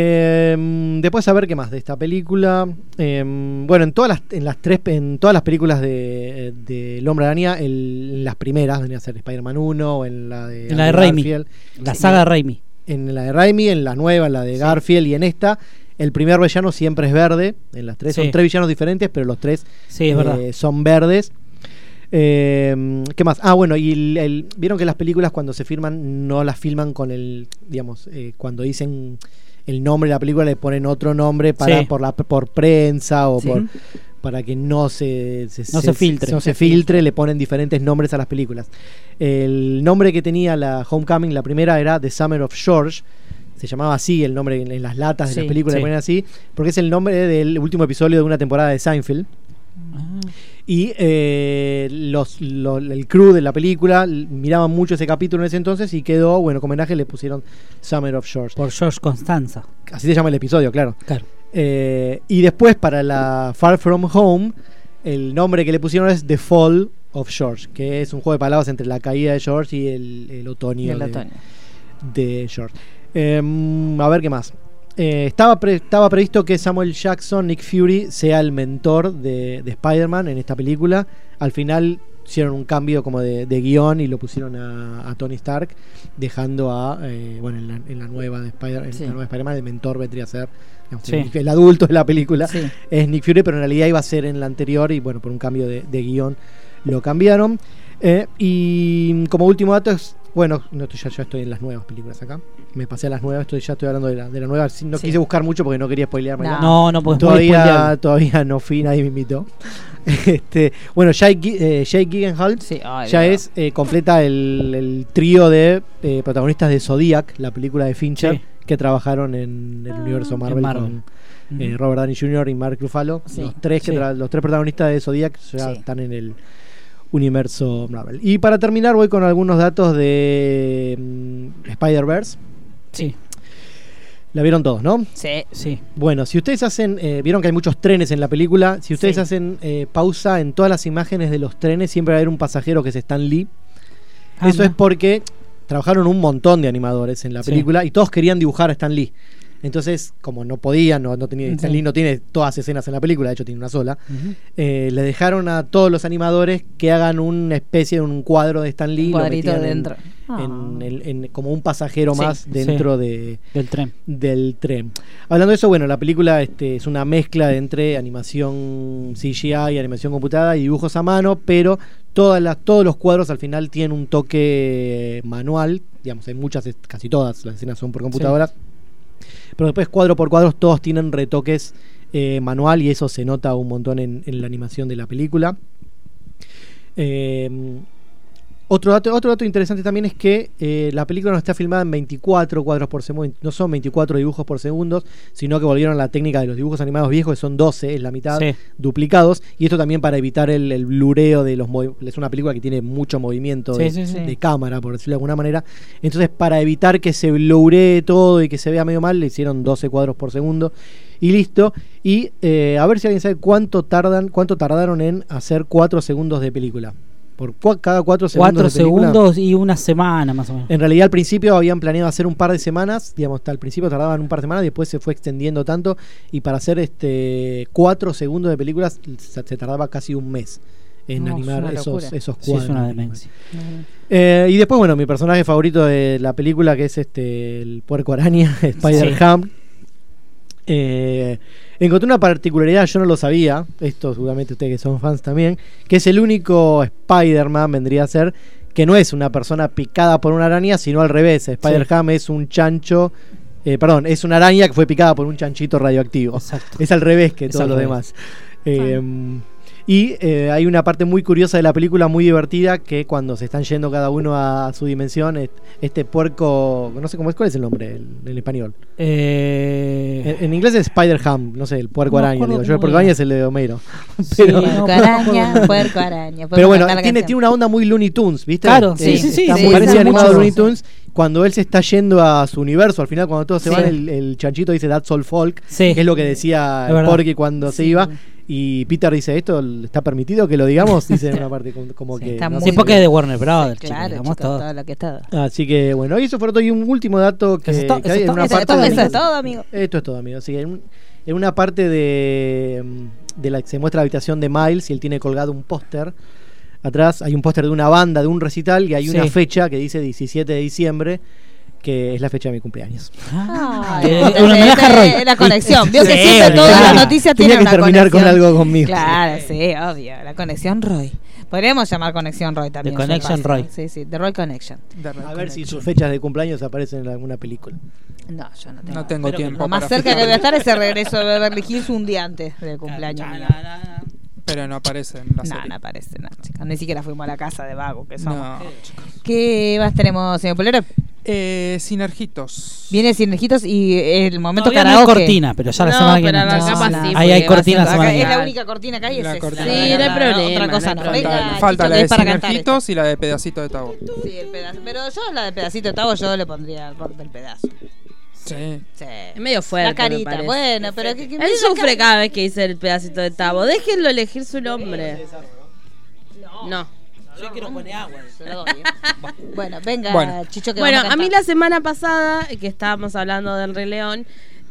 Speaker 11: Eh, después a ver qué más de esta película. Eh, bueno, en todas las, en las tres, en todas las películas de, de El Hombre Araña, el- en las primeras, venía a ser Spider-Man 1, o en la de,
Speaker 8: En la de
Speaker 11: Andrew
Speaker 8: Raimi.
Speaker 11: Garfield.
Speaker 8: La
Speaker 11: Sí.
Speaker 8: saga de Raimi.
Speaker 11: En la de Raimi, en la nueva, en la de Garfield y en esta, el primer villano siempre es verde. En las tres
Speaker 8: Sí.
Speaker 11: son tres villanos diferentes, pero los tres
Speaker 8: Sí, es verdad.
Speaker 11: son verdes. Eh, ¿Qué más? Ah, bueno, y el- el- vieron que las películas cuando se firman no las filman con el, digamos, eh, cuando dicen el nombre de la película le ponen otro nombre para
Speaker 8: Sí.
Speaker 11: por la por prensa o
Speaker 8: Sí.
Speaker 11: por para que no se,
Speaker 8: No se filtre.
Speaker 11: no se filtre, le ponen diferentes nombres a las películas. El nombre que tenía la Homecoming, la primera era The Summer of George. Se llamaba así el nombre en, en las latas de
Speaker 8: Sí,
Speaker 11: las películas, le
Speaker 8: sí.
Speaker 11: ponen así, porque es el nombre del último episodio de una temporada de Seinfeld. Y eh, los, lo- el crew de la película l- miraban mucho ese capítulo en ese entonces y quedó, bueno, como homenaje le pusieron Summer of George.
Speaker 8: Por George Constanza.
Speaker 11: Así se llama el episodio, claro.
Speaker 8: Claro.
Speaker 11: Eh, y después para la Far From Home, el nombre que le pusieron es The Fall of George, que es un juego de palabras entre la caída de George y el, el otoño,
Speaker 3: El
Speaker 11: de-
Speaker 3: otoño.
Speaker 11: De, George. Em, a ver qué más. Eh, estaba, pre- estaba previsto que Samuel Jackson, Nick Fury, sea el mentor de, de Spider-Man en esta película. Al final hicieron un cambio como de, de guión y lo pusieron a, a Tony Stark, dejando a, eh, bueno, en la, en la nueva de Spider- en
Speaker 8: Sí.
Speaker 11: la nueva Spider-Man, el mentor vendría a ser digamos,
Speaker 8: Sí.
Speaker 11: el- el adulto de la película
Speaker 8: Sí.
Speaker 11: es Nick Fury, pero en realidad iba a ser en la anterior y bueno, por un cambio de, de guión lo cambiaron. Eh, y como último dato es, bueno, no, esto ya, ya estoy en las nuevas películas acá. Me pasé a las nuevas, estoy, ya estoy hablando de la, de la nueva. Sí, No
Speaker 8: Sí.
Speaker 11: quise buscar mucho porque no quería spoilearme.
Speaker 8: No. No, no, porque es muy
Speaker 11: Ah. todavía,
Speaker 8: spoileable.
Speaker 11: todavía no fui, nadie me invitó. [LAUGHS] este, bueno, Jake, Gi- eh, Jake Gyllenhaal
Speaker 8: ay,
Speaker 11: ya
Speaker 8: de
Speaker 11: es, eh, completa el, el trío de eh, protagonistas de Zodiac, la película de Fincher,
Speaker 8: Sí. Ah,
Speaker 11: que trabajaron en el universo Marvel,
Speaker 8: Marvel.
Speaker 11: con,
Speaker 8: Ujú.
Speaker 11: eh, Robert Downey Jr. y Mark Ruffalo.
Speaker 8: Sí.
Speaker 11: Los, tres que
Speaker 8: Sí.
Speaker 11: tra- los tres protagonistas de Zodiac ya
Speaker 8: Sí.
Speaker 11: están en el universo Marvel. Y para terminar voy con algunos datos de mm, Spider-Verse.
Speaker 8: Sí.
Speaker 11: La vieron todos, ¿no?
Speaker 3: Sí.
Speaker 8: Sí.
Speaker 11: Bueno, si ustedes hacen, eh, vieron que hay muchos trenes en la película, si ustedes
Speaker 8: Sí.
Speaker 11: hacen eh, pausa en todas las imágenes de los trenes, siempre va a haber un pasajero que es Stan Lee.
Speaker 8: Ah,
Speaker 11: Eso es
Speaker 8: mira.
Speaker 11: porque trabajaron un montón de animadores en la
Speaker 8: Sí.
Speaker 11: película y todos querían dibujar a Stan Lee. Entonces, como no podían, no, no tenía, Stan
Speaker 8: Sí.
Speaker 11: Lee no tiene todas escenas en la película, de hecho tiene una sola, eh, le dejaron a todos los animadores que hagan una especie de un cuadro de Stan Lee. y lo
Speaker 3: cuadrito
Speaker 11: metían en-
Speaker 3: dentro. Ah.
Speaker 11: en el- en- como un pasajero
Speaker 8: Ah. Sí,
Speaker 11: más
Speaker 8: sí.
Speaker 11: dentro de,
Speaker 8: Del tren.
Speaker 11: del tren. Hablando de eso, bueno, la película este, es una mezcla entre animación CGI y animación computada y dibujos a mano, pero todas las, todos los cuadros al final tienen un toque manual, digamos, hay muchas, es- casi todas las escenas son por computadoras, pero después cuadro por cuadro todos tienen retoques eh, manual y eso se nota un montón en, en la animación de la película. Eh, otro dato, otro dato interesante también es que eh, la película no está filmada en 24 cuadros por segundo, no son 24 dibujos por segundo, sino que volvieron a la técnica de los dibujos animados viejos, que son 12, es la mitad,
Speaker 8: Sí.
Speaker 11: duplicados, y esto también para evitar el, el blureo de los movi- Es una película que tiene mucho movimiento
Speaker 8: Sí,
Speaker 11: de,
Speaker 8: sí, sí.
Speaker 11: de cámara, por decirlo de alguna manera. Entonces, para evitar que se bluree todo y que se vea medio mal, le hicieron 12 cuadros por segundo y listo. Y eh, a ver si alguien sabe cuánto tardan, cuánto tardaron en hacer 4 segundos de película. Por cua- cada 4 segundos.
Speaker 8: Cuatro
Speaker 11: de película. Eh,
Speaker 8: segundos y una semana más o menos.
Speaker 11: En realidad al principio habían planeado hacer un par de semanas, digamos, hasta al principio tardaban un par de semanas, después se fue extendiendo tanto y para hacer este cuatro segundos de películas se, se tardaba casi un mes en
Speaker 8: No, es
Speaker 11: animar
Speaker 8: una
Speaker 11: esos,
Speaker 8: locura.
Speaker 11: esos
Speaker 8: Sí,
Speaker 11: cuadros.
Speaker 8: es una demencia.
Speaker 11: Eh, y después, bueno, mi personaje favorito de la película, que es este el puerco araña, [LAUGHS] Spider-Ham. Eh, encontré una particularidad, yo no lo sabía, esto seguramente ustedes que son fans también, que es el único Spider-Man, vendría a ser, que no es una persona picada por una araña, sino al revés. Spider-Ham es un chancho. eh, perdón, es una araña que fue picada por un chanchito radioactivo. [LAUGHS] Es al revés que
Speaker 23: Es
Speaker 11: todos
Speaker 23: al
Speaker 11: los
Speaker 23: revés.
Speaker 11: demás.
Speaker 3: Ah.
Speaker 11: Eh, y eh, hay una parte muy curiosa de la película, muy divertida, que cuando se están yendo cada uno a su dimensión, est- este puerco, no sé cómo es, ¿cuál es el nombre en- en español?
Speaker 8: Eh,
Speaker 11: En, en inglés es Spider-Ham, no sé, el puerco
Speaker 3: Eh. No me
Speaker 11: araña.
Speaker 3: acuerdo
Speaker 11: Digo. Yo el
Speaker 3: cómo
Speaker 11: puerco
Speaker 3: era.
Speaker 11: araña es el de Homero.
Speaker 3: Sí,
Speaker 11: [LAUGHS]
Speaker 3: puerco araña, puerco araña.
Speaker 11: Pero bueno,
Speaker 3: Podemos cantar la
Speaker 11: tiene,
Speaker 3: canción.
Speaker 11: tiene una onda muy Looney Tunes, ¿viste?
Speaker 3: Claro, sí,
Speaker 11: Eh,
Speaker 3: sí, sí,
Speaker 11: Está
Speaker 3: sí,
Speaker 11: muy
Speaker 3: parece
Speaker 11: muy animado
Speaker 3: mucho.
Speaker 11: Looney Tunes. Cuando él se está yendo a su universo, al final, cuando todos se
Speaker 23: Sí.
Speaker 11: van, el, el chanchito dice That's all folk, que es lo que decía
Speaker 23: Es verdad.
Speaker 11: Porky cuando se iba. Y Peter dice: ¿Esto está permitido que lo digamos?
Speaker 3: [LAUGHS]
Speaker 11: Dice en una parte como, como que.
Speaker 3: está
Speaker 11: no
Speaker 3: muy
Speaker 11: sé.
Speaker 3: Sí, porque es de
Speaker 8: Warner
Speaker 3: Claro,
Speaker 8: Brothers, chicos,
Speaker 3: chicos,
Speaker 8: digamos todo.
Speaker 3: todo lo que es todo.
Speaker 11: Así que bueno, y eso fue todo. Y un último dato que,
Speaker 3: Eso es todo,
Speaker 11: que
Speaker 3: eso es
Speaker 11: hay en
Speaker 3: todo,
Speaker 11: una
Speaker 3: eso es
Speaker 11: parte.
Speaker 3: todo,
Speaker 11: de-
Speaker 3: eso es todo, amigo.
Speaker 11: Esto es todo, amigo. Así que en, un- en una parte de, mm, de la que se muestra la habitación de Miles y él tiene colgado un póster. Atrás hay un póster de una banda, de un recital, y hay una
Speaker 23: Sí.
Speaker 11: fecha que dice 17 de diciembre, que es la fecha de mi cumpleaños.
Speaker 8: Ah.
Speaker 11: Ah,
Speaker 3: Eh,
Speaker 23: un homenaje a Roy.
Speaker 3: eh, La conexión. Vio que
Speaker 11: Sí,
Speaker 3: siempre
Speaker 11: tenía
Speaker 3: todas
Speaker 11: que-
Speaker 3: las noticias
Speaker 11: tenía
Speaker 3: tienen
Speaker 11: que
Speaker 3: una
Speaker 11: terminar con
Speaker 3: conexión.
Speaker 11: algo conmigo.
Speaker 3: Claro, sí, obvio. La conexión Roy. Podríamos llamar conexión Roy también.
Speaker 11: The
Speaker 3: es un
Speaker 11: Connection
Speaker 3: paso.
Speaker 11: Roy.
Speaker 3: Sí, sí, The Roy Connection.
Speaker 11: A ver si sus fechas de cumpleaños aparecen en alguna película.
Speaker 3: No, yo no tengo.
Speaker 7: No tengo tiempo.
Speaker 3: Lo más
Speaker 7: para
Speaker 3: cerca que voy a
Speaker 7: fijarme.
Speaker 3: estar es el regreso de Beverly Hills un día antes del cumpleaños. mío.
Speaker 7: Pero no aparece en la
Speaker 3: No,
Speaker 7: serie.
Speaker 3: no aparece, no, chica. Ni siquiera fuimos a la casa de Vago, que somos.
Speaker 7: No,
Speaker 3: ¿Qué más tenemos, señor Polero?
Speaker 7: Eh, sinergitos.
Speaker 3: Viene Sinergitos y el momento
Speaker 8: Todavía no hay
Speaker 3: karaoke.
Speaker 8: cortina, pero ya la No, semana que pero viene. la capa sí, porque
Speaker 3: Ahí hay
Speaker 8: va a
Speaker 3: cortina
Speaker 8: ser-
Speaker 3: la semana que
Speaker 8: acá es
Speaker 3: viene.
Speaker 8: la
Speaker 3: Es la única cortina que hay es esa.
Speaker 5: Sí, no hay problema,
Speaker 3: Otra cosa
Speaker 5: no
Speaker 3: no.
Speaker 5: hay
Speaker 3: Venga,
Speaker 5: problema.
Speaker 3: Chicho,
Speaker 7: Falta
Speaker 3: que
Speaker 7: la
Speaker 3: es
Speaker 7: de
Speaker 3: para cantar.
Speaker 7: sinergitos y la de pedacito de tabo.
Speaker 3: Sí, el pedazo. Pero yo la de pedacito de tabo yo le pondría rock del pedazo.
Speaker 7: Sí.
Speaker 3: Sí.
Speaker 5: Es medio fuerte.
Speaker 3: La carita, bueno, pero que- que-
Speaker 5: Él sufre cada vez que dice el pedacito de tabo. Déjenlo elegir su nombre. No.
Speaker 8: Yo quiero poner agua.
Speaker 3: ¿eh?
Speaker 5: [LAUGHS]
Speaker 3: Bueno, venga,
Speaker 5: Bueno.
Speaker 3: Chicho, que
Speaker 5: Bueno,
Speaker 3: vamos
Speaker 5: a
Speaker 3: cantar.
Speaker 5: mí la semana pasada, que estábamos hablando del Rey León,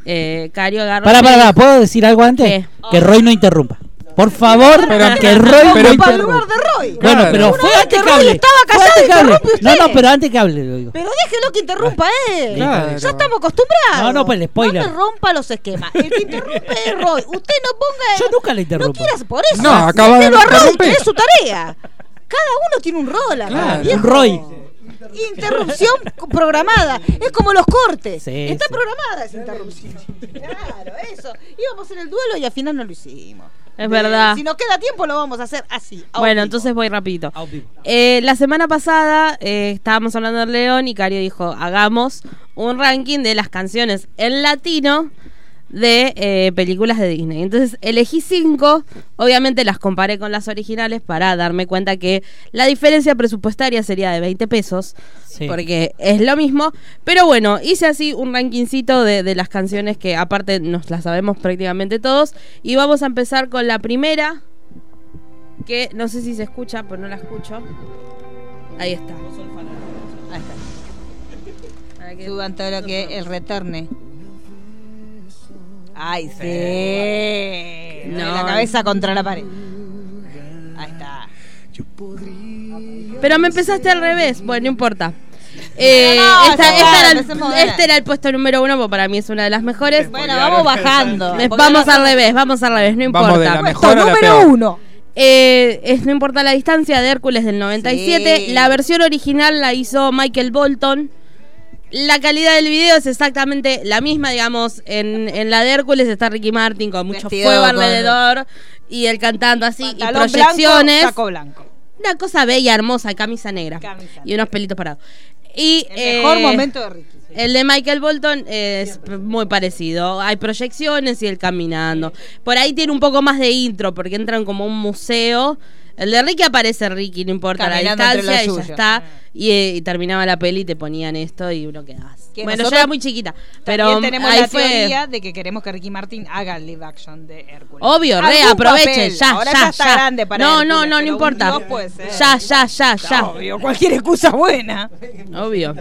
Speaker 5: eh, Cario agarró.
Speaker 8: Pará, pará, pará, ¿puedo decir algo antes?
Speaker 5: ¿Qué?
Speaker 8: Que Roy no interrumpa. Por favor, que Roy no
Speaker 3: Ocupa el
Speaker 8: interrumpa.
Speaker 3: lugar de Roy.
Speaker 8: Bueno, pero
Speaker 3: Una
Speaker 8: fue
Speaker 3: vez
Speaker 8: antes
Speaker 3: que
Speaker 8: que
Speaker 3: Roy
Speaker 8: hable.
Speaker 3: estaba
Speaker 8: Fue
Speaker 3: callado,
Speaker 8: antes que hable.
Speaker 3: interrumpe
Speaker 8: No, no,
Speaker 3: usted.
Speaker 8: pero antes que hable, lo digo.
Speaker 3: Pero déjelo que interrumpa él.
Speaker 8: Claro.
Speaker 3: Ya estamos acostumbrados.
Speaker 8: No, no, pues el spoiler.
Speaker 3: No te rompa los esquemas. El que interrumpe es Roy. Usted no ponga. Yo nunca
Speaker 8: le interrumpo.
Speaker 3: No quieras por eso.
Speaker 8: No, acaba de
Speaker 3: Déjelo a Roy,
Speaker 8: interrumpir.
Speaker 3: que es su tarea. Cada uno tiene un rol acá.
Speaker 8: Claro,
Speaker 3: viejo.
Speaker 8: Roy.
Speaker 3: Interrupción programada. Es como los cortes.
Speaker 8: Sí,
Speaker 3: Está
Speaker 8: sí.
Speaker 3: programada esa interrupción. Claro, eso. Íbamos en el duelo y al final no lo hicimos.
Speaker 5: Es verdad.
Speaker 3: Si nos queda tiempo lo vamos a hacer así. a
Speaker 5: Bueno,
Speaker 3: vivo.
Speaker 5: entonces voy rapidito. Eh, la semana pasada eh, estábamos hablando del León y Cario dijo, hagamos un ranking de las canciones en latino de eh, películas de Disney. Entonces elegí cinco, obviamente las comparé con las originales para darme cuenta que la diferencia presupuestaria sería de 20 pesos, porque es lo mismo. Pero bueno, hice así un rankingcito de, de las canciones que aparte nos las sabemos prácticamente todos. Y vamos a empezar con la primera, que no sé si se escucha, pero no la escucho. Ahí está. Ahí está.
Speaker 3: Suban todo lo que el retorne. Ay, sí.
Speaker 5: No.
Speaker 3: La cabeza contra la pared. Ahí está.
Speaker 5: Pero me empezaste al revés, bueno, no importa. Eh,
Speaker 3: No, no,
Speaker 5: esta-
Speaker 3: ya
Speaker 5: esta
Speaker 3: está,
Speaker 5: era el-
Speaker 3: empecemos de
Speaker 5: este era el puesto número uno, porque para mí es una de las mejores. Bueno,
Speaker 3: vamos bajando.
Speaker 5: Les-
Speaker 3: Porque
Speaker 5: vamos
Speaker 3: no-
Speaker 5: al revés, vamos al revés, no importa.
Speaker 7: Vamos de la mejor Puesto a la número peor.
Speaker 3: uno.
Speaker 5: Eh, es, no importa la distancia de Hércules del 97.
Speaker 3: Sí.
Speaker 5: La versión original la hizo Michael Bolton. La calidad del video es exactamente la misma, digamos. En, en la de Hércules está Ricky Martin con mucho
Speaker 3: Vestido
Speaker 5: fuego
Speaker 3: con-
Speaker 5: alrededor y él cantando así y
Speaker 3: Talón
Speaker 5: proyecciones.
Speaker 3: blanco, saco blanco.
Speaker 5: Una cosa bella, hermosa, camisa negra. y unos pelitos parados. Y,
Speaker 3: El
Speaker 5: eh,
Speaker 3: mejor momento de
Speaker 5: Ricky. El de Michael Bolton es p- muy parecido. Hay proyecciones y él caminando. Por ahí tiene un poco más de intro porque entran como a un museo. El de Ricky aparece Ricky, no importa
Speaker 3: Caminando
Speaker 5: la
Speaker 3: entre Ah.
Speaker 5: distancia, y
Speaker 3: los
Speaker 5: ya
Speaker 3: suyos.
Speaker 5: está. Y, eh, y terminaba la peli y te ponían esto y uno quedabas.
Speaker 3: Que
Speaker 5: bueno, yo
Speaker 3: nosotros
Speaker 5: era muy chiquita, pero
Speaker 3: También tenemos
Speaker 5: ahí
Speaker 3: la
Speaker 5: fue.
Speaker 3: teoría de que queremos que Ricky Martin haga el live action de Hércules.
Speaker 5: Obvio, re,
Speaker 3: Algún
Speaker 5: aprovechen,
Speaker 3: papel.
Speaker 5: ya,
Speaker 3: Ahora
Speaker 5: ya,
Speaker 3: está
Speaker 5: ya.
Speaker 3: grande para
Speaker 5: no,
Speaker 3: Hércules,
Speaker 5: no, no, no
Speaker 3: pero un
Speaker 5: importa.
Speaker 3: dios puede ser.
Speaker 5: Ya, ya, ya, ya.
Speaker 3: Obvio, cualquier excusa buena.
Speaker 5: Obvio.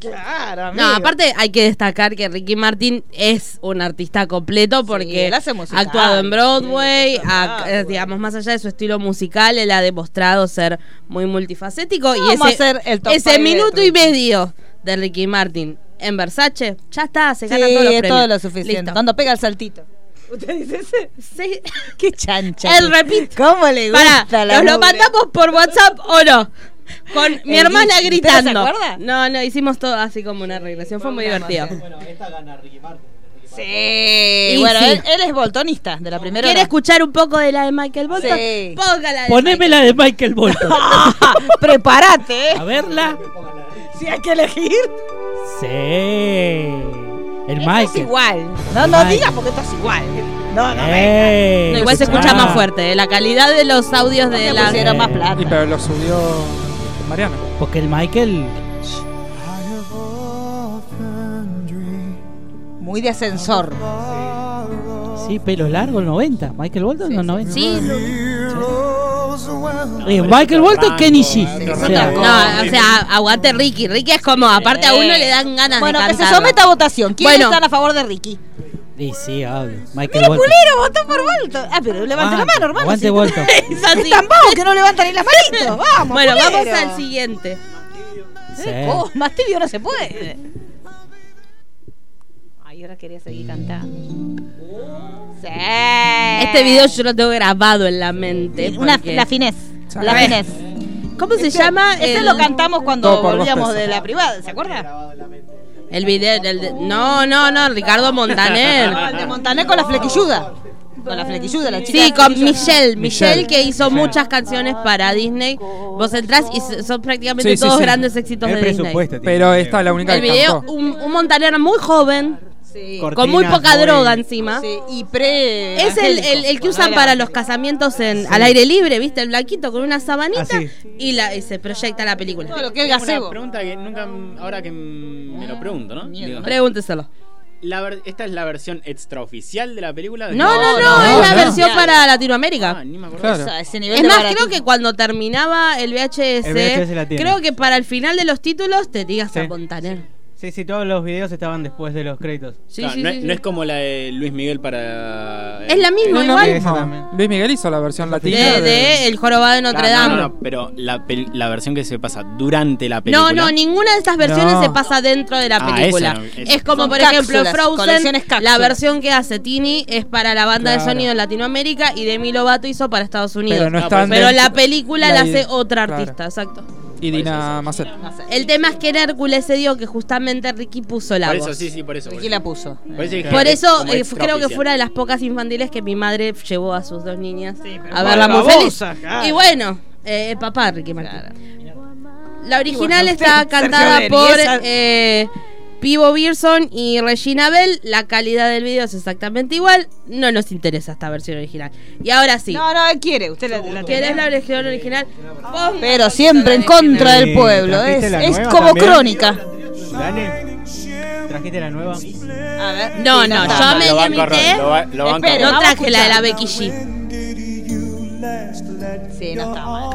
Speaker 3: Claro, amigo.
Speaker 5: No, aparte hay que destacar que Ricky Martin es un artista completo porque
Speaker 3: él hace
Speaker 5: ha
Speaker 3: musical.
Speaker 5: actuado en Broadway,
Speaker 3: Sí,
Speaker 5: ha-
Speaker 3: claro,
Speaker 5: eh, digamos, más allá de su estilo musical, él ha demostrado ser muy multifacético y ese,
Speaker 3: Vamos a hacer el top
Speaker 5: ese
Speaker 3: five de
Speaker 5: minuto y medio de Ricky Martin en Versace, ya está, se
Speaker 3: Sí,
Speaker 5: gana todos los
Speaker 3: es
Speaker 5: premios.
Speaker 3: todo lo suficiente.
Speaker 5: Listo.
Speaker 3: Cuando pega el saltito. ¿Usted dice ese?
Speaker 5: Sí.
Speaker 3: [LAUGHS] Qué chancha.
Speaker 5: El repito.
Speaker 3: ¿Cómo le gusta
Speaker 5: Pará,
Speaker 3: la
Speaker 5: ¿nos lo
Speaker 3: mugre?
Speaker 5: mandamos por WhatsApp o no? Con mi
Speaker 3: Eh,
Speaker 5: hermana
Speaker 3: ¿y-
Speaker 5: gritando.
Speaker 3: ¿Pero se acuerda?
Speaker 5: No, no, hicimos todo así como una regresión. Fue muy divertido.
Speaker 3: Sí,
Speaker 5: Y
Speaker 3: bueno,
Speaker 5: sí.
Speaker 3: Él, él es boltonista de la primera.
Speaker 5: ¿Quiere
Speaker 3: hora.
Speaker 5: escuchar un poco de la de Michael Bolton? Póngala de
Speaker 4: Poneme la de Michael Bolton.
Speaker 3: Prepárate. eh. [LAUGHS]
Speaker 4: A verla.
Speaker 3: Si hay que elegir.
Speaker 4: Sí. El
Speaker 3: Esto
Speaker 4: Michael.
Speaker 3: es igual. No, no
Speaker 4: Michael.
Speaker 3: digas porque esto es igual. No, no.
Speaker 4: Eh,
Speaker 5: No, igual se escucha
Speaker 4: escuchá.
Speaker 5: más fuerte. eh. La calidad de los audios de la.
Speaker 3: pusieron más plata.
Speaker 7: Y pero lo subió Mariana.
Speaker 4: Porque el Michael.
Speaker 3: Muy de ascensor.
Speaker 4: Sí, pelo largo, el 90. Michael Bolton, los 90.
Speaker 3: Sí,
Speaker 4: Eh, Michael Bolton, Kenny G. O sea,
Speaker 5: No, o sea, aguante Ricky. Ricky es como, aparte a uno le dan ganas
Speaker 3: Bueno,
Speaker 5: de
Speaker 3: que se
Speaker 5: cantar.
Speaker 3: someta a votación. ¿Quiénes
Speaker 5: Bueno.
Speaker 3: están a favor de Ricky?
Speaker 4: Sí, sí, obvio. Michael
Speaker 3: Mira,
Speaker 4: Bolton.
Speaker 3: culero, votó por Bolton. Ah, pero levante la
Speaker 4: Aguante,
Speaker 3: mano, hermano.
Speaker 4: aguante,
Speaker 3: si-
Speaker 4: Bolton.
Speaker 5: Es así.
Speaker 3: [LAUGHS] Es tan bajo que no levanta [LAUGHS] ni la manito. Vamos,
Speaker 5: Bueno,
Speaker 3: culero.
Speaker 5: vamos al siguiente.
Speaker 3: Eh, [LAUGHS] oh, más tibio no se puede. Ay, ahora quería seguir cantando. Sí.
Speaker 5: Este video yo lo tengo grabado en la mente.
Speaker 3: Una-
Speaker 5: porque-
Speaker 3: la finés. La
Speaker 5: A ver.
Speaker 3: finés.
Speaker 5: ¿Cómo se
Speaker 3: Este-
Speaker 5: llama?
Speaker 3: Este
Speaker 5: el-
Speaker 3: lo cantamos cuando
Speaker 5: Todo por dos
Speaker 3: volvíamos
Speaker 5: pesos.
Speaker 3: de la privada, ¿se acuerda? Ah,
Speaker 5: El video del de- No, no, no, Ricardo [LAUGHS] Montaner.
Speaker 3: No, el de Montaner con la flequilluda. Con la flequilluda, la chica.
Speaker 5: Sí,
Speaker 3: de
Speaker 5: con
Speaker 3: flequilluda.
Speaker 5: Michelle. Michelle que hizo muchas canciones para Disney. Vos entrás y so- son prácticamente
Speaker 7: Sí, sí,
Speaker 5: todos
Speaker 7: sí.
Speaker 5: grandes éxitos de Disney.
Speaker 7: Pero esta es la única
Speaker 5: El
Speaker 7: que
Speaker 5: video,
Speaker 7: cantó.
Speaker 5: un, un Montaner muy joven, con
Speaker 7: Cortinas
Speaker 5: muy poca
Speaker 7: muy-
Speaker 5: droga encima.
Speaker 3: y pre.
Speaker 5: Es el, el- el que usan para los casamientos en, al aire libre, ¿viste? El blanquito con una sabanita
Speaker 14: Así.
Speaker 5: y, la, y se proyecta la película.
Speaker 14: Tengo Una pregunta que nunca. Ahora que mm,
Speaker 5: Ah,
Speaker 14: me lo pregunto, ¿no? Digo,
Speaker 5: Pregúnteselo.
Speaker 14: la ver- ¿Esta es la versión extraoficial de la película? Ah,
Speaker 5: No, no, no, es la versión para Latinoamérica.
Speaker 14: Claro.
Speaker 5: Es más, creo que cuando terminaba el VHS,
Speaker 11: El VHS la tiene.
Speaker 5: creo que para el final de los títulos te digas a
Speaker 11: Sí.
Speaker 5: Montaner.
Speaker 11: Sí, sí, todos los videos estaban después de los créditos.
Speaker 5: Sí,
Speaker 14: Claro,
Speaker 5: sí,
Speaker 14: no,
Speaker 5: sí,
Speaker 14: es,
Speaker 5: sí.
Speaker 14: no es como la de Luis Miguel para.
Speaker 5: Es la misma,
Speaker 14: Eh,
Speaker 5: igual.
Speaker 7: Mismo. Luis Miguel hizo la versión latina.
Speaker 5: De, de El Jorobado de Notre
Speaker 14: Claro,
Speaker 5: Dame.
Speaker 14: no, no, pero la, pel- la versión que se pasa durante la
Speaker 5: No,
Speaker 14: película.
Speaker 5: no, ninguna de estas versiones
Speaker 14: No.
Speaker 5: se pasa dentro de la
Speaker 14: Ah,
Speaker 5: película.
Speaker 14: esa no, esa.
Speaker 5: Es como,
Speaker 3: Son
Speaker 5: por ejemplo,
Speaker 3: cápsulas, colecciones
Speaker 5: Frozen,
Speaker 3: cápsulas.
Speaker 5: la versión que hace Tini es para la banda
Speaker 7: Claro.
Speaker 5: de sonido en Latinoamérica y Demi Lovato hizo para Estados Unidos.
Speaker 7: Pero no están
Speaker 5: Ah, pues. Pero
Speaker 7: dentro-
Speaker 5: la película la,
Speaker 7: la
Speaker 5: hace
Speaker 7: ide-
Speaker 5: otra
Speaker 7: claro.
Speaker 5: artista, exacto.
Speaker 7: Y Dina Macet.
Speaker 5: El tema es que en Hércules se dio que justamente Ricky puso la
Speaker 14: Por
Speaker 5: voz.
Speaker 14: eso, sí, sí, por eso. por
Speaker 3: Ricky
Speaker 14: eso.
Speaker 3: la puso.
Speaker 14: Por eso, dije
Speaker 5: Por
Speaker 14: que
Speaker 5: eso
Speaker 14: como
Speaker 5: eh,
Speaker 14: extra
Speaker 5: creo que
Speaker 14: oficial.
Speaker 5: fue una de las pocas infantiles que mi madre llevó a sus dos niñas a
Speaker 14: por
Speaker 5: verla muy
Speaker 14: babosa,
Speaker 5: feliz.
Speaker 14: claro.
Speaker 5: Y bueno, eh, papá Ricky Martin. La
Speaker 3: Y
Speaker 5: original
Speaker 3: bueno,
Speaker 5: está
Speaker 3: Sergio
Speaker 5: cantada
Speaker 3: Denis,
Speaker 5: por
Speaker 3: esa-
Speaker 5: eh, Pivo Birson y Regina Bell. La calidad del video es exactamente igual. No nos interesa esta versión original. Y ahora sí.
Speaker 3: No, no, él quiere. Usted la, la
Speaker 5: ¿Querés la versión original? Ponga
Speaker 3: Pero siempre en contra del pueblo. Es,
Speaker 11: ¿Trajiste la
Speaker 3: es
Speaker 11: nueva
Speaker 3: como
Speaker 11: también?
Speaker 3: crónica.
Speaker 11: Dale. ¿Trajiste la nueva?
Speaker 3: A ver.
Speaker 5: No,
Speaker 3: sí,
Speaker 5: no,
Speaker 3: está.
Speaker 5: yo me
Speaker 11: Lo banco,
Speaker 5: limité.
Speaker 11: Ron, lo ba- lo banco,
Speaker 5: Espera,
Speaker 11: Ron.
Speaker 5: no
Speaker 11: Vamos a
Speaker 5: traje la de la
Speaker 11: escuchar.
Speaker 5: Becky G.
Speaker 3: Sí, no está mal.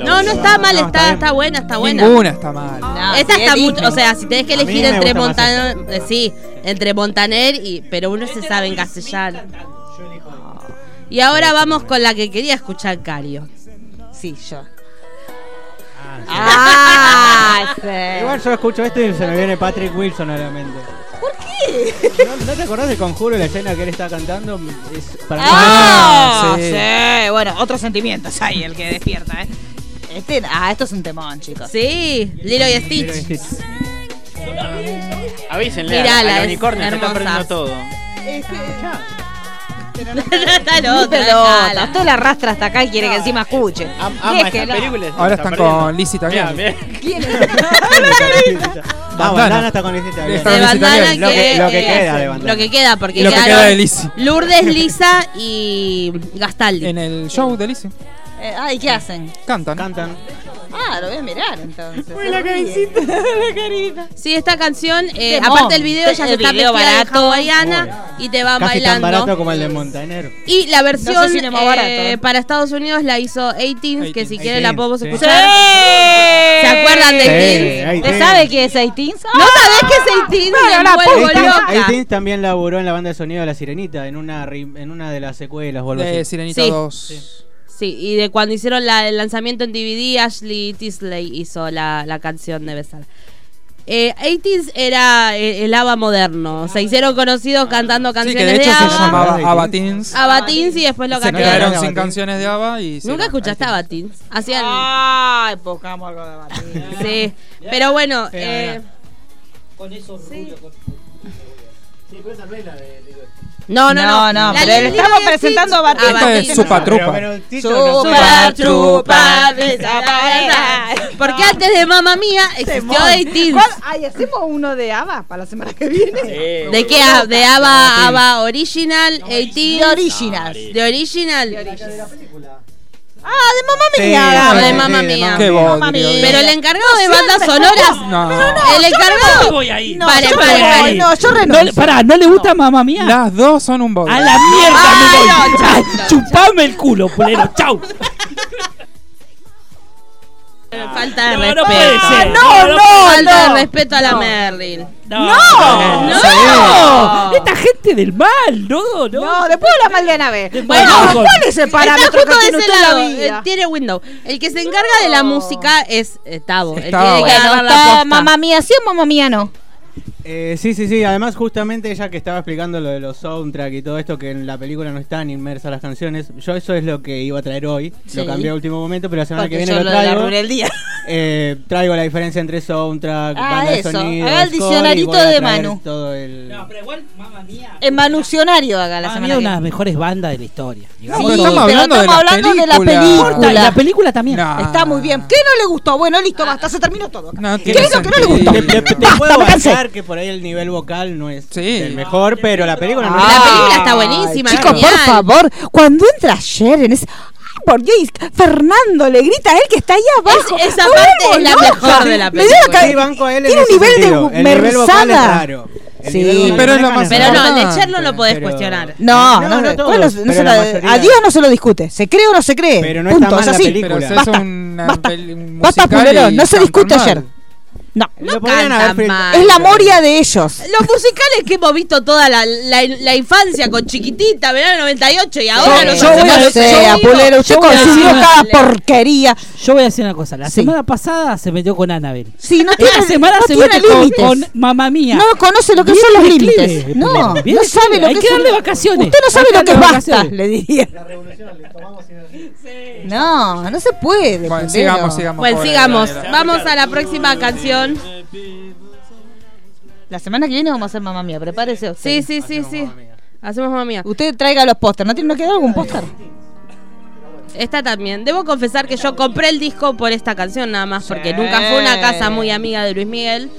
Speaker 5: No, no está mal, está, está buena, está buena.
Speaker 7: Ninguna está mal.
Speaker 3: No,
Speaker 5: Esta
Speaker 3: Ah, sí,
Speaker 5: está
Speaker 3: es
Speaker 5: mucho,
Speaker 3: Disney.
Speaker 5: o sea, si tenés que
Speaker 3: A mí
Speaker 5: elegir
Speaker 3: me
Speaker 5: entre
Speaker 3: gusta más
Speaker 5: Montaner, eh, sí, entre Montaner y pero uno se sabe en castellano. Y ahora vamos con la que quería escuchar Cario.
Speaker 3: Sí, yo.
Speaker 5: [LAUGHS]
Speaker 3: Ah, sí.
Speaker 11: Igual yo escucho esto y se me viene Patrick Wilson a la mente. ¿Por qué? ¿No, no te acordás del conjuro la escena que él está cantando? Es para mí-
Speaker 3: Ah, sí. Bueno, otros sentimientos hay el que despierta, ¿eh? Este, ah, esto es un temón, chicos.
Speaker 5: Sí, Lilo y [LAUGHS] Stitch.
Speaker 14: Avísenle al-
Speaker 5: Mirala,
Speaker 14: al
Speaker 5: es
Speaker 14: unicornio, se
Speaker 5: hermosa.
Speaker 14: está perdiendo todo.
Speaker 11: Ah,
Speaker 5: Está
Speaker 3: Ni pelota. Usted la arrastra hasta acá y quiere que encima escuche.
Speaker 14: Ama estas
Speaker 3: Déjela.
Speaker 14: películas.
Speaker 7: Ahora están con Lizzie también.
Speaker 11: Ah, bandana está con este
Speaker 7: De
Speaker 11: tablero.
Speaker 5: bandana
Speaker 11: Lo que,
Speaker 5: que-
Speaker 11: lo que
Speaker 5: eh,
Speaker 11: queda de bandana.
Speaker 5: Lo que queda, porque
Speaker 7: Y lo que
Speaker 5: quedaron
Speaker 7: queda de Lizzie.
Speaker 5: Lourdes, Lisa y Gastaldi.
Speaker 7: En el show de Lizzie.
Speaker 3: Eh, ay, ¿qué hacen?
Speaker 7: Cantan. Cantan.
Speaker 3: Ah, lo voy a mirar entonces. eh.
Speaker 5: la cabecita, la carita. Sí, esta canción, eh,
Speaker 3: Temón.
Speaker 5: aparte el video ya
Speaker 3: El
Speaker 5: se está
Speaker 3: video
Speaker 5: vestida de
Speaker 3: barato.
Speaker 5: hawaiana y te va
Speaker 11: Casi tan
Speaker 5: bailando.
Speaker 11: barato como el de Montanero.
Speaker 5: Y la versión
Speaker 3: No sé si le más
Speaker 5: eh,
Speaker 3: barato, ¿eh?
Speaker 5: para Estados Unidos la hizo 18 que si quieren la
Speaker 11: 18s,
Speaker 5: podemos
Speaker 11: sí.
Speaker 5: escuchar. ¿Se acuerdan de
Speaker 11: Sí,
Speaker 5: 18s?
Speaker 11: 18s.
Speaker 3: ¿Usted sabe qué es 18?
Speaker 5: ¿No sabés qué es 18s? Me
Speaker 3: la
Speaker 5: vuelvo
Speaker 11: Hastings-
Speaker 5: loca.
Speaker 11: Hastings también laburó en la banda de sonido de La Sirenita, en una, ri- en una de las secuelas. o algo
Speaker 7: De
Speaker 11: así.
Speaker 7: Sirenita
Speaker 5: Sí.
Speaker 7: 2.
Speaker 5: Sí, y de cuando hicieron la- el lanzamiento en DVD, Ashley Tisley hizo la, la canción de Besar. Eh, 80s era eh, el ABBA moderno. Se hicieron conocidos cantando
Speaker 7: Sí,
Speaker 5: canciones
Speaker 7: que de hecho se
Speaker 5: ABBA.
Speaker 7: llamaba Abatins.
Speaker 5: ABBA Teens y después lo
Speaker 7: Se quedaron
Speaker 5: cambiaron.
Speaker 7: sin canciones de ABBA y...
Speaker 5: Nunca escuchaste ABBA Teens. Hacían... Ay, pocamos algo de ABBA Sí, pero bueno...
Speaker 16: Pero
Speaker 5: eh,
Speaker 16: Con esos rulos. Sí, pero esa no es la de Lilo y Stitch.
Speaker 5: No, no,
Speaker 3: No,
Speaker 5: no.
Speaker 3: no,
Speaker 5: La
Speaker 3: pero
Speaker 5: Lili
Speaker 3: le estamos
Speaker 5: Lili
Speaker 3: presentando a
Speaker 5: Stitch.
Speaker 3: Batista.
Speaker 5: Ah, Batista.
Speaker 7: Esto es Supa Trupa.
Speaker 11: Pero, pero, Tito, no sé.
Speaker 5: Supa trupa, desaparece. Porque antes de Mamma Mía existió
Speaker 3: Temón.
Speaker 5: 80s.
Speaker 3: ¿Cuál? Ay, hacemos uno de ABBA para la semana que viene.
Speaker 5: ¿De qué? Ah, ¿De ABBA, ABBA Original, 80s? De Original. De Original. Ah, de Mamma
Speaker 3: Sí,
Speaker 5: Mía.
Speaker 3: sí,
Speaker 5: de
Speaker 3: sí,
Speaker 5: Mamma
Speaker 3: de
Speaker 5: Mía.
Speaker 3: Mamma Qué Mía. bodrio.
Speaker 5: Pero el encargado
Speaker 3: No,
Speaker 5: de bandas
Speaker 3: siempre,
Speaker 5: sonoras.
Speaker 3: ¿cómo? Pero no,
Speaker 5: el
Speaker 3: yo
Speaker 5: encargado.
Speaker 3: me voy
Speaker 4: ahí.
Speaker 5: No, Para,
Speaker 3: yo me
Speaker 5: para,
Speaker 3: voy
Speaker 5: para.
Speaker 3: ahí. No, yo renuncio.
Speaker 4: No, pará, ¿no le gusta mamá mía?
Speaker 7: Las dos son un bodrio.
Speaker 4: A la mierda me voy. Ay, chupame el culo, pulero. Chau.
Speaker 5: Falta de
Speaker 4: No, no
Speaker 5: respeto.
Speaker 4: puede ser.
Speaker 3: Ah, No, no,
Speaker 5: Falta
Speaker 3: no.
Speaker 5: de respeto a la Merlin.
Speaker 4: No.
Speaker 5: No.
Speaker 4: No. Esta gente del mal. No, no.
Speaker 3: No, después la mal de Anabel. Bueno,
Speaker 4: Bueno,
Speaker 3: ¿cuál es el parámetro
Speaker 5: Está
Speaker 3: que
Speaker 5: justo
Speaker 3: tiene
Speaker 5: de
Speaker 3: usted
Speaker 5: ese
Speaker 3: la
Speaker 5: lado.
Speaker 3: vida?
Speaker 5: Eh, Tiene Windows. El que se encarga de la música es eh, Tavo. Él
Speaker 11: Tavo.
Speaker 5: tiene que
Speaker 11: Bueno,
Speaker 5: agarrar la
Speaker 11: está,
Speaker 5: posta.
Speaker 11: mamá
Speaker 24: mía sí o mamá mía no.
Speaker 11: Eh, sí, sí, sí. Además, justamente ella que estaba explicando lo de los soundtrack y todo esto, que en la película no están inmersas las canciones. Yo eso es lo que iba a traer hoy.
Speaker 24: Sí.
Speaker 11: Lo cambié a último momento, pero la semana
Speaker 24: Porque
Speaker 11: que viene
Speaker 24: yo
Speaker 11: lo
Speaker 24: lo- la
Speaker 11: traigo.
Speaker 24: arruiné el
Speaker 3: [LAUGHS]
Speaker 24: día.
Speaker 11: Eh, traigo la diferencia entre soundtrack,
Speaker 24: Ah,
Speaker 11: banda
Speaker 24: eso.
Speaker 11: de sonido.
Speaker 24: Haga el
Speaker 11: score, y
Speaker 24: diccionarito
Speaker 11: voy a
Speaker 24: de
Speaker 11: traer
Speaker 24: Manu.
Speaker 11: Todo el...
Speaker 24: En Manucionario haga la
Speaker 3: Ah,
Speaker 4: Para mí
Speaker 24: semana. que
Speaker 4: es una de las
Speaker 24: viene.
Speaker 4: mejores bandas de la historia.
Speaker 24: Sí, pero estamos hablando de la película.
Speaker 4: Importa, y la película también.
Speaker 3: Está muy bien. ¿Qué no le gustó? Bueno, listo, basta, se terminó todo. acá. ¿Qué
Speaker 11: tiene
Speaker 3: es lo que no le gustó?
Speaker 11: sentido. Te, te
Speaker 3: Basta,
Speaker 11: puedo
Speaker 3: me cansé.
Speaker 11: bancar que por ahí el nivel vocal no es el mejor, pero la película no
Speaker 3: Ah,
Speaker 11: es
Speaker 3: la
Speaker 5: película está buenísima,
Speaker 3: Chicos,
Speaker 5: genial.
Speaker 3: por favor, cuando entra ayer en ese. Ay, por Dios, Fernando le grita a él que está ahí abajo.
Speaker 5: Es- esa
Speaker 3: Me
Speaker 5: parte
Speaker 3: vuelvo
Speaker 5: es la
Speaker 3: loca.
Speaker 5: mejor de la
Speaker 3: Me dio
Speaker 5: película.
Speaker 3: ca-
Speaker 5: Sí, banco a él en
Speaker 3: Tiene
Speaker 5: ese
Speaker 3: un nivel
Speaker 5: sentido.
Speaker 3: de
Speaker 5: El nivel vocal es
Speaker 3: merzada.
Speaker 5: raro.
Speaker 3: El nivel vocal
Speaker 5: Pero es
Speaker 3: la
Speaker 5: más Pero no, el de Cher no lo podés cuestionar.
Speaker 3: No, no,
Speaker 11: No, no
Speaker 3: no,
Speaker 11: todos,
Speaker 3: bueno, no se
Speaker 11: pero
Speaker 3: la-
Speaker 11: la mayoría.
Speaker 3: a Dios no se lo discute. ¿Se cree o no se cree?
Speaker 11: Pero no
Speaker 3: Punto,
Speaker 11: está mal
Speaker 3: es
Speaker 11: la
Speaker 3: así.
Speaker 11: película. Pero se
Speaker 3: Basta,
Speaker 11: hace
Speaker 3: basta, basta,
Speaker 11: musical
Speaker 3: pulero,
Speaker 11: y
Speaker 3: no se
Speaker 11: tan
Speaker 3: discute
Speaker 11: formal.
Speaker 3: ayer. No,
Speaker 11: Lo
Speaker 5: podrían haber filtrado. mal.
Speaker 3: Es la moria de ellos.
Speaker 5: Los musicales que hemos visto toda la, la, la infancia con chiquitita, verano 98 y ahora
Speaker 3: yo,
Speaker 5: los
Speaker 3: yo voy
Speaker 5: hacemos
Speaker 3: a
Speaker 5: los
Speaker 3: ser
Speaker 5: oídos.
Speaker 3: apulero, usted
Speaker 5: Yo voy a
Speaker 3: consiguió
Speaker 5: decir-
Speaker 3: cada porquería.
Speaker 4: Yo voy a decir una cosa. La
Speaker 3: Sí.
Speaker 4: semana pasada se metió con Annabel.
Speaker 3: Sí, no
Speaker 4: Esta
Speaker 3: tiene-
Speaker 4: semana
Speaker 3: no
Speaker 4: se
Speaker 3: tiene
Speaker 4: mete con,
Speaker 3: límites.
Speaker 4: con mamá mía.
Speaker 3: No conoce lo que
Speaker 4: Bien
Speaker 3: son los
Speaker 4: declive,
Speaker 3: límites. No,
Speaker 4: Pulero, bien
Speaker 3: no
Speaker 4: declive.
Speaker 3: sabe lo
Speaker 4: Hay
Speaker 3: que
Speaker 4: que
Speaker 3: son-
Speaker 4: darle vacaciones.
Speaker 3: Usted no
Speaker 4: Hay
Speaker 3: sabe lo
Speaker 4: darle
Speaker 3: que es basta,
Speaker 4: vacaciones.
Speaker 3: le diría. No, no se puede.
Speaker 7: Bueno,
Speaker 3: Pulero.
Speaker 7: sigamos, sigamos.
Speaker 5: Bueno,
Speaker 7: pobre
Speaker 5: sigamos.
Speaker 7: Daniela.
Speaker 5: Vamos a la próxima canción.
Speaker 3: La semana que viene vamos a hacer mamá mía, prepárese usted.
Speaker 5: Sí, sí, sí, sí. Hacemos mamá mía.
Speaker 3: Usted traiga los pósters, ¿no tiene no queda algún póster?
Speaker 5: Esta también. Debo confesar que yo compré el disco por esta canción nada más, porque nunca fue una casa muy amiga de Luis Miguel.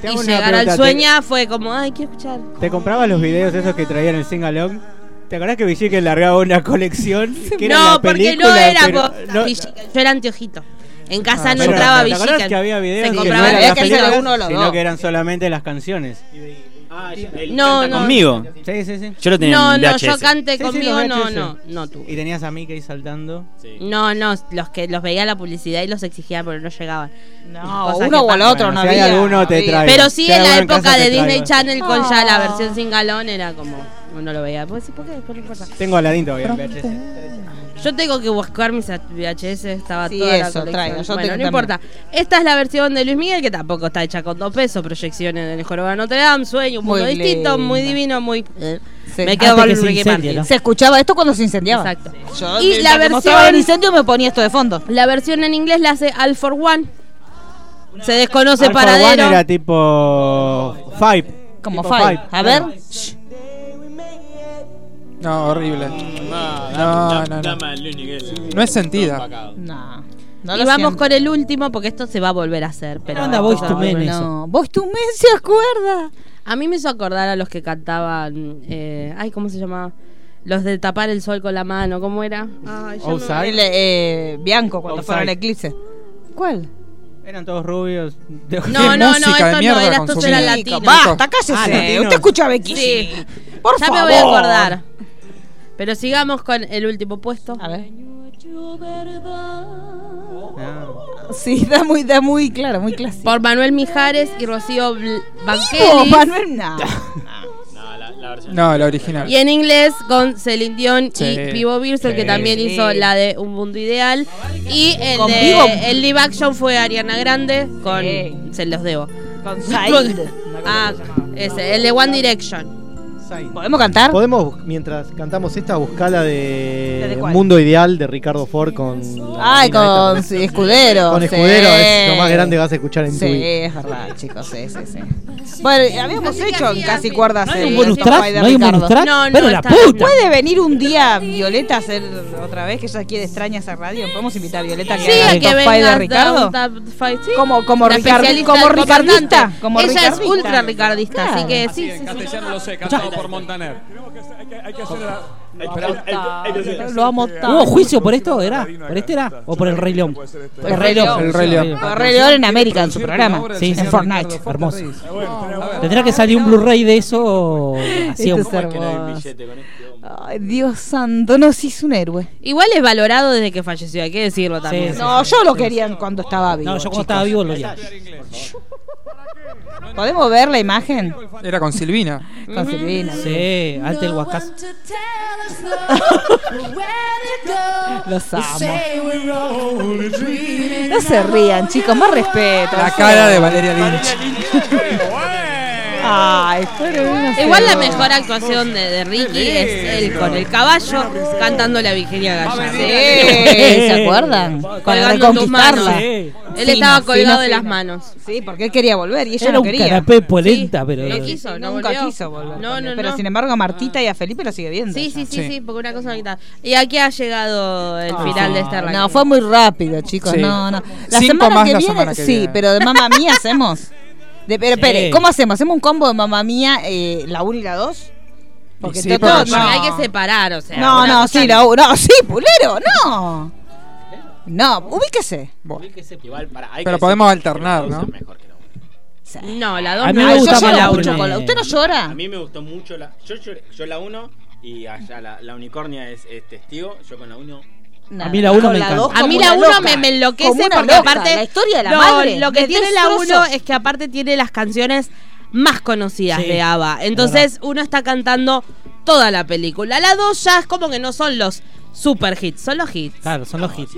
Speaker 11: Te hago
Speaker 5: Y
Speaker 11: una
Speaker 5: llegar
Speaker 11: pregunta,
Speaker 5: al
Speaker 11: te-
Speaker 5: sueña fue como, ay, quiero escuchar.
Speaker 11: ¿Te comprabas los videos esos que traían el singalong? ¿Te acordás que Villique largaba una colección? Que era
Speaker 5: no,
Speaker 11: la
Speaker 5: porque
Speaker 11: película,
Speaker 5: no era
Speaker 11: pero
Speaker 5: po-
Speaker 11: no- Ah,
Speaker 5: Villiquen, Yo era anteojito. En casa no
Speaker 11: pero
Speaker 5: entraba
Speaker 11: ¿te acordás
Speaker 5: Villiquen.
Speaker 11: que había videos
Speaker 5: Se
Speaker 11: que
Speaker 5: compraba
Speaker 11: no
Speaker 5: el
Speaker 11: eran
Speaker 5: disco.
Speaker 11: las películas, sino
Speaker 5: dos.
Speaker 11: que eran solamente las canciones?
Speaker 5: No, no.
Speaker 11: ¿Conmigo? Sí, sí, sí.
Speaker 14: Yo lo tenía
Speaker 5: No,
Speaker 14: en
Speaker 5: no,
Speaker 14: VHS.
Speaker 5: yo cante
Speaker 11: Sí, sí,
Speaker 5: conmigo,
Speaker 11: los
Speaker 5: no,
Speaker 11: VHS.
Speaker 5: no, no tú.
Speaker 11: Y tenías a Mickey saltando.
Speaker 5: No, no, los que los veía la publicidad y los exigía, pero no llegaban.
Speaker 3: No,
Speaker 5: Cosas
Speaker 3: uno
Speaker 5: que
Speaker 3: o el
Speaker 5: pasan.
Speaker 3: otro no
Speaker 11: si hay
Speaker 3: había.
Speaker 11: alguno, te
Speaker 3: no había.
Speaker 11: traigo.
Speaker 5: Pero sí
Speaker 11: Si hay
Speaker 5: en la
Speaker 11: alguno en
Speaker 5: época
Speaker 11: casa,
Speaker 5: de
Speaker 11: te traigo.
Speaker 5: Disney Channel con ya la
Speaker 3: Ah.
Speaker 5: versión sin galón era como uno lo veía. Pues sí, ¿por qué? Después no importa.
Speaker 11: Tengo a Aladín todavía en VHS.
Speaker 5: Yo tengo que buscar mis VHS, estaba
Speaker 3: Sí,
Speaker 5: toda la
Speaker 3: eso,
Speaker 5: colección.
Speaker 3: traigo, yo
Speaker 5: bueno,
Speaker 3: tengo
Speaker 5: no importa. Esta es la versión de Luis Miguel, que tampoco está hecha con dos pesos, proyecciones del Jorobado de Notre Dame, sueño, un
Speaker 3: Muy
Speaker 5: mundo distinto,
Speaker 3: linda. Eh,
Speaker 5: muy divino, muy...
Speaker 3: Sí.
Speaker 5: Me quedo
Speaker 3: Antes
Speaker 5: con
Speaker 3: que se
Speaker 5: Ricky
Speaker 3: incendie,
Speaker 5: Martin.
Speaker 3: ¿no? Se escuchaba esto cuando se incendiaba.
Speaker 5: Exacto.
Speaker 3: Yo,
Speaker 5: Y
Speaker 3: mientras
Speaker 5: la
Speaker 3: que mostraba
Speaker 5: versión-
Speaker 3: el incendio me ponía esto de fondo.
Speaker 5: La versión en inglés la hace All for One. Se desconoce
Speaker 11: Alpha One
Speaker 5: paradero.
Speaker 11: era tipo. Five.
Speaker 3: Como
Speaker 11: Tipo
Speaker 3: Five. A ver.
Speaker 7: No, horrible. No, no, no. No es sentida.
Speaker 3: No.
Speaker 5: y
Speaker 3: lo
Speaker 5: vamos
Speaker 3: siento.
Speaker 5: con el último porque esto se va a volver a hacer. Pero
Speaker 4: Anda,
Speaker 5: esto
Speaker 4: Boyz
Speaker 5: se
Speaker 4: II
Speaker 5: va a volver-
Speaker 4: Men,
Speaker 5: no.
Speaker 4: eso.
Speaker 3: Vos tu men se acuerda.
Speaker 5: A mí me hizo acordar a los que cantaban. eh, ay, ¿cómo se llamaba? Los de tapar el sol con la mano, ¿cómo era?
Speaker 3: Ah.
Speaker 5: Ay, yo no-
Speaker 3: El, eh, Bianco cuando
Speaker 11: Outside.
Speaker 3: fueron al eclipse. ¿Cuál?
Speaker 11: Eran todos rubios. [LAUGHS]
Speaker 5: No, no, no, esto no, era, esto era latino. Ah,
Speaker 3: Basta, cállese. Usted escucha a Becky.
Speaker 5: Sí.
Speaker 3: Por
Speaker 5: ya
Speaker 3: favor.
Speaker 5: me voy a acordar. Pero sigamos con el último puesto. A
Speaker 3: ver.
Speaker 11: Ah.
Speaker 3: Sí, da muy, da muy claro, muy clásico.
Speaker 5: Por Manuel Mijares y Rocío Bl-
Speaker 3: Oh,
Speaker 5: Banquelis.
Speaker 3: Manuel, no.
Speaker 7: No, la original.
Speaker 5: Y en inglés con Celine Dion
Speaker 7: Sí.
Speaker 5: y Vivo Birzel, que
Speaker 7: Sí.
Speaker 5: también
Speaker 7: Sí.
Speaker 5: hizo la de Un Mundo Ideal. Y el,
Speaker 3: Con
Speaker 5: de-
Speaker 3: Vivo.
Speaker 5: el live action fue Ariana Grande con Se los debo. Con Said. ah, ese, el de One Direction.
Speaker 3: ¿Podemos cantar?
Speaker 16: Podemos, mientras cantamos esta, buscar la de,
Speaker 3: ¿La de cuál?
Speaker 16: Mundo Ideal de Ricardo Ford con. la
Speaker 3: Ay,
Speaker 16: mina esta.
Speaker 3: con sí, Escudero.
Speaker 16: Con
Speaker 3: sí.
Speaker 16: Escudero es lo más grande que vas a escuchar en
Speaker 3: Sí,
Speaker 16: tu vida.
Speaker 3: es verdad, chicos, sí, sí, sí. Bueno, habíamos hecho en casi cuerdas.
Speaker 16: ¿No hay un
Speaker 3: el
Speaker 16: bonus
Speaker 3: Stop
Speaker 16: track?
Speaker 3: by de
Speaker 16: ¿No hay un
Speaker 3: Ricardo.
Speaker 16: bonus track? No, no, Pero la está bien. puta.
Speaker 3: ¿Puede venir un día Violeta a hacer otra vez que ella quiere extraña esa radio? ¿Podemos invitar a Violeta que
Speaker 5: Sí,
Speaker 3: haga
Speaker 5: a
Speaker 3: el
Speaker 5: que
Speaker 3: Top by
Speaker 5: venga
Speaker 3: de Ricardo? Como, como,
Speaker 5: La
Speaker 3: Ricard-
Speaker 5: especialista
Speaker 3: como
Speaker 5: del
Speaker 3: Ricardista.
Speaker 5: comandante.
Speaker 3: Como
Speaker 5: Ella es
Speaker 3: Ricardista.
Speaker 5: ultra ricardista, así
Speaker 3: Claro.
Speaker 5: que
Speaker 25: Así,
Speaker 5: sí,
Speaker 25: en
Speaker 5: sí, sí.
Speaker 25: castellano lo sé, cantado por Montaner.
Speaker 4: Lo amo tanto. ¿Hubo juicio por esto? ¿Era? ¿Por este era? ¿O por el Rey León?
Speaker 3: El Rey León.
Speaker 4: El Rey León.
Speaker 3: Por Rey León en América, en su programa.
Speaker 4: Sí, en Fortnite. Hermoso.
Speaker 3: bueno.
Speaker 4: Tendrá que salir un Blu-ray de eso. Así
Speaker 3: Esto
Speaker 4: un
Speaker 3: Este es hermoso.
Speaker 14: este.
Speaker 3: Ay, Dios santo, nos hizo un héroe.
Speaker 5: Igual es valorado desde que falleció, hay que decirlo también.
Speaker 3: No, yo lo quería cuando estaba vivo.
Speaker 4: No, yo cuando
Speaker 3: chicos.
Speaker 4: estaba vivo lo odiaba.
Speaker 3: ¿Podemos ver la imagen?
Speaker 7: Era con Silvina.
Speaker 3: Con
Speaker 5: Mm.
Speaker 3: Silvina.
Speaker 4: Sí, antes el Huacas.
Speaker 3: Los amo. No se rían, chicos, más respeto.
Speaker 7: La cara de Valeria Lynch.
Speaker 3: Ay, pero una
Speaker 5: Igual la
Speaker 3: fedora.
Speaker 5: mejor actuación de, de Ricky es él con el caballo cantando la Virginia Gallardo.
Speaker 3: Sí, ¿se acuerdan? Con
Speaker 5: Colgando tus
Speaker 3: reconquistarla.
Speaker 5: manos. Él estaba colgado de las manos.
Speaker 3: Sí, porque él quería volver y ella
Speaker 5: Era
Speaker 3: no
Speaker 5: un
Speaker 3: quería.
Speaker 4: Carapé polenta, pero.
Speaker 5: No quiso, no
Speaker 3: Nunca
Speaker 5: volvió.
Speaker 3: quiso volver.
Speaker 5: No,
Speaker 3: también,
Speaker 5: no,
Speaker 3: pero
Speaker 5: no.
Speaker 3: sin embargo a Martita y a Felipe lo sigue viendo.
Speaker 5: Sí,
Speaker 3: ya.
Speaker 5: sí, sí, sí, porque una cosa ahorita. Y aquí ha llegado el final de este ranking.
Speaker 3: Ah. No, fue muy rápido, chicos.
Speaker 5: Sí.
Speaker 3: No, no. La
Speaker 5: Cinco
Speaker 3: semana
Speaker 5: más
Speaker 3: que
Speaker 5: la
Speaker 3: viene,
Speaker 5: semana que
Speaker 3: sí,
Speaker 5: viene.
Speaker 3: pero de mamá mía hacemos. De, pero,
Speaker 5: Sí.
Speaker 3: espere, ¿cómo hacemos? ¿Hacemos un combo de mamá mía, eh, la 1 y la 2? Porque
Speaker 5: Sí,
Speaker 3: Toto,
Speaker 5: porque
Speaker 3: no.
Speaker 5: hay que separar, o sea.
Speaker 3: No,
Speaker 5: una
Speaker 3: no,
Speaker 5: cosa-
Speaker 3: sí, la 1. No, sí, pulero, no. No, ubíquese.
Speaker 7: Pero podemos alternar, ¿no?
Speaker 5: No, la
Speaker 7: A
Speaker 5: 2
Speaker 7: mí
Speaker 5: no.
Speaker 3: Ah,
Speaker 7: me
Speaker 5: Ay,
Speaker 7: gusta
Speaker 5: yo
Speaker 7: más
Speaker 5: lloro
Speaker 7: la
Speaker 5: mucho
Speaker 7: primera.
Speaker 5: con la- ¿Usted no llora?
Speaker 14: A mí me gustó mucho la. Yo, lloré- yo la 1 y allá la, la unicornia es, es testigo. Yo con la 1.
Speaker 4: A
Speaker 3: Nada.
Speaker 4: mí la uno
Speaker 3: Con
Speaker 4: me
Speaker 3: la
Speaker 4: encanta.
Speaker 3: dos
Speaker 5: A mí
Speaker 3: como
Speaker 5: la
Speaker 3: una
Speaker 5: 1
Speaker 3: loca.
Speaker 5: me, me enloquece
Speaker 3: Como una
Speaker 5: porque
Speaker 3: loca,
Speaker 5: aparte.
Speaker 3: la historia de la
Speaker 5: no,
Speaker 3: madre,
Speaker 5: Lo que
Speaker 3: de
Speaker 5: tiene la 1
Speaker 3: destrozos.
Speaker 5: es que aparte tiene las canciones más conocidas
Speaker 3: Sí,
Speaker 5: de ABBA.
Speaker 3: es
Speaker 5: Entonces uno está cantando toda la película. La 2 ya es como que no son los super hits, son los hits.
Speaker 4: Claro, son los hits.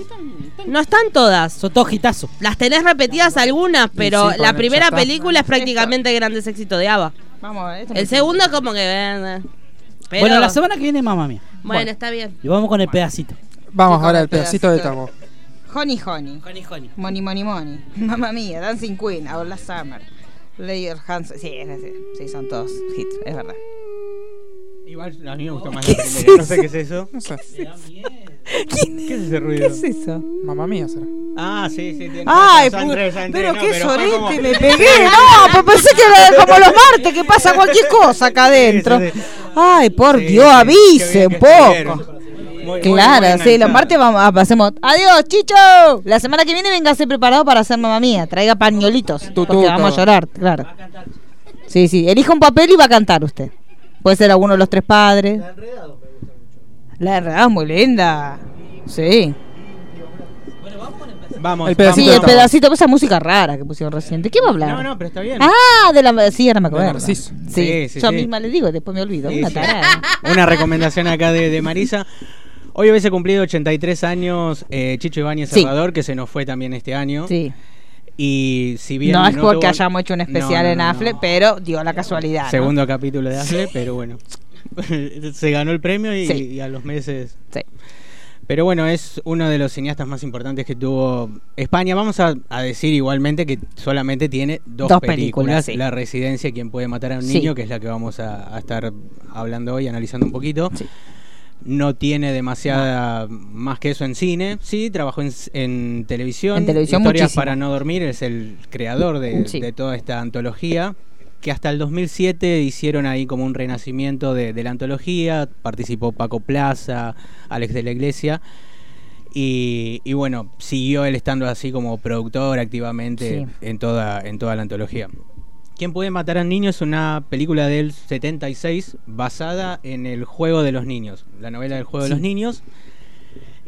Speaker 5: No están todas.
Speaker 4: Son todos hitazos.
Speaker 5: Las tenés repetidas algunas,
Speaker 4: sí,
Speaker 5: pero la
Speaker 4: bueno, ya
Speaker 5: primera
Speaker 4: está.
Speaker 5: película es prácticamente grandes éxitos de ABBA.
Speaker 3: Vamos, esto me-
Speaker 5: El segundo como que... eh, pero-
Speaker 4: Bueno, la semana que viene, mamá mía.
Speaker 5: Bueno, está bien.
Speaker 4: Y vamos con el pedacito.
Speaker 7: Vamos ahora al pedacito de Tabo.
Speaker 3: Honey Honey. Honey Honey. Money Money Money. [LAUGHS] Mamma mía, Dancing Queen, Aula Summer. Lay Your Hands. Sí, es ese. sí, son todos hits, es verdad.
Speaker 11: Igual a mí me gustó más
Speaker 3: ¿Qué
Speaker 11: la
Speaker 3: es
Speaker 11: primera. No sé
Speaker 3: eso?
Speaker 11: qué es eso.
Speaker 7: No sé.
Speaker 11: ¿Qué es ese ruido?
Speaker 3: ¿Qué es eso?
Speaker 7: Mamá mía será.
Speaker 11: Ah, sí, sí. tiene-
Speaker 3: Ay,
Speaker 11: ya
Speaker 3: pu-
Speaker 11: entré, ya entré,
Speaker 3: pero
Speaker 11: no,
Speaker 3: qué
Speaker 11: fue
Speaker 3: sorete,
Speaker 11: como-
Speaker 3: me
Speaker 11: [LAUGHS]
Speaker 3: pegué. No, pues pensé que era como los martes, que pasa cualquier cosa acá adentro. Ay, por Dios, avise un poco. Claro, sí, los martes vamos, ah, hacemos. Adiós, chicho. La semana que viene vengase preparado para hacer mamá mía. Traiga pañuelitos. Porque vamos a
Speaker 5: todo.
Speaker 3: llorar, claro. Sí, sí, elija un papel y va a cantar usted. Puede ser alguno de los tres padres. La enredada es muy linda. Sí.
Speaker 11: Vamos.
Speaker 7: El pedacito
Speaker 3: sí,
Speaker 7: de
Speaker 3: el
Speaker 7: Tabo.
Speaker 3: pedacito, esa música rara que pusieron reciente. ¿Qué va a hablar?
Speaker 11: No, no, pero está bien.
Speaker 3: Ah, de la. Sí, ahora me acuerdo.
Speaker 11: De Narciso.
Speaker 3: Sí,
Speaker 11: Sí, sí,
Speaker 3: yo
Speaker 11: sí.
Speaker 3: misma le digo, después me olvido.
Speaker 11: Sí,
Speaker 3: Una
Speaker 11: sí. [LAUGHS]
Speaker 3: tarada.
Speaker 11: Una recomendación acá de, de Marisa. Hoy hubiese cumplido 83 años eh, Chicho Ibáñez
Speaker 3: Sí.
Speaker 11: Salvador, que se nos fue también este año.
Speaker 3: Sí.
Speaker 11: Y si bien.
Speaker 3: no es porque
Speaker 11: tuvo-
Speaker 3: hayamos hecho un especial
Speaker 11: No, no,
Speaker 3: en
Speaker 11: no,
Speaker 3: AFLE, pero dio la casualidad. ¿no?
Speaker 11: Segundo capítulo de AFLE, pero bueno. [LAUGHS] se ganó el premio y,
Speaker 3: Sí.
Speaker 11: y a los meses.
Speaker 3: Sí.
Speaker 11: Pero bueno, es uno de los cineastas más importantes que tuvo España. Vamos a, a decir igualmente que solamente tiene dos,
Speaker 3: Dos películas,
Speaker 11: películas.
Speaker 3: sí.
Speaker 11: La residencia, quien puede matar a un
Speaker 3: Sí.
Speaker 11: niño, que es la que vamos a, a estar hablando hoy, analizando un poquito. No tiene demasiada más que eso en cine. Sí, trabajó en, en televisión.
Speaker 3: En televisión
Speaker 11: Historias
Speaker 3: muchísimo.
Speaker 11: para no dormir es el creador de,
Speaker 3: Sí.
Speaker 11: de toda esta antología que hasta el 2007 hicieron ahí como un renacimiento de, de la antología, participó Paco Plaza, Alex de la Iglesia, y, y bueno, siguió él estando así como productor activamente
Speaker 3: Sí.
Speaker 11: en, toda, en toda la antología. ¿Quién puede matar a niños? Es una película del 76 basada en El juego de los niños, la novela del juego
Speaker 4: Sí.
Speaker 11: de los niños.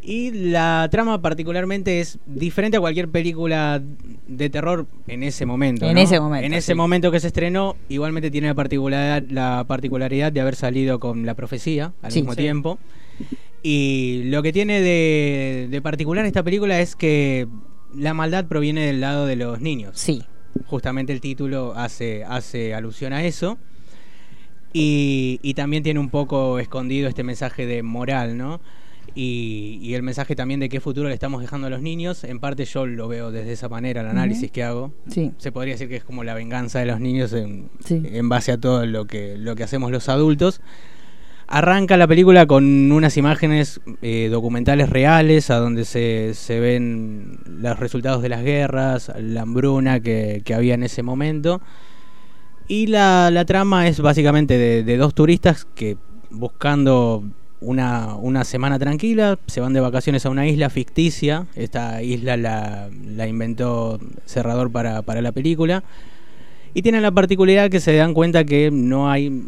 Speaker 11: Y la trama particularmente es diferente a cualquier película de terror en ese momento.
Speaker 3: En
Speaker 11: ¿no?
Speaker 3: ese momento,
Speaker 11: En
Speaker 3: sí.
Speaker 11: ese momento que se estrenó, igualmente tiene la particularidad, la particularidad de haber salido con la profecía al
Speaker 3: Sí.
Speaker 11: mismo
Speaker 3: Sí.
Speaker 11: tiempo. Y lo que tiene de, de particular esta película es que la maldad proviene del lado de los niños.
Speaker 3: Sí.
Speaker 11: justamente el título hace, hace alusión a eso. Y, y también tiene un poco escondido este mensaje de moral, ¿no? Y, y el mensaje también de qué futuro le estamos dejando a los niños. En parte yo lo veo desde esa manera, el análisis
Speaker 26: Ujú.
Speaker 11: que hago.
Speaker 26: Sí.
Speaker 11: Se podría decir que es como la venganza de los niños en,
Speaker 26: Sí.
Speaker 11: en base a todo lo que, lo que hacemos los adultos. Arranca la película con unas imágenes eh, documentales reales, a donde se, se ven los resultados de las guerras, la hambruna que, que había en ese momento. Y la, la trama es básicamente de, de dos turistas que buscando una, una semana tranquila, se van de vacaciones a una isla ficticia. Esta isla la, la inventó Cerrador para, para la película. Y tienen la particularidad que se dan cuenta que no hay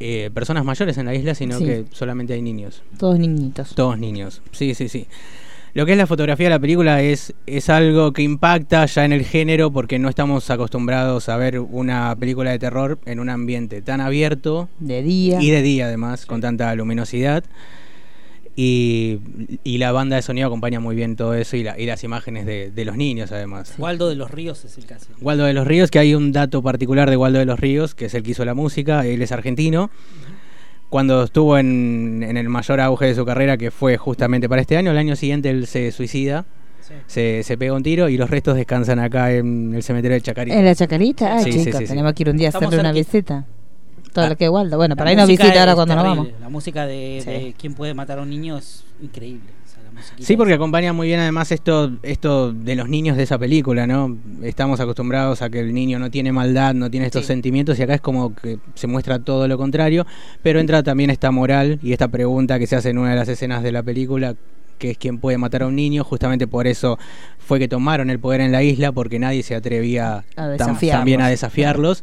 Speaker 11: eh, personas mayores en la isla, sino
Speaker 26: Sí.
Speaker 11: que solamente hay niños.
Speaker 26: Todos niñitos.
Speaker 11: Todos niños, sí, sí, sí. Lo que es la fotografía de la película es, es algo que impacta ya en el género porque no estamos acostumbrados a ver una película de terror en un ambiente tan abierto
Speaker 26: De día.
Speaker 11: y de día además, con tanta luminosidad. Y, y la banda de sonido acompaña muy bien todo eso y, la- y las imágenes de, de los niños además.
Speaker 26: Waldo de los Ríos es el caso.
Speaker 11: Waldo de los Ríos, que hay un dato particular de Waldo de los Ríos, que es el que hizo la música, él es argentino. Cuando estuvo en, en el mayor auge de su carrera, que fue justamente para este año, el año siguiente él se suicida, se, se pega un tiro y los restos descansan acá en el cementerio de Chacarita.
Speaker 26: ¿En la chacarita? Ah,
Speaker 11: Sí, sí,
Speaker 26: chicos,
Speaker 11: sí, sí.
Speaker 26: tenemos que ir un día a
Speaker 8: Estamos
Speaker 26: hacerle una
Speaker 8: cerquita.
Speaker 26: visita. Todo lo que es Waldo. Bueno,
Speaker 8: La
Speaker 26: para ahí nos
Speaker 8: música
Speaker 26: visita ahora
Speaker 8: es
Speaker 26: cuando nos
Speaker 8: terrible.
Speaker 26: vamos.
Speaker 8: La música de,
Speaker 26: Sí.
Speaker 8: de quién puede matar a un niño es increíble. O sea, la musiquita
Speaker 11: Sí, porque acompaña muy bien además esto, esto de los niños de esa película, ¿no? Estamos acostumbrados a que el niño no tiene maldad, no tiene estos sentimientos y acá es como que se muestra todo lo contrario, pero entra también esta moral y esta pregunta que se hace en una de las escenas de la película, que es quién puede matar a un niño, justamente por eso fue que tomaron el poder en la isla, porque nadie se atrevía
Speaker 26: A
Speaker 11: tam-
Speaker 26: desafiarlos.
Speaker 11: también a desafiarlos.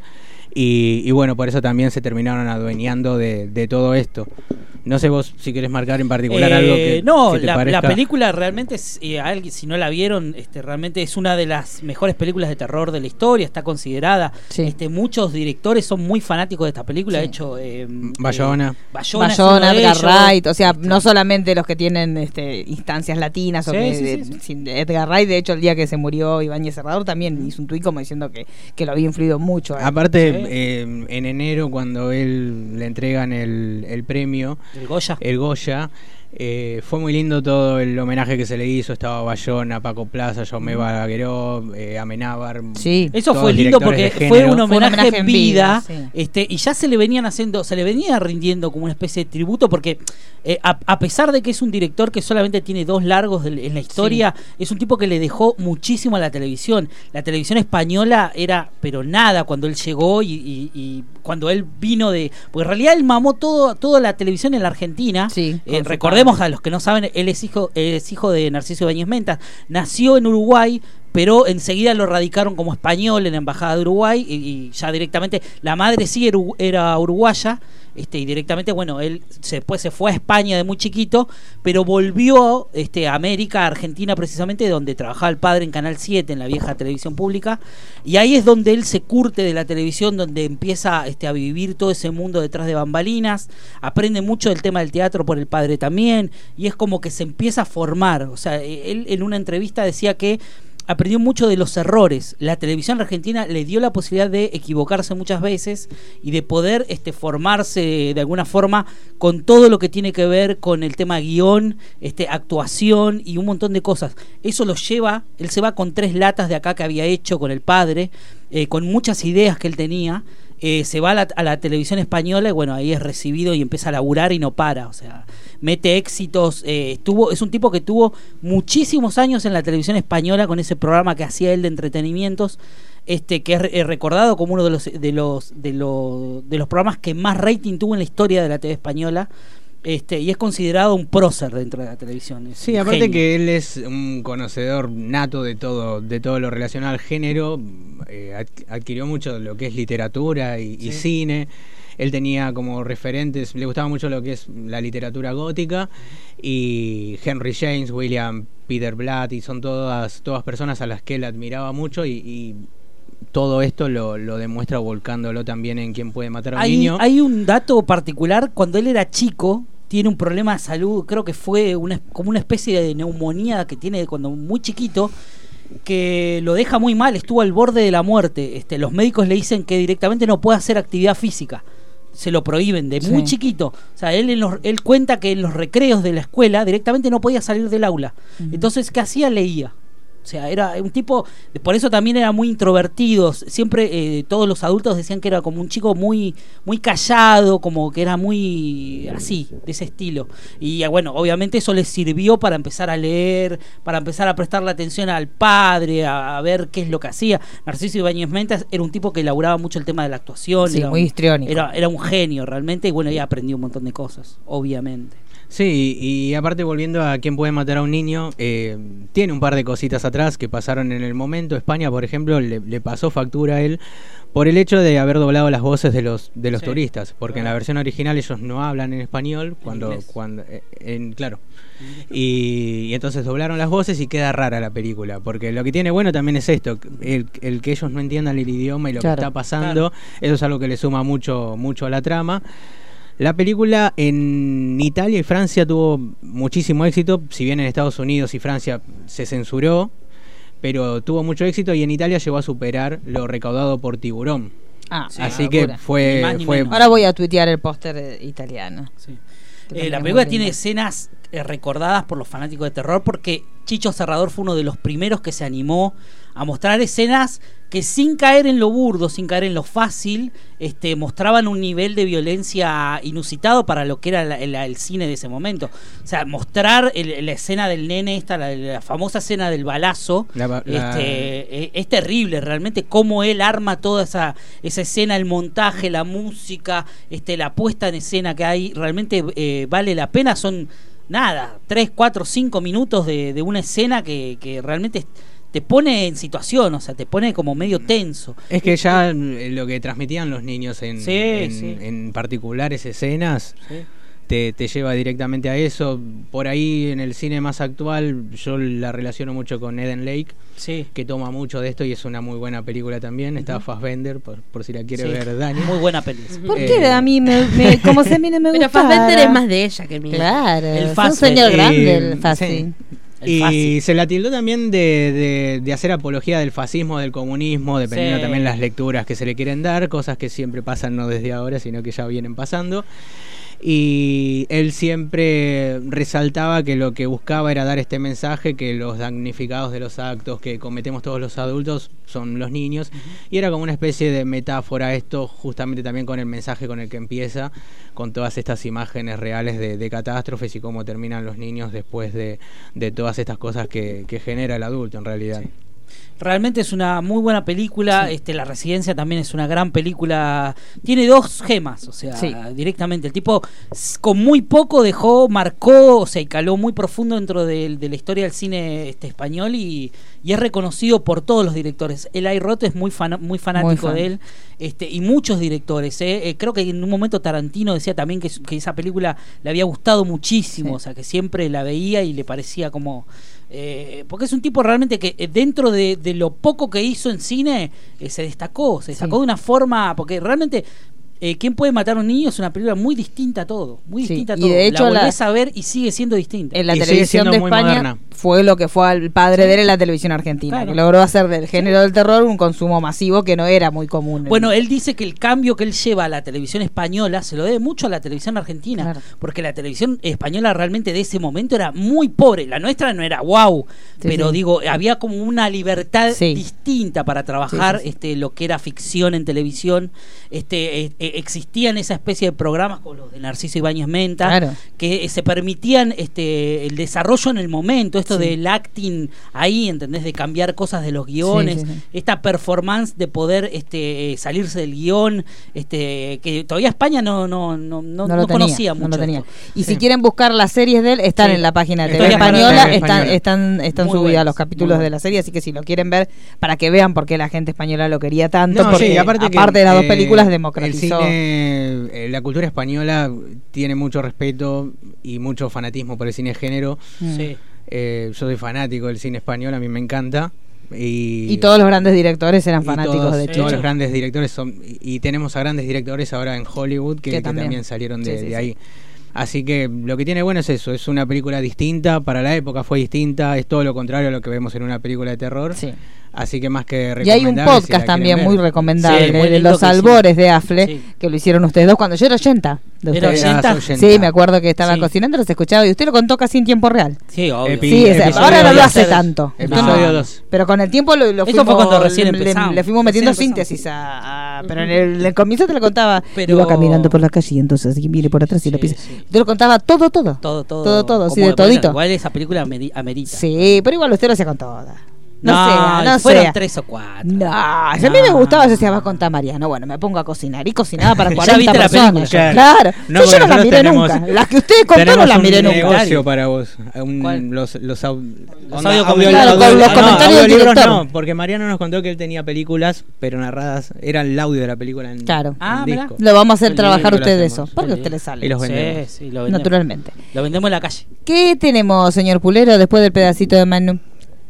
Speaker 11: Y, y bueno, por eso también se terminaron adueñando de, de todo esto. No sé vos si querés marcar en particular
Speaker 8: Eh,
Speaker 11: algo que,
Speaker 8: no
Speaker 11: que te
Speaker 8: la, la
Speaker 11: parezca.
Speaker 8: película realmente es, eh, alguien- si no la vieron este realmente es una de las mejores películas de terror de la historia está considerada este muchos directores son muy fanáticos de esta película de hecho eh,
Speaker 11: Bayona.
Speaker 8: eh, Bayona, es uno
Speaker 26: Bayona,
Speaker 8: de
Speaker 26: Edgar
Speaker 8: ellos.
Speaker 26: Wright, o sea, no solamente los que tienen este, instancias latinas, o
Speaker 8: Sí,
Speaker 26: que,
Speaker 8: sí, sí,
Speaker 26: de- sin- Edgar Wright, de hecho, el día que se murió Ibáñez Cerrador también hizo un tuit como diciendo que, que lo había influido mucho. a él.
Speaker 11: Aparte,
Speaker 26: Sí.
Speaker 11: eh, en enero, cuando él le entregan el, el premio,
Speaker 8: el Goya,
Speaker 11: eh, fue muy lindo todo el homenaje que se le hizo. Estaba Bayona, Paco Plaza, Jaume Balagueró, eh, Amenábar.
Speaker 8: Eso
Speaker 11: todos
Speaker 8: fue lindo porque
Speaker 11: directores de
Speaker 8: fue
Speaker 11: género.
Speaker 8: un homenaje,
Speaker 26: homenaje
Speaker 8: en
Speaker 26: en
Speaker 8: vida.
Speaker 26: vida,
Speaker 8: este, y ya se le venían haciendo, se le venía rindiendo como una especie de tributo, porque eh, a, a pesar de que es un director que solamente tiene dos largos del- en la historia, es un tipo que le dejó muchísimo a la televisión. La televisión española era, pero nada, cuando él llegó y, y- y cuando él vino de. Porque en realidad él mamó todo, toda la televisión en la Argentina. Eh,
Speaker 26: con su
Speaker 8: recordemos a los que no saben, él es hijo, él es hijo de Narciso Bañez Menta. Nació en Uruguay, pero enseguida lo radicaron como español en la Embajada de Uruguay y, y ya directamente la madre sí era u- era uruguaya este, y directamente, bueno, él se, después se fue a España de muy chiquito, pero volvió este, a América, a Argentina precisamente, donde trabajaba el padre en Canal 7, en la vieja televisión pública, y ahí es donde él se curte de la televisión, donde empieza este, a vivir todo ese mundo detrás de bambalinas, aprende mucho del tema del teatro por el padre también, y es como que se empieza a formar, o sea, eh, él en una entrevista decía que aprendió mucho de los errores. La televisión argentina le dio la posibilidad de equivocarse muchas veces y de poder este, formarse de alguna forma con todo lo que tiene que ver con el tema guión, este, actuación y un montón de cosas. Eso lo lleva, él se va con tres latas de acá que había hecho con el padre, eh, con muchas ideas que él tenía. eh, se va a la, a la televisión española y bueno, ahí es recibido y empieza a laburar y no para. O sea, mete éxitos. eh, estuvo, es un tipo que tuvo muchísimos años en la televisión española con ese programa que hacía él de entretenimientos, este, que es re- eh, recordado como uno de los, de los, de los, de los programas que más rating tuvo en la historia de la TV española. Este, y es considerado un prócer dentro de la televisión. es
Speaker 11: Sí,
Speaker 8: un
Speaker 11: aparte
Speaker 8: genio.
Speaker 11: que él es un conocedor nato de todo, de todo lo relacionado al género, eh, ad- adquirió mucho de lo que es literatura y, y cine. Él tenía como referentes, le gustaba mucho lo que es la literatura gótica y Henry James, William Peter Blatt y son todas todas personas a las que él admiraba mucho y, y todo esto lo, lo demuestra volcándolo también en quién puede matar a un
Speaker 8: hay,
Speaker 11: niño.
Speaker 8: hay un dato particular, cuando él era chico, tiene un problema de salud, creo que fue una, como una especie de neumonía que tiene cuando muy chiquito, que lo deja muy mal, estuvo al borde de la muerte. Este, los médicos le dicen que directamente no puede hacer actividad física. Se lo prohíben de muy
Speaker 3: Sí.
Speaker 8: chiquito. O sea, él, en los- él cuenta que en los recreos de la escuela directamente no podía salir del aula. Entonces, ¿qué hacía? Leía. O sea, era un tipo, por eso también era muy introvertido. Siempre eh, todos los adultos decían que era como un chico muy, muy callado, como que era muy así, de ese estilo. Y eh, bueno, obviamente eso le sirvió para empezar a leer, para empezar a prestarle atención al padre, a, a ver qué es lo que hacía. Narciso Ibáñez Mentas era un tipo que elaboraba mucho el tema de la actuación.
Speaker 3: Sí,
Speaker 8: era
Speaker 3: muy
Speaker 8: un-
Speaker 3: histriónico.
Speaker 8: Era, era un genio realmente, y bueno, y aprendió un montón de cosas, obviamente.
Speaker 11: Sí, y y aparte volviendo a quién puede matar a un niño, eh, tiene un par de cositas atrás que pasaron en el momento. España, por ejemplo, le, le pasó factura a él por el hecho de haber doblado las voces de los de los
Speaker 8: Sí,
Speaker 11: turistas, porque en la versión original ellos no hablan en español cuando cuando eh, en, claro. Y, y entonces doblaron las voces y queda rara la película, porque lo que tiene bueno también es esto, el, el que ellos no entiendan el idioma y lo
Speaker 8: Claro.
Speaker 11: que está pasando, eso es algo que le suma mucho mucho a la trama. La película en Italia y Francia tuvo muchísimo éxito, si bien en Estados Unidos y Francia se censuró, pero tuvo mucho éxito y en Italia llegó a superar lo recaudado por Tiburón.
Speaker 3: Ah,
Speaker 11: Así
Speaker 3: ah,
Speaker 11: que
Speaker 3: pura.
Speaker 11: fue- Ni más ni fue- menos.
Speaker 3: Ahora voy a tuitear el póster eh, italiano. Que también
Speaker 8: Eh, la
Speaker 3: es
Speaker 8: película
Speaker 3: muy
Speaker 8: tiene
Speaker 3: lindo.
Speaker 8: escenas eh, recordadas por los fanáticos de terror porque Chicho Serrador fue uno de los primeros que se animó a mostrar escenas que sin caer en lo burdo, sin caer en lo fácil, este, mostraban un nivel de violencia inusitado para lo que era la- la- el cine de ese momento. O sea, mostrar el- la escena del nene, esta, la, la famosa escena del balazo,
Speaker 11: La ba- la-
Speaker 8: este, eh, es terrible realmente cómo él arma toda esa, esa escena, el montaje, la música, este, la puesta en escena que hay, realmente eh, vale la pena, son nada, 3, 4, 5 minutos de, de una escena que, que realmente te pone en situación, o sea, te pone como medio
Speaker 11: Mm.
Speaker 8: tenso.
Speaker 11: Es que ya eh, lo que transmitían los niños en,
Speaker 8: Sí,
Speaker 11: en,
Speaker 8: sí.
Speaker 11: en particulares escenas te, te lleva directamente a eso. Por ahí en el cine más actual yo la relaciono mucho con Eden Lake, que toma mucho de esto y es una muy buena película también. Está Fassbender, por, por si la quiere
Speaker 8: Sí.
Speaker 11: ver Dani.
Speaker 8: Muy buena peli.
Speaker 3: [LAUGHS] ¿Por
Speaker 8: eh,
Speaker 3: qué a mí me, me- como se
Speaker 8: [LAUGHS]
Speaker 3: mire me
Speaker 5: Pero
Speaker 3: gusta?
Speaker 5: Fassbender es más de ella que mía.
Speaker 3: Claro,
Speaker 5: El
Speaker 3: es un
Speaker 5: Fassbender.
Speaker 3: señor grande
Speaker 11: Eh,
Speaker 3: el Fassi.
Speaker 11: Y se la tildó también de, de- de hacer apología del fascismo, del comunismo, dependiendo
Speaker 8: Sí.
Speaker 11: también las lecturas que se le quieren dar, cosas que siempre pasan no desde ahora, sino que ya vienen pasando. Y él siempre resaltaba que lo que buscaba era dar este mensaje que los damnificados de los actos que cometemos todos los adultos son los niños. Y era como una especie de metáfora esto, justamente también con el mensaje con el que empieza, con todas estas imágenes reales de, de catástrofes y cómo terminan los niños después de, de todas estas cosas que, que genera el adulto en realidad.
Speaker 8: Realmente es una muy buena película. Este, la Residencia también es una gran película. Tiene dos gemas, o sea,
Speaker 3: Sí.
Speaker 8: directamente. El tipo s- con muy poco dejó, marcó, o sea, y caló muy profundo dentro del- de, la historia del cine este, español y, y es reconocido por todos los directores. El Roth es muy, fan- muy fanático
Speaker 3: fan.
Speaker 8: de él este, y muchos directores. ¿eh? Eh, creo que en un momento Tarantino decía también que, su- que esa película le había gustado muchísimo, o sea, que siempre la veía y le parecía como... eh, porque es un tipo realmente que eh, dentro de, de lo poco que hizo en cine eh, se destacó, se destacó de una forma, porque realmente eh, ¿Quién puede matar a un niño? es una película muy distinta a todo, muy
Speaker 3: Sí,
Speaker 8: distinta a
Speaker 3: y
Speaker 8: todo.
Speaker 3: de hecho
Speaker 8: la
Speaker 3: la-
Speaker 8: volvés a ver y sigue siendo distinta.
Speaker 3: En la televisión de España fue lo que fue al padre de él en la televisión argentina,
Speaker 8: Claro.
Speaker 3: que logró hacer del género del terror un consumo masivo que no era muy común. en-
Speaker 8: Bueno, eh, él dice que el cambio que él lleva a la televisión española se lo debe mucho a la televisión argentina,
Speaker 3: Claro.
Speaker 8: porque la televisión española realmente de ese momento era muy pobre, la nuestra no era wow,
Speaker 3: Sí,
Speaker 8: pero
Speaker 3: sí.
Speaker 8: digo, había como una libertad
Speaker 3: Sí.
Speaker 8: distinta para trabajar
Speaker 3: Sí, sí, sí.
Speaker 8: este lo que era ficción en televisión, este eh, eh, existían esa especie de programas como los de Narciso Ibáñez Menta
Speaker 3: Claro.
Speaker 8: que eh, se permitían este el desarrollo en el momento, esto
Speaker 3: Sí.
Speaker 8: del acting ahí, ¿entendés? De cambiar cosas de los guiones,
Speaker 3: sí, sí.
Speaker 8: esta performance de poder este, eh, salirse del guión, este, que todavía España no, no, no,
Speaker 3: no
Speaker 8: no,
Speaker 3: lo
Speaker 8: no
Speaker 3: tenía,
Speaker 8: conocía
Speaker 3: no
Speaker 8: mucho.
Speaker 3: lo tenía.
Speaker 8: esto.
Speaker 3: Y si quieren buscar las series de él, están
Speaker 8: Sí.
Speaker 3: en la página de
Speaker 8: Están
Speaker 3: TV
Speaker 8: en la página de
Speaker 3: Española,
Speaker 8: TV
Speaker 3: están,
Speaker 8: Española.
Speaker 3: están, están
Speaker 8: Muy
Speaker 3: subidos
Speaker 8: buenos,
Speaker 3: los
Speaker 8: muy
Speaker 3: capítulos de
Speaker 8: buenos.
Speaker 3: la serie, así que si lo quieren ver, para que vean por qué la gente española lo quería tanto,
Speaker 11: No,
Speaker 3: porque
Speaker 11: sí,
Speaker 3: aparte,
Speaker 11: que,
Speaker 3: de las dos
Speaker 11: eh,
Speaker 3: películas
Speaker 11: El
Speaker 3: democratizó.
Speaker 11: cine, eh, la cultura española tiene mucho respeto y mucho fanatismo por el cine de género.
Speaker 3: Mm.
Speaker 8: Sí.
Speaker 11: Eh, yo soy fanático del cine español, a mí me encanta. Y,
Speaker 3: Y todos los grandes directores eran
Speaker 11: y
Speaker 3: fanáticos
Speaker 11: todos-
Speaker 3: de
Speaker 11: Todos
Speaker 3: Chicho.
Speaker 11: los grandes directores son. Y y tenemos a grandes directores ahora en Hollywood que,
Speaker 3: Que
Speaker 11: que también.
Speaker 3: también.
Speaker 11: salieron de,
Speaker 3: Sí, sí,
Speaker 11: de
Speaker 3: sí.
Speaker 11: ahí. Así que lo que tiene bueno es eso, es una película distinta, para la época fue distinta, es todo lo contrario a lo que vemos en una película de terror. Sí. Así que más que
Speaker 3: Y hay un
Speaker 11: recomendable, si la
Speaker 3: podcast
Speaker 11: quieren
Speaker 3: también
Speaker 11: ver.
Speaker 3: muy recomendable,
Speaker 11: Sí, muy
Speaker 3: de
Speaker 11: lindo
Speaker 3: los
Speaker 11: que hicieron.
Speaker 3: albores de Afle, que lo hicieron ustedes dos cuando yo era 80. De
Speaker 11: ¿Era
Speaker 3: ustedes.
Speaker 11: 80?
Speaker 3: Sí, me acuerdo que estaba cocinando, los escuchaba y usted lo contó casi en tiempo real.
Speaker 8: Sí, obvio.
Speaker 3: Sí, o sea,
Speaker 8: Episodio
Speaker 3: ahora no lo
Speaker 8: dos.
Speaker 3: hace tanto.
Speaker 8: Episodio
Speaker 3: No.
Speaker 8: dos.
Speaker 3: Pero con el tiempo lo, lo
Speaker 8: Eso
Speaker 3: fuimos,
Speaker 8: fue cuando recién
Speaker 3: le-
Speaker 8: empezamos.
Speaker 3: Le, fuimos metiendo
Speaker 8: Recién
Speaker 3: síntesis a, a- Pero en el, en el comienzo te lo contaba.
Speaker 8: Pero-
Speaker 3: Iba caminando por la calle y entonces alguien viene por atrás y lo pisa. Te lo contaba todo, todo.
Speaker 8: Todo, todo.
Speaker 3: Todo, todo, sí,
Speaker 8: Como,
Speaker 3: de
Speaker 8: bueno,
Speaker 3: todito.
Speaker 8: igual esa película ameri- amerita.
Speaker 3: Sí, pero igual usted lo hacía con toda. No,
Speaker 8: No,
Speaker 3: sea, no
Speaker 8: fueron
Speaker 3: sea.
Speaker 8: tres o cuatro.
Speaker 3: No,
Speaker 8: Ah,
Speaker 3: si a mí me gustaba, yo decía, vas a contar Mariano. Bueno, me pongo a cocinar. Y cocinaba para
Speaker 11: Ya
Speaker 3: 40
Speaker 11: viste la
Speaker 3: personas.
Speaker 11: película.
Speaker 3: Claro.
Speaker 11: No,
Speaker 3: Sí, yo
Speaker 11: porque
Speaker 3: no las
Speaker 11: nosotros
Speaker 3: miré
Speaker 11: tenemos-
Speaker 3: nunca. Las que ustedes contaron no
Speaker 11: Tenemos
Speaker 3: las miré
Speaker 11: un
Speaker 3: nunca.
Speaker 11: negocio para vos. Un- los los, au- onda-
Speaker 8: audio
Speaker 11: audio-
Speaker 8: comentarios.
Speaker 11: audio-
Speaker 8: Claro, con los
Speaker 11: no,
Speaker 8: comentarios del
Speaker 11: audiolibros
Speaker 8: director.
Speaker 11: no, porque Mariano nos contó que él tenía películas, pero narradas. Era el audio de la película en,
Speaker 3: Claro.
Speaker 11: en
Speaker 8: Ah, mirá.
Speaker 11: disco.
Speaker 3: Lo vamos a hacer
Speaker 11: Sí,
Speaker 3: trabajar
Speaker 11: lo
Speaker 3: ustedes eso.
Speaker 11: hacemos.
Speaker 3: Porque a
Speaker 11: Sí.
Speaker 3: ustedes les sale.
Speaker 11: Y los vendemos.
Speaker 8: Sí, sí, lo vendemos.
Speaker 3: Naturalmente.
Speaker 8: Lo vendemos en la calle.
Speaker 3: ¿Qué tenemos, señor Pulero, después del pedacito de Manu?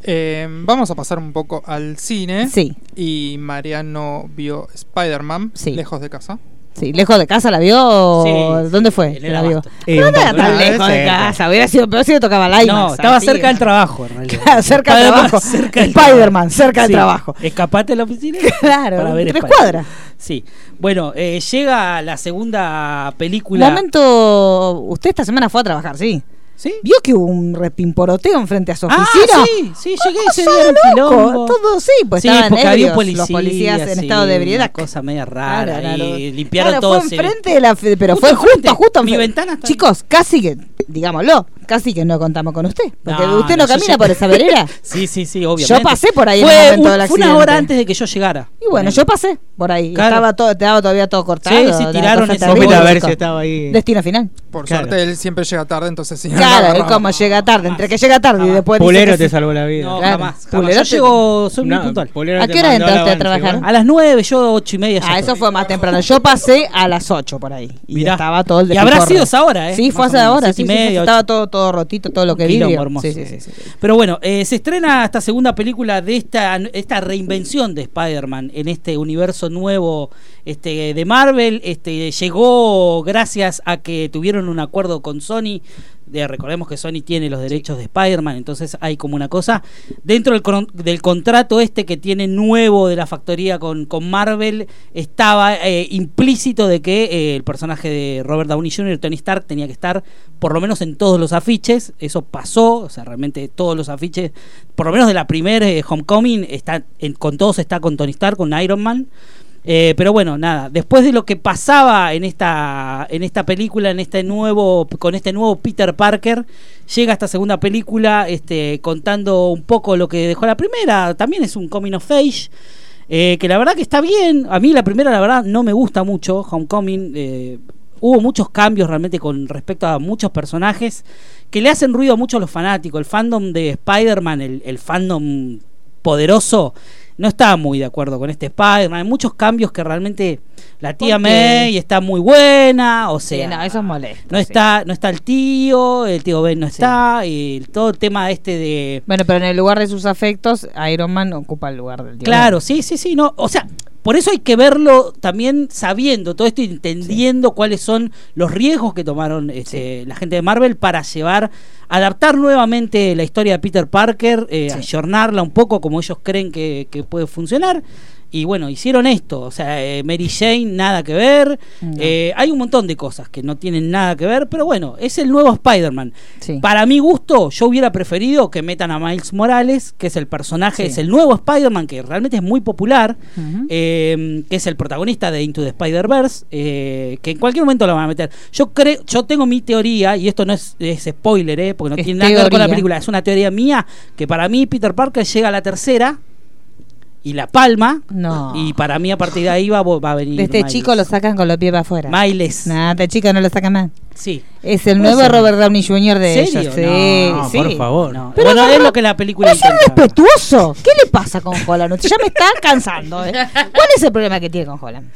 Speaker 7: Eh, vamos a pasar un poco al cine.
Speaker 3: Sí.
Speaker 7: Y Mariano vio Spider-Man, lejos de casa.
Speaker 3: Sí, ¿Lejos de casa la vio? o
Speaker 7: Sí,
Speaker 3: ¿Dónde fue?
Speaker 7: en
Speaker 3: que
Speaker 7: el
Speaker 3: la vio?
Speaker 7: abasto.
Speaker 8: Eh,
Speaker 3: no
Speaker 8: un
Speaker 3: era
Speaker 8: poco.
Speaker 3: tan
Speaker 8: Ah,
Speaker 3: lejos de
Speaker 8: cerca.
Speaker 3: casa. Hubiera sido peor si le tocaba la
Speaker 8: No, estaba cerca del trabajo, en
Speaker 3: [LAUGHS]
Speaker 8: realidad.
Speaker 3: cerca del
Speaker 8: Estaba
Speaker 3: trabajo.
Speaker 8: más cerca del
Speaker 3: Spider-Man, cerca del
Speaker 8: Sí.
Speaker 3: trabajo. [LAUGHS]
Speaker 8: Escapate de la oficina.
Speaker 3: Claro,
Speaker 8: para ver
Speaker 3: tres
Speaker 8: Spider-Man.
Speaker 3: cuadras.
Speaker 8: Sí. Bueno, eh, llega la segunda película.
Speaker 3: Lamento, usted esta semana fue a trabajar, ¿sí?
Speaker 8: ¿Sí?
Speaker 3: ¿Vio que hubo un repimporoteo enfrente a su
Speaker 8: Ah,
Speaker 3: oficina?
Speaker 8: sí, sí, llegué
Speaker 3: Una
Speaker 8: ese
Speaker 3: cosa
Speaker 8: día era un
Speaker 3: loco,
Speaker 8: quilombo.
Speaker 3: Todo, sí, pues
Speaker 8: Sí,
Speaker 3: estaban
Speaker 8: porque había
Speaker 3: ebrios,
Speaker 8: un policía,
Speaker 3: los policías en
Speaker 8: sí,
Speaker 3: estado de ebriedad.
Speaker 8: Una cosa media rara.
Speaker 3: Claro, claro.
Speaker 8: Y limpiaron
Speaker 3: Claro,
Speaker 8: todo.
Speaker 3: Fue
Speaker 8: ese-
Speaker 3: enfrente de la, fe- pero fue justo, justo enfrente. Chicos, casi que, digámoslo, casi que no contamos con usted. Porque
Speaker 8: No,
Speaker 3: usted no,
Speaker 8: yo
Speaker 3: camina
Speaker 8: sé-
Speaker 3: por esa
Speaker 8: [LAUGHS]
Speaker 3: vereda.
Speaker 8: sí, sí, sí, obviamente.
Speaker 3: Yo pasé por ahí en
Speaker 8: Fue,
Speaker 3: el momento
Speaker 8: un-
Speaker 3: del
Speaker 8: fue una hora
Speaker 3: accidente.
Speaker 8: antes de que yo llegara.
Speaker 3: Y bueno, yo pasé por ahí.
Speaker 8: Claro.
Speaker 3: Estaba todo, estaba todavía todo cortado.
Speaker 8: Sí, sí,
Speaker 3: la
Speaker 8: tiraron
Speaker 3: cosa
Speaker 8: ese
Speaker 3: terrible,
Speaker 8: bote. A ver
Speaker 3: chicos.
Speaker 8: si estaba ahí.
Speaker 3: Destino final.
Speaker 7: Por
Speaker 11: Claro.
Speaker 7: suerte él siempre llega tarde, entonces
Speaker 8: [LAUGHS]
Speaker 7: sí. no lo
Speaker 3: Claro, él
Speaker 7: agarraba.
Speaker 3: como llega tarde, entre que llega tarde y
Speaker 8: Ah,
Speaker 3: después dice
Speaker 11: Pulero
Speaker 3: que
Speaker 11: te
Speaker 3: sí.
Speaker 11: salvó la vida.
Speaker 8: No,
Speaker 3: Claro.
Speaker 8: jamás. jamás.
Speaker 3: Pulero
Speaker 8: Yo
Speaker 3: te-
Speaker 8: llego, soy muy
Speaker 3: No,
Speaker 8: puntual.
Speaker 3: Pulero ¿A te qué hora mandó entraste a al avance, trabajar? ¿no?
Speaker 8: A las 9, yo 8 y media. ya
Speaker 3: Ah, eso
Speaker 8: estoy.
Speaker 3: fue más temprano. Yo pasé a las 8 por ahí. Y
Speaker 8: Mirá.
Speaker 3: estaba todo el
Speaker 8: Y habrá
Speaker 3: despiporre.
Speaker 8: sido esa hora, ¿eh?
Speaker 3: Sí, fue
Speaker 8: Más o
Speaker 3: hace
Speaker 8: menos,
Speaker 3: ahora.
Speaker 8: siete
Speaker 3: Sí,
Speaker 8: y
Speaker 3: sí, sí,
Speaker 8: medio,
Speaker 3: estaba
Speaker 8: ocho.
Speaker 3: todo, todo rotito, todo lo que
Speaker 8: Quilombo
Speaker 3: vivió.
Speaker 8: hermoso,
Speaker 3: Sí, sí, sí, sí.
Speaker 8: Pero bueno, eh, se estrena esta segunda película de esta, esta reinvención de Spider-Man en este universo nuevo este, de Marvel. Este, llegó gracias a que tuvieron un acuerdo con Sony. De- recordemos que Sony tiene los derechos de Spider-Man, entonces hay como una cosa. Dentro del, cron- del contrato este que tiene nuevo de la factoría con, con Marvel, estaba eh, implícito de que eh, el personaje de Robert Downey Jr., Tony Stark, tenía que estar por lo menos en todos los afiches. Eso pasó, o sea, realmente todos los afiches, por lo menos de la primera eh, Homecoming, está en- con todos está con Tony Stark, con Iron Man. Eh, pero bueno, nada, después de lo que pasaba en esta, en esta película, en este nuevo, con este nuevo Peter Parker, llega esta segunda película este, contando un poco lo que dejó la primera. También es un coming of age. eh, que la verdad que está bien. A mí la primera, la verdad, no me gusta mucho. Homecoming. eh, hubo muchos cambios realmente con respecto a muchos personajes que le hacen ruido mucho a los fanáticos. El fandom de Spider-Man, el, el fandom poderoso, no está muy de acuerdo con este Spider-Man. Hay muchos cambios que realmente la tía
Speaker 3: ¿Por qué?
Speaker 8: May está muy buena, o
Speaker 3: Sí,
Speaker 8: sea,
Speaker 3: no, eso es molesto.
Speaker 8: no
Speaker 3: sí.
Speaker 8: está, no está el tío, el tío Ben no está, y el- todo el tema este de.
Speaker 3: Bueno, pero en el lugar de sus afectos, Iron Man ocupa el lugar del diablo.
Speaker 8: Claro, sí, sí, sí, no. O sea, por eso hay que verlo también sabiendo todo esto y entendiendo cuáles son los riesgos que tomaron este, la gente de Marvel para llevar, adaptar nuevamente la historia de Peter Parker, eh, ayornarla un poco como ellos creen que, que puede funcionar. Y bueno, hicieron esto. O sea, eh, Mary Jane, nada que ver. Eh, hay un montón de cosas que no tienen nada que ver, pero bueno, es el nuevo Spider-Man. Para mi gusto, yo hubiera preferido que metan a Miles Morales, que es el personaje,
Speaker 3: Sí.
Speaker 8: es el nuevo Spider-Man, que realmente es muy popular, eh, que es el protagonista de Into the Spider-Verse, eh, que en cualquier momento lo van a meter. Yo creo, yo tengo mi teoría, y esto no es, es spoiler, eh, porque no
Speaker 3: Es
Speaker 8: tiene nada que ver con la
Speaker 3: teoría.
Speaker 8: película, es una teoría mía, que para mí Peter Parker llega a la tercera y la palma,
Speaker 3: No.
Speaker 8: y para mí a partir de ahí va, va a venir.
Speaker 3: De este
Speaker 8: Miles.
Speaker 3: chico lo sacan con los pies para afuera.
Speaker 8: Miles.
Speaker 3: Nada, este chico no lo sacan más.
Speaker 8: Sí.
Speaker 3: Es el
Speaker 8: Puede
Speaker 3: nuevo
Speaker 8: ser.
Speaker 3: Robert Downey Jr. de
Speaker 8: ¿Serio?
Speaker 3: ellos. Sí,
Speaker 8: No,
Speaker 3: sí.
Speaker 8: por favor. No.
Speaker 3: Pero
Speaker 8: bueno,
Speaker 3: no,
Speaker 8: es
Speaker 3: no.
Speaker 8: lo que la película
Speaker 3: Es
Speaker 8: intenta.
Speaker 3: irrespetuoso. Pues ¿Qué le pasa con Holland? Usted ya me está cansando. ¿eh? ¿Cuál es el problema que tiene con Holland?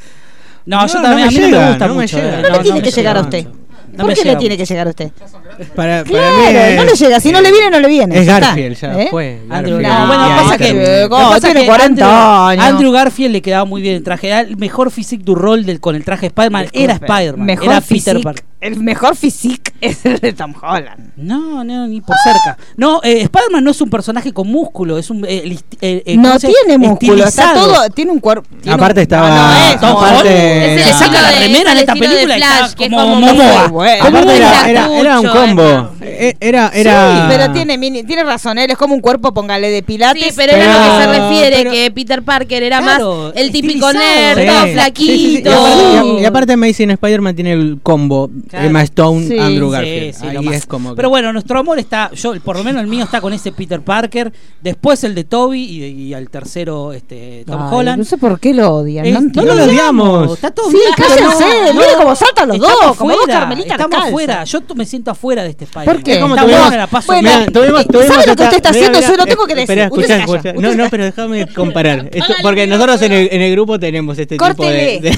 Speaker 8: No, yo
Speaker 3: No, no
Speaker 8: también a mí
Speaker 3: me
Speaker 8: no me
Speaker 3: llega,
Speaker 8: gusta
Speaker 3: no me
Speaker 8: mucho.
Speaker 3: llega.
Speaker 8: eh,
Speaker 3: No le tiene
Speaker 8: me
Speaker 3: que llegar a
Speaker 8: mucho.
Speaker 3: usted.
Speaker 8: No
Speaker 3: ¿Por
Speaker 8: me
Speaker 3: qué le
Speaker 8: llega
Speaker 3: tiene que llegar a usted?
Speaker 11: Ah, Para, para mí
Speaker 3: Claro,
Speaker 11: es-
Speaker 3: no le llega. Si no le viene, no le viene.
Speaker 11: Es
Speaker 3: Ya está.
Speaker 11: Garfield, ya
Speaker 3: ¿Eh?
Speaker 11: fue.
Speaker 8: Andrew
Speaker 11: Garfield.
Speaker 8: Garfield. No, bueno,
Speaker 11: Y ahí
Speaker 8: pasa que,
Speaker 11: terminó.
Speaker 8: lo que pasa
Speaker 3: tiene
Speaker 8: que
Speaker 3: 40
Speaker 8: Andrew,
Speaker 3: años.
Speaker 8: Andrew Garfield le quedaba muy bien el traje. Era el mejor physique du rol del, con el traje de Spider-Man. Era
Speaker 3: Disculpe.
Speaker 8: Spider-Man.
Speaker 3: Mejor
Speaker 8: Era
Speaker 3: physique
Speaker 8: Peter Parker.
Speaker 3: El mejor physique es el de Tom Holland.
Speaker 8: No, no, ni por cerca. No, eh, Spider-Man no es un personaje con músculo, es un. eh, listi- eh, eh,
Speaker 3: No
Speaker 8: ¿cómo se-
Speaker 3: tiene músculo, está
Speaker 8: estilizado.
Speaker 3: todo, tiene un cuerpo. tiene
Speaker 8: Aparte
Speaker 3: un-
Speaker 8: estaba-
Speaker 3: Ah, no, es-
Speaker 8: Tom
Speaker 3: no,
Speaker 8: Holland.
Speaker 3: es el
Speaker 8: Se
Speaker 3: estilo
Speaker 8: saca la
Speaker 3: de-
Speaker 8: remera en
Speaker 3: es el
Speaker 8: esta
Speaker 3: estilo de
Speaker 8: película y
Speaker 3: Flash,
Speaker 8: está
Speaker 3: que es
Speaker 8: como
Speaker 3: muy
Speaker 8: Momoa.
Speaker 3: bueno.
Speaker 11: Aparte
Speaker 3: Muy
Speaker 11: era, era-
Speaker 3: flacucho,
Speaker 11: era un
Speaker 3: eh.
Speaker 11: combo. Eh, Era, era.
Speaker 3: Sí, pero tiene, mini- tiene razón, él es como un cuerpo, póngale de pilates.
Speaker 5: Sí, pero era a lo que se refiere, que Peter Parker era más el típico nerd, todo
Speaker 11: Sí. Y
Speaker 5: flaquito.
Speaker 11: aparte, y- y aparte Amazing Spider-Man tiene el combo Emma Stone,
Speaker 8: Sí,
Speaker 11: Andrew
Speaker 8: sí,
Speaker 11: Garfield.
Speaker 8: sí, lo
Speaker 11: Ahí
Speaker 8: más.
Speaker 11: es como que-
Speaker 8: Pero bueno, nuestro amor está, yo por lo menos el mío está con ese Peter Parker, después el de Toby y, y al tercero este Tom
Speaker 3: Ay,
Speaker 8: Holland.
Speaker 3: No sé por qué lo odian.
Speaker 8: Eh,
Speaker 3: no,
Speaker 8: no
Speaker 3: entiendo.
Speaker 8: lo odiamos. Está todo
Speaker 3: Sí,
Speaker 8: bien.
Speaker 3: cállense.
Speaker 8: No,
Speaker 3: mire
Speaker 8: no.
Speaker 3: cómo saltan los
Speaker 8: Estamos
Speaker 3: dos. Como dos
Speaker 8: fuera,
Speaker 3: Carmelitas
Speaker 8: Estamos
Speaker 3: descalzas.
Speaker 8: afuera. Yo t- me siento afuera de este Spider-Man.
Speaker 3: ¿Por qué?
Speaker 8: Está
Speaker 3: ¿Cómo
Speaker 8: bueno,
Speaker 3: tuvimos-
Speaker 8: la paso
Speaker 3: Bueno,
Speaker 8: bien.
Speaker 11: Mira, tuvimos- tuvimos
Speaker 3: ¿sabe lo que
Speaker 11: esta-
Speaker 3: usted está
Speaker 11: mira,
Speaker 3: haciendo?
Speaker 11: mira,
Speaker 3: Yo lo tengo que
Speaker 11: espera,
Speaker 3: decir. Usted
Speaker 11: eh,
Speaker 3: se
Speaker 11: escuchá,
Speaker 3: calla,
Speaker 11: escuchá.
Speaker 3: usted
Speaker 11: No,
Speaker 3: se
Speaker 11: no,
Speaker 3: calla.
Speaker 11: pero déjame comparar. Esto- porque nosotros en el, en el grupo tenemos este
Speaker 3: Córtele.
Speaker 11: tipo de- [LAUGHS] de...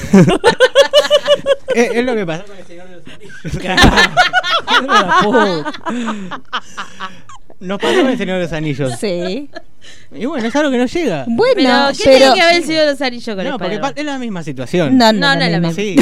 Speaker 11: es, es lo que pasa con el Señor de los
Speaker 3: [LAUGHS]
Speaker 11: Anillos. Nos pasó con el Señor de los Anillos.
Speaker 3: Sí.
Speaker 11: Y bueno, es algo que no llega.
Speaker 3: Bueno,
Speaker 5: pero, ¿qué tiene que haber el Señor de los Anillos con
Speaker 11: No, porque
Speaker 5: Spider-Man?
Speaker 11: pa- es la misma situación.
Speaker 3: No, no, No, no no es la es la misma.
Speaker 11: Sí.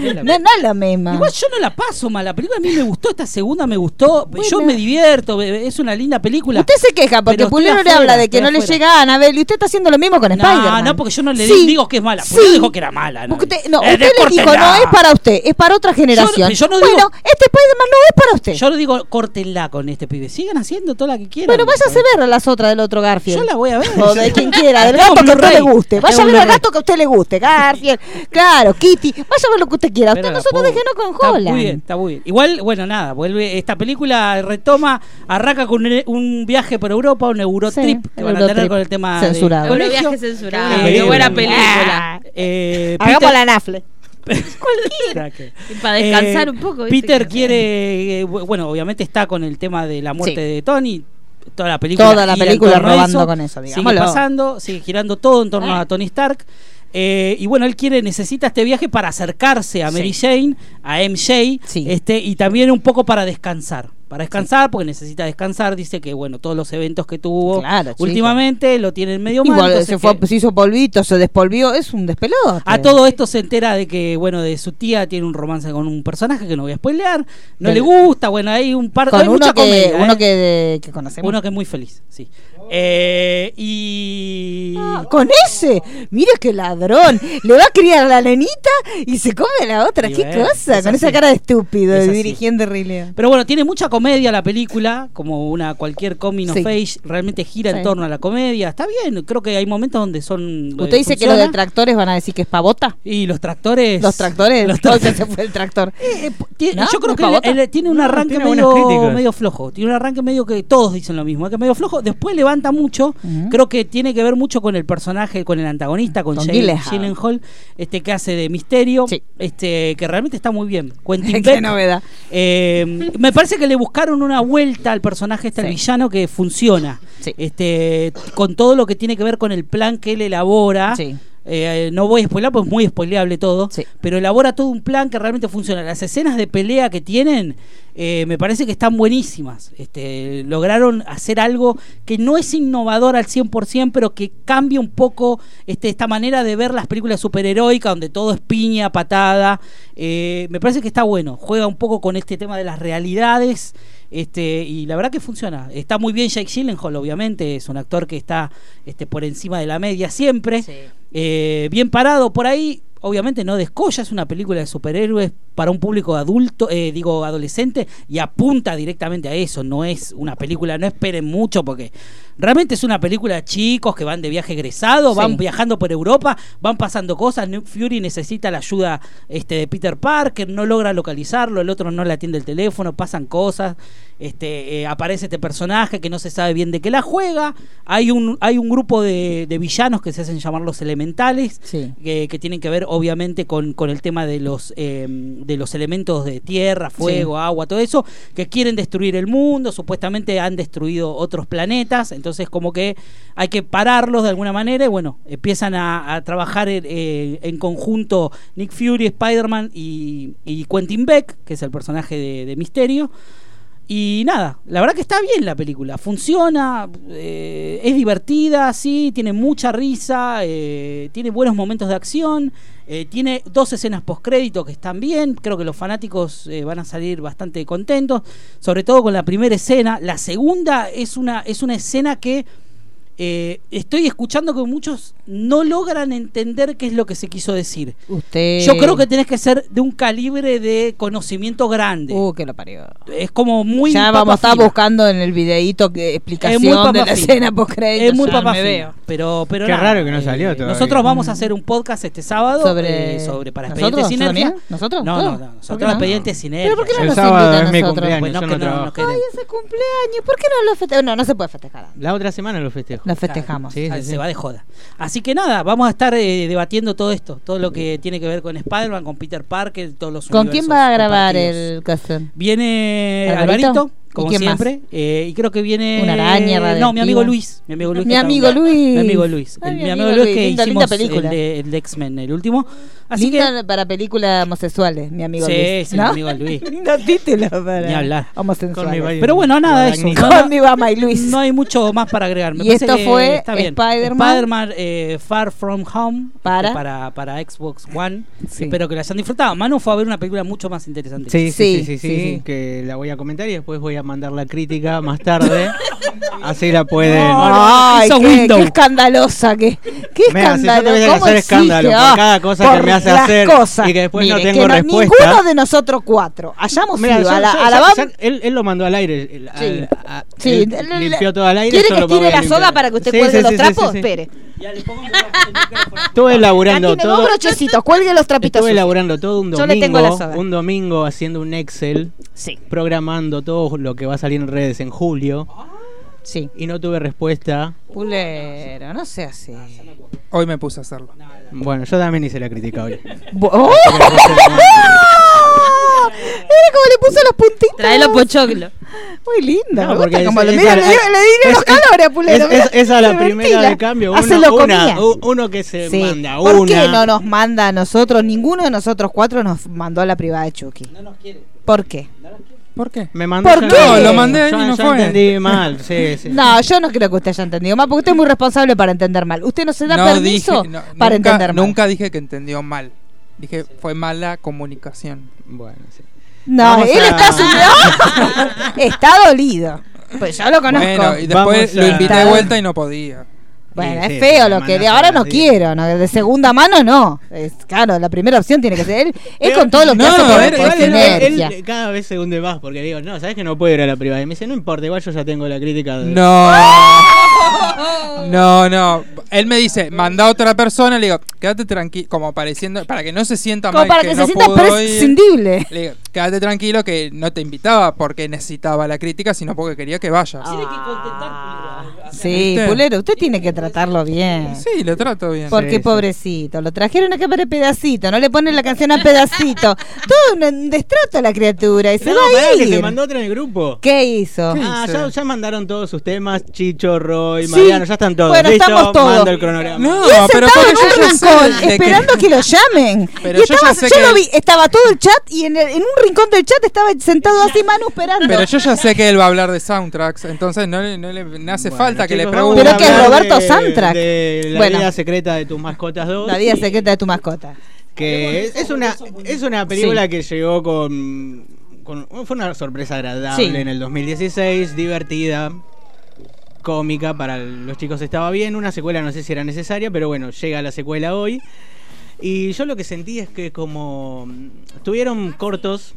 Speaker 3: [LAUGHS] misma. No, no es la misma.
Speaker 8: Igual yo no la paso mal. La película a mí me gustó, esta segunda me gustó. Yo me divierto, be- es una linda película.
Speaker 3: Usted se queja porque
Speaker 8: Pero estoy
Speaker 3: Pulero le
Speaker 8: afuera,
Speaker 3: habla de que
Speaker 8: estoy
Speaker 3: no le
Speaker 8: afuera.
Speaker 3: llega a Anabel y usted está haciendo lo mismo con
Speaker 8: No,
Speaker 3: Spider-Man.
Speaker 8: no, porque yo no le
Speaker 3: Sí.
Speaker 8: digo que es mala.
Speaker 3: Sí.
Speaker 8: Porque yo dijo que era mala. ¿no?
Speaker 3: Usted- no,
Speaker 8: Eh,
Speaker 3: usted le dijo,
Speaker 8: descórtenla.
Speaker 3: no es para usted, es para otra generación.
Speaker 8: yo no
Speaker 3: bueno,
Speaker 8: digo-
Speaker 3: este Spider-Man no es para usted.
Speaker 8: Yo le digo, córtenla con este pibe. Sigan haciendo toda la que quieran.
Speaker 3: Pero váyase a ver a las otras del otro Garfield.
Speaker 8: Yo la voy a ver.
Speaker 3: O de quien quiera, del
Speaker 8: Tengo
Speaker 3: gato que a usted
Speaker 8: Blu-ray.
Speaker 3: le guste. Vaya a
Speaker 8: Tengo
Speaker 3: ver al
Speaker 8: Blu-ray.
Speaker 3: gato que a usted le guste. Garfield, claro, Kitty. Vaya a ver lo que usted quiera. Usted
Speaker 8: Pero la
Speaker 3: nosotros
Speaker 8: puta.
Speaker 3: déjenos con
Speaker 8: Está
Speaker 3: Holland.
Speaker 8: muy bien, está muy bien. Igual, bueno, nada, vuelve. Esta película retoma, arranca con un, un viaje por Europa, un Eurotrip
Speaker 3: Sí,
Speaker 8: que
Speaker 3: el
Speaker 8: van a tener
Speaker 3: Eurotrip.
Speaker 8: con el tema.
Speaker 3: Censurado.
Speaker 8: De,
Speaker 5: Bueno,
Speaker 8: colegio.
Speaker 5: viaje censurado.
Speaker 8: Qué
Speaker 5: Qué buena
Speaker 8: película.
Speaker 5: película.
Speaker 8: Eh,
Speaker 3: Hagamos
Speaker 8: Peter-
Speaker 3: la nafle.
Speaker 8: Cualquiera que-
Speaker 5: Y para descansar
Speaker 8: Eh,
Speaker 5: un poco. ¿viste?
Speaker 8: Peter quiere, eh, bu- bueno, obviamente está con el tema de la muerte
Speaker 3: Sí.
Speaker 8: de Tony. Toda la película,
Speaker 3: Toda la
Speaker 8: gira en
Speaker 3: película
Speaker 8: torno a
Speaker 3: robando con eso,
Speaker 8: Sigue
Speaker 3: digámoslo.
Speaker 8: pasando, sigue girando todo en torno a Tony Stark. Eh, y bueno, él quiere, necesita este viaje para acercarse a Mary Jane, a MJ, este, y también un poco para descansar. Para descansar, porque necesita descansar. Dice que, bueno, todos los eventos que tuvo
Speaker 3: Claro, chico.
Speaker 8: últimamente lo tiene en medio mal.
Speaker 3: Igual
Speaker 8: entonces
Speaker 3: se, fue,
Speaker 8: que-
Speaker 3: se hizo polvito, se despolvió. Es un despelote.
Speaker 8: a todo esto se entera de que, bueno, de su tía tiene un romance con un personaje que no voy a spoilear, no
Speaker 3: Del-
Speaker 8: le gusta, bueno, hay un par
Speaker 3: Con
Speaker 8: hay
Speaker 3: uno
Speaker 8: mucha
Speaker 3: que-
Speaker 8: comedia,
Speaker 3: uno
Speaker 8: ¿eh?
Speaker 3: que, que conocemos.
Speaker 8: Uno que es muy feliz, sí. Eh, y.
Speaker 3: Ah, Con ese, mira qué ladrón. Le va a criar a la nenita y se come a la otra.
Speaker 8: Y
Speaker 3: Qué
Speaker 8: bueno,
Speaker 3: cosa,
Speaker 8: es
Speaker 3: con esa
Speaker 8: así.
Speaker 3: cara de estúpido, de
Speaker 8: Es así.
Speaker 3: dirigente Riley. Leo.
Speaker 8: Pero bueno, tiene mucha comedia la película, como una cualquier coming of
Speaker 3: Sí.
Speaker 8: age, realmente gira
Speaker 3: Sí.
Speaker 8: en torno a la comedia. Está bien, creo que hay momentos donde son. eh,
Speaker 3: Usted dice que los
Speaker 8: funciona.
Speaker 3: detractores van a decir que es pavota.
Speaker 8: Y los tractores.
Speaker 3: Los tractores, [LAUGHS]
Speaker 8: [LAUGHS] Los Eh,
Speaker 3: entonces se fue el tractor.
Speaker 8: Tiene-
Speaker 3: No,
Speaker 8: yo creo
Speaker 3: no es
Speaker 8: que él-
Speaker 3: pavota.
Speaker 8: él tiene un
Speaker 3: No,
Speaker 8: arranque
Speaker 3: tiene buenas
Speaker 8: medio,
Speaker 3: críticas.
Speaker 8: medio flojo. Tiene un arranque medio que todos dicen lo mismo, que medio flojo. Después levanta mucho. Creo que tiene que ver mucho con el personaje, con el antagonista, con,
Speaker 3: Con
Speaker 8: Jake
Speaker 3: Gyllenhaal.
Speaker 8: Gyllenhaal, este que hace de misterio, este que realmente está muy bien. [LAUGHS] Quentin
Speaker 3: [LAUGHS] Qué
Speaker 8: Beck,
Speaker 3: novedad.
Speaker 8: eh, me parece que le buscaron una vuelta al personaje este el villano que funciona. Este, con todo lo que tiene que ver con el plan que él elabora. Eh, no voy a spoiler porque es muy spoileable todo. Pero elabora todo un plan que realmente funciona. Las escenas de pelea que tienen eh, me parece que están buenísimas. Este, lograron hacer algo que no es innovador al 100%, pero que cambia un poco este, esta manera de ver las películas superheroicas, donde todo es piña, patada. Eh, me parece que está bueno. Juega un poco con este tema de las realidades. Este, y la verdad que funciona. Está muy bien Jake Gyllenhaal, obviamente. Es un actor que está este, por encima de la media siempre. Eh, bien parado por ahí. Obviamente no descolla, es una película de superhéroes para un público adulto, eh, digo adolescente, y apunta directamente a eso. No es una película, no esperen mucho porque realmente es una película de chicos que van de viaje egresado,
Speaker 3: Sí.
Speaker 8: van viajando por Europa, van pasando cosas. Nick Fury necesita la ayuda este, de Peter Parker, no logra localizarlo, el otro no le atiende el teléfono, pasan cosas. Este, eh, aparece este personaje que no se sabe bien de qué la juega. Hay un, hay un grupo de, de villanos que se hacen llamar los elementales, que, que tienen que ver obviamente con, con el tema de los, eh, de los elementos de tierra, fuego, agua, todo eso, que quieren destruir el mundo, supuestamente han destruido otros planetas, entonces como que hay que pararlos de alguna manera y bueno, empiezan a, a trabajar en, eh, en conjunto Nick Fury, Spider-Man y, y Quentin Beck, que es el personaje de, de Misterio. Y nada, la verdad que está bien la película, funciona, eh, es divertida, sí, tiene mucha risa, eh, tiene buenos momentos de acción, Eh, tiene dos escenas postcrédito que están bien, creo que los fanáticos eh, van a salir bastante contentos, sobre todo con la primera escena. La segunda es una, es una escena que eh, estoy escuchando que muchos no logran entender qué es lo que se quiso decir.
Speaker 3: Usted.
Speaker 8: Yo creo que tenés que ser de un calibre de conocimiento grande.
Speaker 3: Uh, que lo parió.
Speaker 8: Es como muy.
Speaker 3: Ya vamos a estar buscando en el videíto que explicación
Speaker 8: Es muy papá
Speaker 3: de la
Speaker 8: fino.
Speaker 3: escena postcrédito.
Speaker 8: Es muy
Speaker 3: ya
Speaker 8: papá
Speaker 3: me
Speaker 8: fino.
Speaker 3: veo.
Speaker 8: Pero, pero
Speaker 11: Qué
Speaker 8: nada. eh,
Speaker 11: raro que no salió todavía.
Speaker 8: Nosotros vamos a hacer un podcast este sábado
Speaker 3: Sobre-
Speaker 8: eh, sobre para
Speaker 3: ¿Nosotros?
Speaker 8: Expediente Sinergia.
Speaker 3: ¿También? ¿Nosotros?
Speaker 8: No,
Speaker 3: ¿Todos?
Speaker 8: no, no.
Speaker 3: ¿Por
Speaker 8: Nosotros
Speaker 3: qué no?
Speaker 8: Expediente Sinergia.
Speaker 3: ¿Pero por qué no
Speaker 11: El
Speaker 3: nos
Speaker 11: sábado
Speaker 3: invitan
Speaker 11: es mi
Speaker 3: a nosotros?
Speaker 11: cumpleaños,
Speaker 8: Bueno,
Speaker 11: yo
Speaker 8: que
Speaker 11: no
Speaker 8: no,
Speaker 11: trabajo.
Speaker 8: no queremos.
Speaker 3: Ay, ese cumpleaños. ¿Por qué no lo festejamos? No, no se puede festejar.
Speaker 11: La otra semana lo festejo.
Speaker 3: Lo festejamos.
Speaker 11: Sí, sí,
Speaker 8: Ah,
Speaker 11: sí.
Speaker 8: Se va de joda. Así que nada, vamos a estar eh, debatiendo todo esto, todo lo que tiene que ver con Spider-Man, con Peter Parker, todos los
Speaker 3: ¿Con quién
Speaker 8: universos
Speaker 3: va a grabar
Speaker 8: compartidos.
Speaker 3: el castón?
Speaker 8: Viene
Speaker 3: ¿Alvarito?
Speaker 8: Alvarito,
Speaker 3: ¿Y
Speaker 8: como
Speaker 3: quién más?
Speaker 8: siempre, eh, y creo que viene
Speaker 3: Una araña
Speaker 8: No, mi amigo
Speaker 3: radioactiva.
Speaker 8: Luis, mi amigo Luis.
Speaker 3: Mi
Speaker 8: que está-
Speaker 3: amigo Luis.
Speaker 8: Mi amigo Luis,
Speaker 3: Ay,
Speaker 8: el- mi amigo Luis que
Speaker 3: linda,
Speaker 8: hicimos
Speaker 3: linda película.
Speaker 8: el de, el de X-Men, el último. Así
Speaker 3: Linda para películas homosexuales, mi amigo
Speaker 8: Sí,
Speaker 3: Luis.
Speaker 8: sí, mi amigo Luis.
Speaker 3: [LAUGHS] Lindo título para
Speaker 8: Ni hablar.
Speaker 3: homosexuales.
Speaker 8: Pero bueno, nada, eso. No,
Speaker 3: Con
Speaker 8: no-
Speaker 3: mi mamá y Luis.
Speaker 8: no hay mucho más para agregar. Me
Speaker 3: Y
Speaker 8: parece
Speaker 3: esto
Speaker 8: que
Speaker 3: fue
Speaker 8: está bien.
Speaker 3: Spider-Man.
Speaker 8: Spider-Man, eh, Far From Home este,
Speaker 3: Para.
Speaker 8: para, para Xbox One.
Speaker 3: Sí.
Speaker 8: Espero que la hayan disfrutado. Manu fue a ver una película mucho más interesante.
Speaker 11: Sí, sí, sí, sí, sí,
Speaker 8: sí.
Speaker 11: que la voy a comentar y después voy a mandar la crítica más tarde. Así la pueden.
Speaker 8: No,
Speaker 3: Ay,
Speaker 11: Hizo
Speaker 3: qué,
Speaker 11: Windows.
Speaker 3: qué escandalosa que qué
Speaker 11: Mira, si yo
Speaker 3: escándalo.
Speaker 11: te voy a
Speaker 3: ¿Cómo
Speaker 11: hacer
Speaker 3: existe?
Speaker 11: escándalo por
Speaker 3: Ah,
Speaker 11: cada cosa que
Speaker 3: por
Speaker 11: me hace
Speaker 3: las
Speaker 11: hacer
Speaker 3: cosas.
Speaker 11: y que después no
Speaker 3: Mire,
Speaker 11: tengo
Speaker 3: que
Speaker 11: respuesta.
Speaker 3: Ninguno de nosotros cuatro hayamos
Speaker 11: Mira,
Speaker 3: ido
Speaker 11: yo-
Speaker 3: a la,
Speaker 11: yo-
Speaker 3: a la
Speaker 11: ya-
Speaker 3: BAM.
Speaker 11: ya- él, él lo mandó al aire. el- al-
Speaker 3: Sí.
Speaker 11: a-
Speaker 3: Sí,
Speaker 11: él
Speaker 3: le- le-
Speaker 11: limpió todo al aire.
Speaker 3: ¿Quiere
Speaker 11: yo
Speaker 3: que
Speaker 11: lo voy a
Speaker 3: estire la
Speaker 11: limpiar.
Speaker 3: soga para que usted
Speaker 11: Sí,
Speaker 3: cuelgue
Speaker 11: sí,
Speaker 3: los
Speaker 11: sí, sí,
Speaker 3: trapos?
Speaker 11: sí.
Speaker 3: Espere.
Speaker 14: [LAUGHS]
Speaker 11: Estuve laburando
Speaker 3: Tiene dos
Speaker 11: todo.
Speaker 3: brochecitos, cuelgue los trapitos.
Speaker 11: Estuve
Speaker 3: sucios.
Speaker 11: laburando todo un
Speaker 3: Yo
Speaker 11: domingo,
Speaker 3: le tengo la soga.
Speaker 11: un domingo haciendo un Excel, programando todo lo que va a salir en redes en julio.
Speaker 3: Sí.
Speaker 11: Y no tuve respuesta.
Speaker 3: Pulero, no sé así.
Speaker 11: Ah,
Speaker 7: Hoy me puse a hacerlo.
Speaker 11: Bueno, yo también hice la crítica hoy.
Speaker 3: ¡Oh! [LAUGHS] Era como le puso los puntitos.
Speaker 5: Traelo pochoclo.
Speaker 3: Muy linda. me
Speaker 11: No,
Speaker 3: gusta
Speaker 11: porque
Speaker 3: como
Speaker 11: es-
Speaker 3: lo-
Speaker 11: esa-
Speaker 3: mira, le, dio-
Speaker 11: es-
Speaker 3: le di los
Speaker 11: es-
Speaker 3: calores a Pulero.
Speaker 11: es- es-
Speaker 3: mira,
Speaker 11: esa es la
Speaker 3: se
Speaker 11: primera
Speaker 3: ventila.
Speaker 11: de cambio.
Speaker 3: Ah, se
Speaker 11: uno-
Speaker 3: lo
Speaker 11: una,
Speaker 3: comía.
Speaker 11: u- uno que se
Speaker 3: Sí.
Speaker 11: manda
Speaker 3: ¿Por
Speaker 11: una.
Speaker 3: qué no nos manda a nosotros? Ninguno de nosotros cuatro nos mandó a la privada de Chucky. No nos quiere. ¿Por qué?
Speaker 7: ¿Por qué?
Speaker 11: Me mandó
Speaker 3: ¿Por
Speaker 11: yo-
Speaker 3: qué?
Speaker 11: yo-
Speaker 3: Lo
Speaker 7: mandé ahí
Speaker 11: yo-
Speaker 7: y no
Speaker 11: yo
Speaker 7: fue.
Speaker 11: entendí mal. Sí, sí.
Speaker 3: No, yo no creo que usted haya entendido mal, porque usted es muy responsable para entender mal. Usted no se da
Speaker 7: No
Speaker 3: permiso
Speaker 7: dije- no,
Speaker 3: para
Speaker 7: nunca,
Speaker 3: entender mal.
Speaker 7: Nunca dije que entendió mal. Dije, fue mala comunicación.
Speaker 11: Bueno, sí.
Speaker 3: No,
Speaker 7: Vamos
Speaker 3: él
Speaker 7: a-
Speaker 3: está su- [LAUGHS] está
Speaker 11: [LAUGHS]
Speaker 3: dolido. Pues yo lo conozco.
Speaker 7: Bueno, y
Speaker 11: Vamos
Speaker 7: después lo
Speaker 11: a-
Speaker 7: invité de vuelta y no podía.
Speaker 3: Bueno,
Speaker 11: Sí,
Speaker 3: es
Speaker 11: sí,
Speaker 3: feo lo
Speaker 11: te mandas
Speaker 3: que
Speaker 11: a
Speaker 3: ahora no
Speaker 11: la-
Speaker 3: quiero, no, de segunda mano no. Es, claro, la primera opción tiene que ser él, él con todo lo que
Speaker 7: no,
Speaker 3: hace
Speaker 7: a
Speaker 3: por,
Speaker 7: ver,
Speaker 3: por
Speaker 11: Igual él- él-
Speaker 3: sinergia.
Speaker 11: él cada vez se hunde más porque digo, no, sabes que no puedo ir a la privada. Y me dice, no importa, igual yo ya tengo la crítica. De...
Speaker 7: No.
Speaker 3: [LAUGHS]
Speaker 7: No, no. Él me dice, manda a otra persona. Le digo, quédate tranquilo. Como pareciendo, para que no se sienta
Speaker 3: Como
Speaker 7: mal.
Speaker 3: para que,
Speaker 7: no
Speaker 3: se sienta
Speaker 7: pudo ir.
Speaker 3: prescindible.
Speaker 7: Le digo, quédate tranquilo que no te invitaba porque necesitaba la crítica, sino porque quería que vayas.
Speaker 3: Ah. Sí,
Speaker 7: ¿Viste?
Speaker 3: Pulero, usted tiene que tratarlo bien.
Speaker 7: Sí, lo trato bien.
Speaker 3: Porque
Speaker 7: Sí, sí.
Speaker 3: pobrecito, lo trajeron acá para pedacito, no le ponen la canción a
Speaker 11: [LAUGHS]
Speaker 3: pedacito. Todo un- un destrato a la criatura y se
Speaker 11: No,
Speaker 3: va
Speaker 11: pará,
Speaker 3: a
Speaker 11: que se
Speaker 3: ir.
Speaker 11: mandó otra en el grupo.
Speaker 3: ¿Qué hizo?
Speaker 11: Ah, ya, ya mandaron todos sus temas, Chicho, Roy,
Speaker 3: Sí.
Speaker 11: Mariano, ya están todos.
Speaker 3: Bueno,
Speaker 11: Listo,
Speaker 3: estamos todos.
Speaker 11: mando el cronograma.
Speaker 7: No,
Speaker 3: Y él
Speaker 7: pero
Speaker 3: sentado
Speaker 7: porque
Speaker 3: en
Speaker 7: yo ya
Speaker 3: un
Speaker 7: sé
Speaker 3: rincón,
Speaker 7: de que-
Speaker 3: esperando que... lo llamen.
Speaker 7: Pero
Speaker 3: y
Speaker 7: yo ya
Speaker 3: estaba, yo,
Speaker 7: sé que-
Speaker 3: lo vi, estaba todo el chat y en, el- en un rincón del chat estaba sentado así Manu esperando.
Speaker 7: [LAUGHS] Pero yo ya sé que él va a hablar de soundtracks, entonces no le, no le- no hace falta que le
Speaker 11: Chicos,
Speaker 7: pregunte.
Speaker 11: vamos
Speaker 3: Pero
Speaker 11: a
Speaker 3: que es
Speaker 11: hablar
Speaker 3: Roberto
Speaker 11: de-
Speaker 3: Soundtrack.
Speaker 11: de la
Speaker 3: Bueno.
Speaker 11: vida secreta de tus mascotas 2.
Speaker 3: La vida secreta de tu mascota.
Speaker 11: Que es, es una, es una película que llegó con, con- Fue una sorpresa agradable
Speaker 3: Sí.
Speaker 11: en el 2016, divertida, cómica, para el- los chicos estaba bien. Una secuela no sé si era necesaria, pero bueno, llega la secuela hoy. Y yo lo que sentí es que como mm, tuvieron cortos,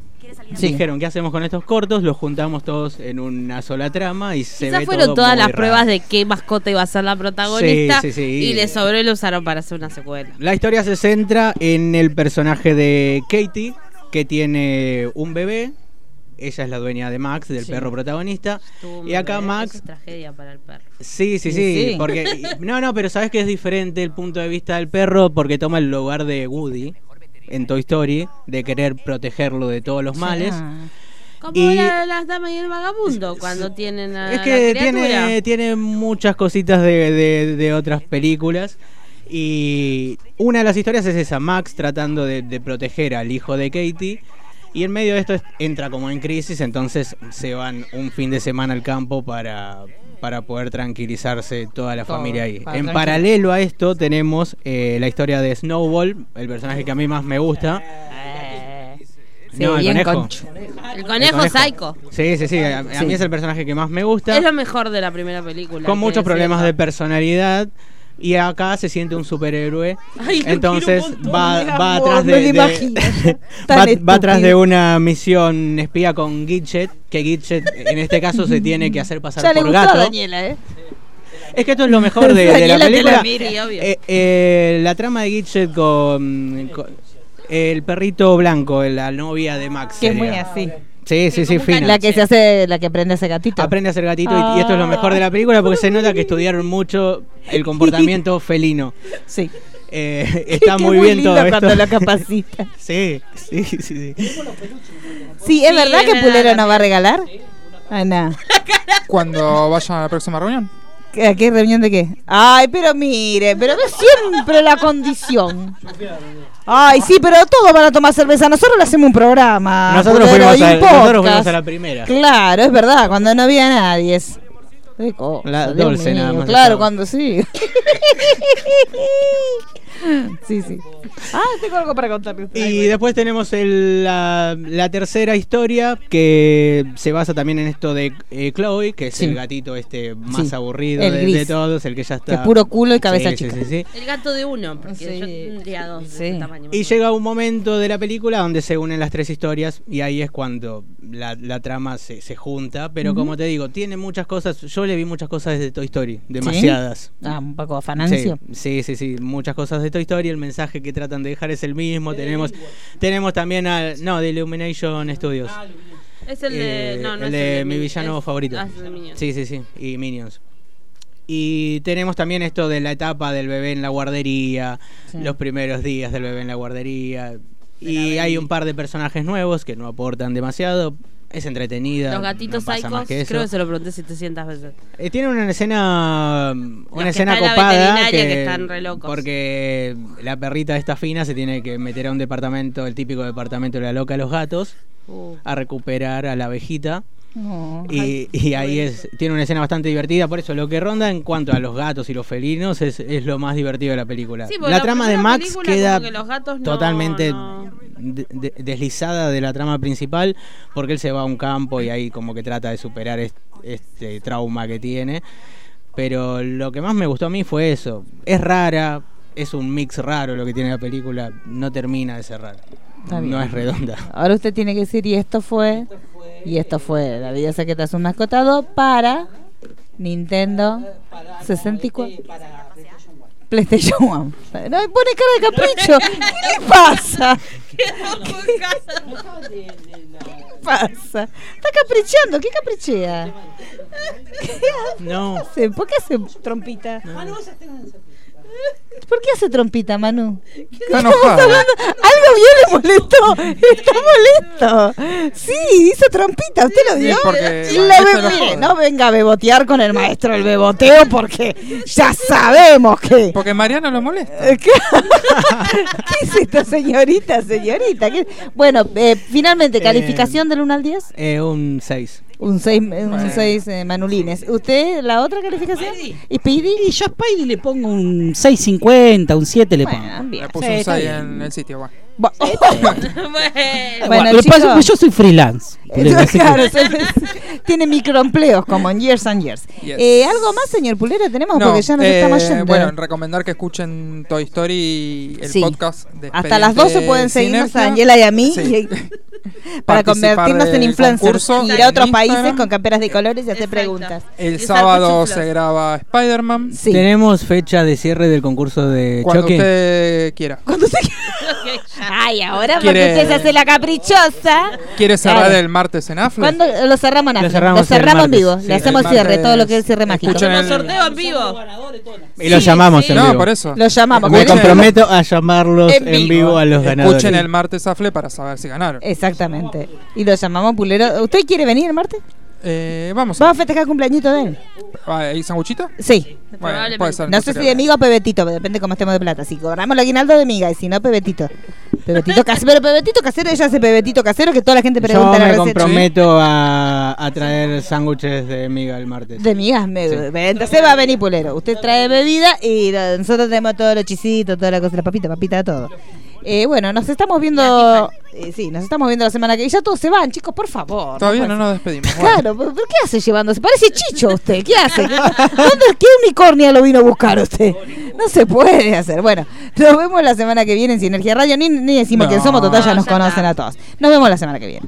Speaker 3: Sí.
Speaker 11: dijeron, ¿qué hacemos con estos cortos? Los juntamos todos en una sola trama y se
Speaker 5: Quizás
Speaker 11: ve
Speaker 5: fueron
Speaker 11: todo
Speaker 5: todas
Speaker 11: muy
Speaker 5: las
Speaker 11: raro.
Speaker 5: pruebas de qué mascota iba a ser la protagonista
Speaker 11: Sí, sí, sí.
Speaker 5: y le sobró y lo usaron para hacer una secuela.
Speaker 11: La historia se centra en el personaje de Katie, que tiene un bebé. Ella es la dueña de Max, del
Speaker 5: Sí.
Speaker 11: perro protagonista.
Speaker 5: Tuvo un
Speaker 11: Y acá
Speaker 5: bebé,
Speaker 11: Max-
Speaker 5: eso es tragedia para el perro.
Speaker 11: Sí,
Speaker 5: Y
Speaker 11: sí, sí,
Speaker 5: sí.
Speaker 11: porque
Speaker 5: [LAUGHS]
Speaker 11: no, no, pero sabes que es diferente el punto de vista del perro porque toma el lugar de Woody en Toy Story de querer protegerlo de todos los males.
Speaker 5: Ah.
Speaker 3: Ah,
Speaker 5: Como
Speaker 11: Y-
Speaker 5: la- las damas y el vagabundo cuando tienen a
Speaker 11: Es
Speaker 5: la
Speaker 11: que
Speaker 5: criatura.
Speaker 11: tiene, tiene muchas cositas de, de- de otras películas. Y una de las historias es esa, Max tratando de, de proteger al hijo de Katie. Y en medio de esto es- entra como en crisis, entonces se van un fin de semana al campo para, para poder tranquilizarse toda la
Speaker 3: Todo,
Speaker 11: familia ahí.
Speaker 3: para
Speaker 11: En
Speaker 3: tranquil-
Speaker 11: paralelo a esto tenemos eh, la historia de Snowball, el personaje que a mí más me gusta.
Speaker 5: Eh.
Speaker 3: Sí, bien concho.
Speaker 5: El conejo psycho.
Speaker 11: Sí, sí, sí. A, a
Speaker 5: Sí.
Speaker 11: mí es el personaje que más me gusta.
Speaker 5: Es lo mejor de la primera película.
Speaker 11: con
Speaker 5: hay que
Speaker 11: muchos
Speaker 5: decirlo.
Speaker 11: problemas de personalidad. Y acá se siente un superhéroe.
Speaker 5: Ay, lo quiero
Speaker 11: Entonces
Speaker 5: un montón,
Speaker 11: va,
Speaker 5: mi
Speaker 11: va
Speaker 5: amor,
Speaker 11: atrás
Speaker 5: me
Speaker 11: de.
Speaker 5: lo
Speaker 11: de- [LAUGHS]
Speaker 5: imagino.
Speaker 11: va,
Speaker 5: Tan
Speaker 11: va atrás de
Speaker 5: estúpido.
Speaker 11: una misión espía con Gidget. Que Gidget en este caso se tiene que hacer pasar
Speaker 3: Ya le
Speaker 11: por
Speaker 3: gustó a
Speaker 11: gato.
Speaker 3: Daniela, ¿eh?
Speaker 11: Es que esto es lo mejor de, de la
Speaker 3: Daniela te lo
Speaker 11: película.
Speaker 3: mira. Sí, obvio.
Speaker 11: Eh, eh, la trama de Gidget con, con el perrito blanco, la novia de Max.
Speaker 3: Que es muy
Speaker 11: sería.
Speaker 3: así.
Speaker 11: Sí, sí, sí, fina.
Speaker 3: La que se hace, la que aprende a hacer gatito.
Speaker 11: Aprende a hacer gatito y, y esto es lo mejor de la película porque se nota que estudiaron mucho
Speaker 3: [LAUGHS]
Speaker 11: el comportamiento felino. Eh,
Speaker 3: Sí. [LAUGHS]
Speaker 11: está
Speaker 3: Que
Speaker 11: muy
Speaker 3: es muy
Speaker 11: bien
Speaker 3: lindo
Speaker 11: todo esto.
Speaker 3: cuando lo capacita.
Speaker 11: [LAUGHS] sí, sí, sí, sí.
Speaker 27: Sí, ¿es
Speaker 3: Sí,
Speaker 27: verdad
Speaker 3: es
Speaker 27: que
Speaker 3: verdad,
Speaker 27: Pulero
Speaker 3: también.
Speaker 27: no va a regalar? Ah, no.
Speaker 7: Cuando vayan a la próxima reunión.
Speaker 27: ¿A qué reunión de qué? Ay, pero mire, pero ve siempre la condición. Ay, sí, pero todos van a tomar cerveza. Nosotros le hacemos un programa.
Speaker 3: Ah,
Speaker 11: Nosotros
Speaker 27: Pulero,
Speaker 11: fuimos
Speaker 27: y un
Speaker 11: a- nosotros
Speaker 27: podcast.
Speaker 11: fuimos a la primera.
Speaker 27: Claro, es verdad, cuando no había nadie. Es... Qué cosa,
Speaker 11: La
Speaker 27: Dios
Speaker 11: dulce nada
Speaker 27: mío.
Speaker 11: más
Speaker 27: Claro,
Speaker 11: estaba.
Speaker 27: cuando
Speaker 11: [LAUGHS]
Speaker 27: sí. sí, sí. Ah, tengo algo para contarle.
Speaker 11: Y después tenemos el- la, la tercera historia que se basa también en esto de eh, Chloe, que es
Speaker 3: Sí.
Speaker 11: el gatito este más
Speaker 3: Sí.
Speaker 11: aburrido
Speaker 3: El
Speaker 11: de,
Speaker 3: gris.
Speaker 11: de todos, el que ya está.
Speaker 3: Que es puro culo y cabeza
Speaker 11: Sí, sí,
Speaker 3: chica.
Speaker 11: sí, sí.
Speaker 5: El gato de uno, porque yo tendría dos de ese tamaño.
Speaker 11: Y llega un momento de la película donde se unen las tres historias y ahí es cuando la, la trama se, se junta. Pero
Speaker 3: Ujú.
Speaker 11: como te digo, tiene muchas cosas. Yo le vi muchas cosas de Toy Story, demasiadas.
Speaker 3: Ah, un poco afanancio.
Speaker 11: Sí, sí, sí, sí, muchas cosas de Toy Story. El mensaje que tratan de dejar es el mismo. tenemos tenemos también al. No, de Illumination Studios.
Speaker 5: Es el de.
Speaker 11: Eh,
Speaker 5: no, no
Speaker 11: el
Speaker 5: es
Speaker 11: de mi
Speaker 5: Minions,
Speaker 11: villano
Speaker 5: es-
Speaker 11: favorito.
Speaker 5: ah, es el de Minions.
Speaker 11: Sí, sí, sí. Y Minions. Y tenemos también esto de la etapa del bebé en la guardería,
Speaker 3: Sí.
Speaker 11: los primeros días del bebé en la guardería. Y hay un par de personajes nuevos que no aportan demasiado. Es entretenida.
Speaker 5: Los gatitos
Speaker 11: no pasa
Speaker 5: psychos,
Speaker 11: más que eso.
Speaker 5: creo que se lo pregunté 700 veces.
Speaker 11: Eh, tiene una escena
Speaker 5: Los
Speaker 11: una
Speaker 5: que
Speaker 11: escena
Speaker 5: están en la
Speaker 11: copada
Speaker 5: veterinaria
Speaker 11: que,
Speaker 5: que están re locos.
Speaker 11: porque la perrita esta fina se tiene que meter a un departamento, el típico departamento de la loca de los gatos,
Speaker 5: Uh.
Speaker 11: a recuperar a la abejita.
Speaker 3: No.
Speaker 11: Y, y ahí es, tiene una escena bastante divertida, por eso lo que ronda en cuanto a los gatos y los felinos es, es lo más divertido de la película.
Speaker 5: Sí, porque
Speaker 11: la
Speaker 5: la
Speaker 11: trama de
Speaker 5: primera
Speaker 11: Max
Speaker 5: película
Speaker 11: queda
Speaker 5: como que los gatos no-
Speaker 11: totalmente
Speaker 5: no. [LAUGHS]
Speaker 11: de- de- deslizada de la trama principal porque él se va a un campo y ahí como que trata de superar est- este trauma que tiene. Pero lo que más me gustó a mí fue eso. Es rara, es un mix raro lo que tiene la película, no termina de cerrar.
Speaker 3: Está bien.
Speaker 11: No es redonda.
Speaker 5: [LAUGHS]
Speaker 3: Ahora usted tiene que decir, y esto fue. Y esto fue. La vida secreta es un mascotado para Nintendo 64. este, PlayStation One. [LAUGHS] No me pone cara de [LAUGHS] capricho. ¿Qué le [LAUGHS] pasa? [LAUGHS] ¿Qué pasa? Está caprichando. ¿Qué [LAUGHS] caprichea? ¿Qué
Speaker 11: No.
Speaker 3: hace? ¿Por qué hace trompita? ¿Por qué hace trompita, Manu?
Speaker 7: Está enojada.
Speaker 3: Algo bien le molestó. Está molesto. Sí, hizo trompita. ¿Usted lo
Speaker 7: Sí,
Speaker 3: vio?
Speaker 7: porque
Speaker 3: La be-
Speaker 7: Manuel se enojó.
Speaker 3: mire, no venga a bebotear con el maestro el beboteo porque ya sabemos que.
Speaker 7: Porque Mariano lo molesta.
Speaker 3: ¿Qué, [LAUGHS] ¿Qué es esto, señorita, señorita? ¿Qué- Bueno, eh, finalmente,
Speaker 11: Eh,
Speaker 3: calificación del 1 al 10.
Speaker 11: Eh, un 6.
Speaker 3: Un 6, un seis, eh, manulines. ¿Usted la otra calificación? ¿Y Speedy?
Speaker 8: Y yo a Spidey le pongo un 6.50, un 7 le pongo.
Speaker 7: Le puso un 6 en el sitio, bueno.
Speaker 8: Bueno, lo que
Speaker 3: chicos.
Speaker 8: pasa es que yo soy freelance.
Speaker 3: [LAUGHS]
Speaker 8: boludo, así que-
Speaker 3: Claro, tiene microempleos como en Years and Years.
Speaker 7: Yes.
Speaker 3: Eh, ¿Algo más, señor Pulero? Tenemos porque ya nos
Speaker 7: eh,
Speaker 3: estamos yendo.
Speaker 7: Bueno, recomendar que escuchen Toy Story, el
Speaker 3: Sí.
Speaker 7: podcast de
Speaker 3: Hasta las 12 pueden seguirnos a
Speaker 7: Sinergia.
Speaker 3: Angela y a mí
Speaker 7: Sí. [LAUGHS]
Speaker 3: y- para
Speaker 7: Participar
Speaker 3: convertirnos en
Speaker 7: del
Speaker 3: influencers
Speaker 7: concurso
Speaker 3: y ir a otros
Speaker 7: en
Speaker 3: países
Speaker 7: Instagram.
Speaker 3: con camperas de colores y hacer preguntas.
Speaker 7: El sábado se graba Spider-Man.
Speaker 11: Tenemos fecha de cierre del concurso de
Speaker 7: Cuando
Speaker 11: choque.
Speaker 7: usted quiera.
Speaker 3: [LAUGHS] Ay, ahora porque
Speaker 7: Quiere-
Speaker 3: usted se hace la caprichosa.
Speaker 7: ¿Quiere cerrar
Speaker 3: Claro.
Speaker 7: el martes en AFLE?
Speaker 3: ¿Cuándo lo cerramos en
Speaker 7: Lo
Speaker 3: Afri?
Speaker 7: cerramos
Speaker 3: Lo cerramos en
Speaker 7: el martes,
Speaker 3: vivo.
Speaker 7: sí.
Speaker 3: Le hacemos
Speaker 7: El
Speaker 3: cierre,
Speaker 7: martes.
Speaker 3: todo lo que es cierre mágico.
Speaker 7: Escuchen
Speaker 5: Lo
Speaker 7: el-
Speaker 5: sorteo en vivo.
Speaker 11: Y los llamamos en
Speaker 7: No,
Speaker 11: vivo.
Speaker 7: por eso.
Speaker 3: Los llamamos.
Speaker 11: Me
Speaker 7: Escuchen-
Speaker 11: comprometo a llamarlos en vivo, a los ganadores.
Speaker 7: Escuchen
Speaker 3: Eh,
Speaker 7: el martes AFLE para saber si ganaron.
Speaker 3: Exactamente. Y lo llamamos Pulero. ¿Usted quiere venir el martes?
Speaker 7: Eh, vamos.
Speaker 3: Vamos a festejar el cumpleañito de él.
Speaker 7: Ah, ¿Y sanguchito?
Speaker 3: Sí.
Speaker 7: Bueno, puede ser,
Speaker 3: No sé si
Speaker 7: creo.
Speaker 3: de miga o pebetito, pero depende cómo estemos de plata. Si cobramos el aguinaldo de miga y si no, pebetito. Pebetito casero, pero pebetito casero, ella hace pebetito casero que toda la gente
Speaker 11: Yo
Speaker 3: pregunta la
Speaker 11: me
Speaker 3: receta.
Speaker 11: comprometo a, a traer sándwiches de miga el martes.
Speaker 3: De migas, me, entonces va a venir pulero. Usted trae bebida y lo- nosotros tenemos todo lo chisito, toda la cosa, la papita, papita, todo. Eh, bueno, nos estamos viendo. eh, sí, nos estamos viendo la semana que. Y ya todos se van, chicos, por favor.
Speaker 7: Todavía
Speaker 3: puede
Speaker 7: no
Speaker 3: ser.
Speaker 7: nos despedimos.
Speaker 3: Claro, ¿pero pero qué hace llevándose? Parece chicho usted, ¿qué hace? ¿Qué, dónde, qué unicornio lo vino a buscar usted? No se puede hacer. Bueno, nos vemos la semana que viene en Sinergia Radio. Ni, ni decimos
Speaker 26: No.
Speaker 3: quién somos, total, ya
Speaker 26: No,
Speaker 3: nos
Speaker 26: ya
Speaker 3: conocen a todos. Nos vemos la semana que viene.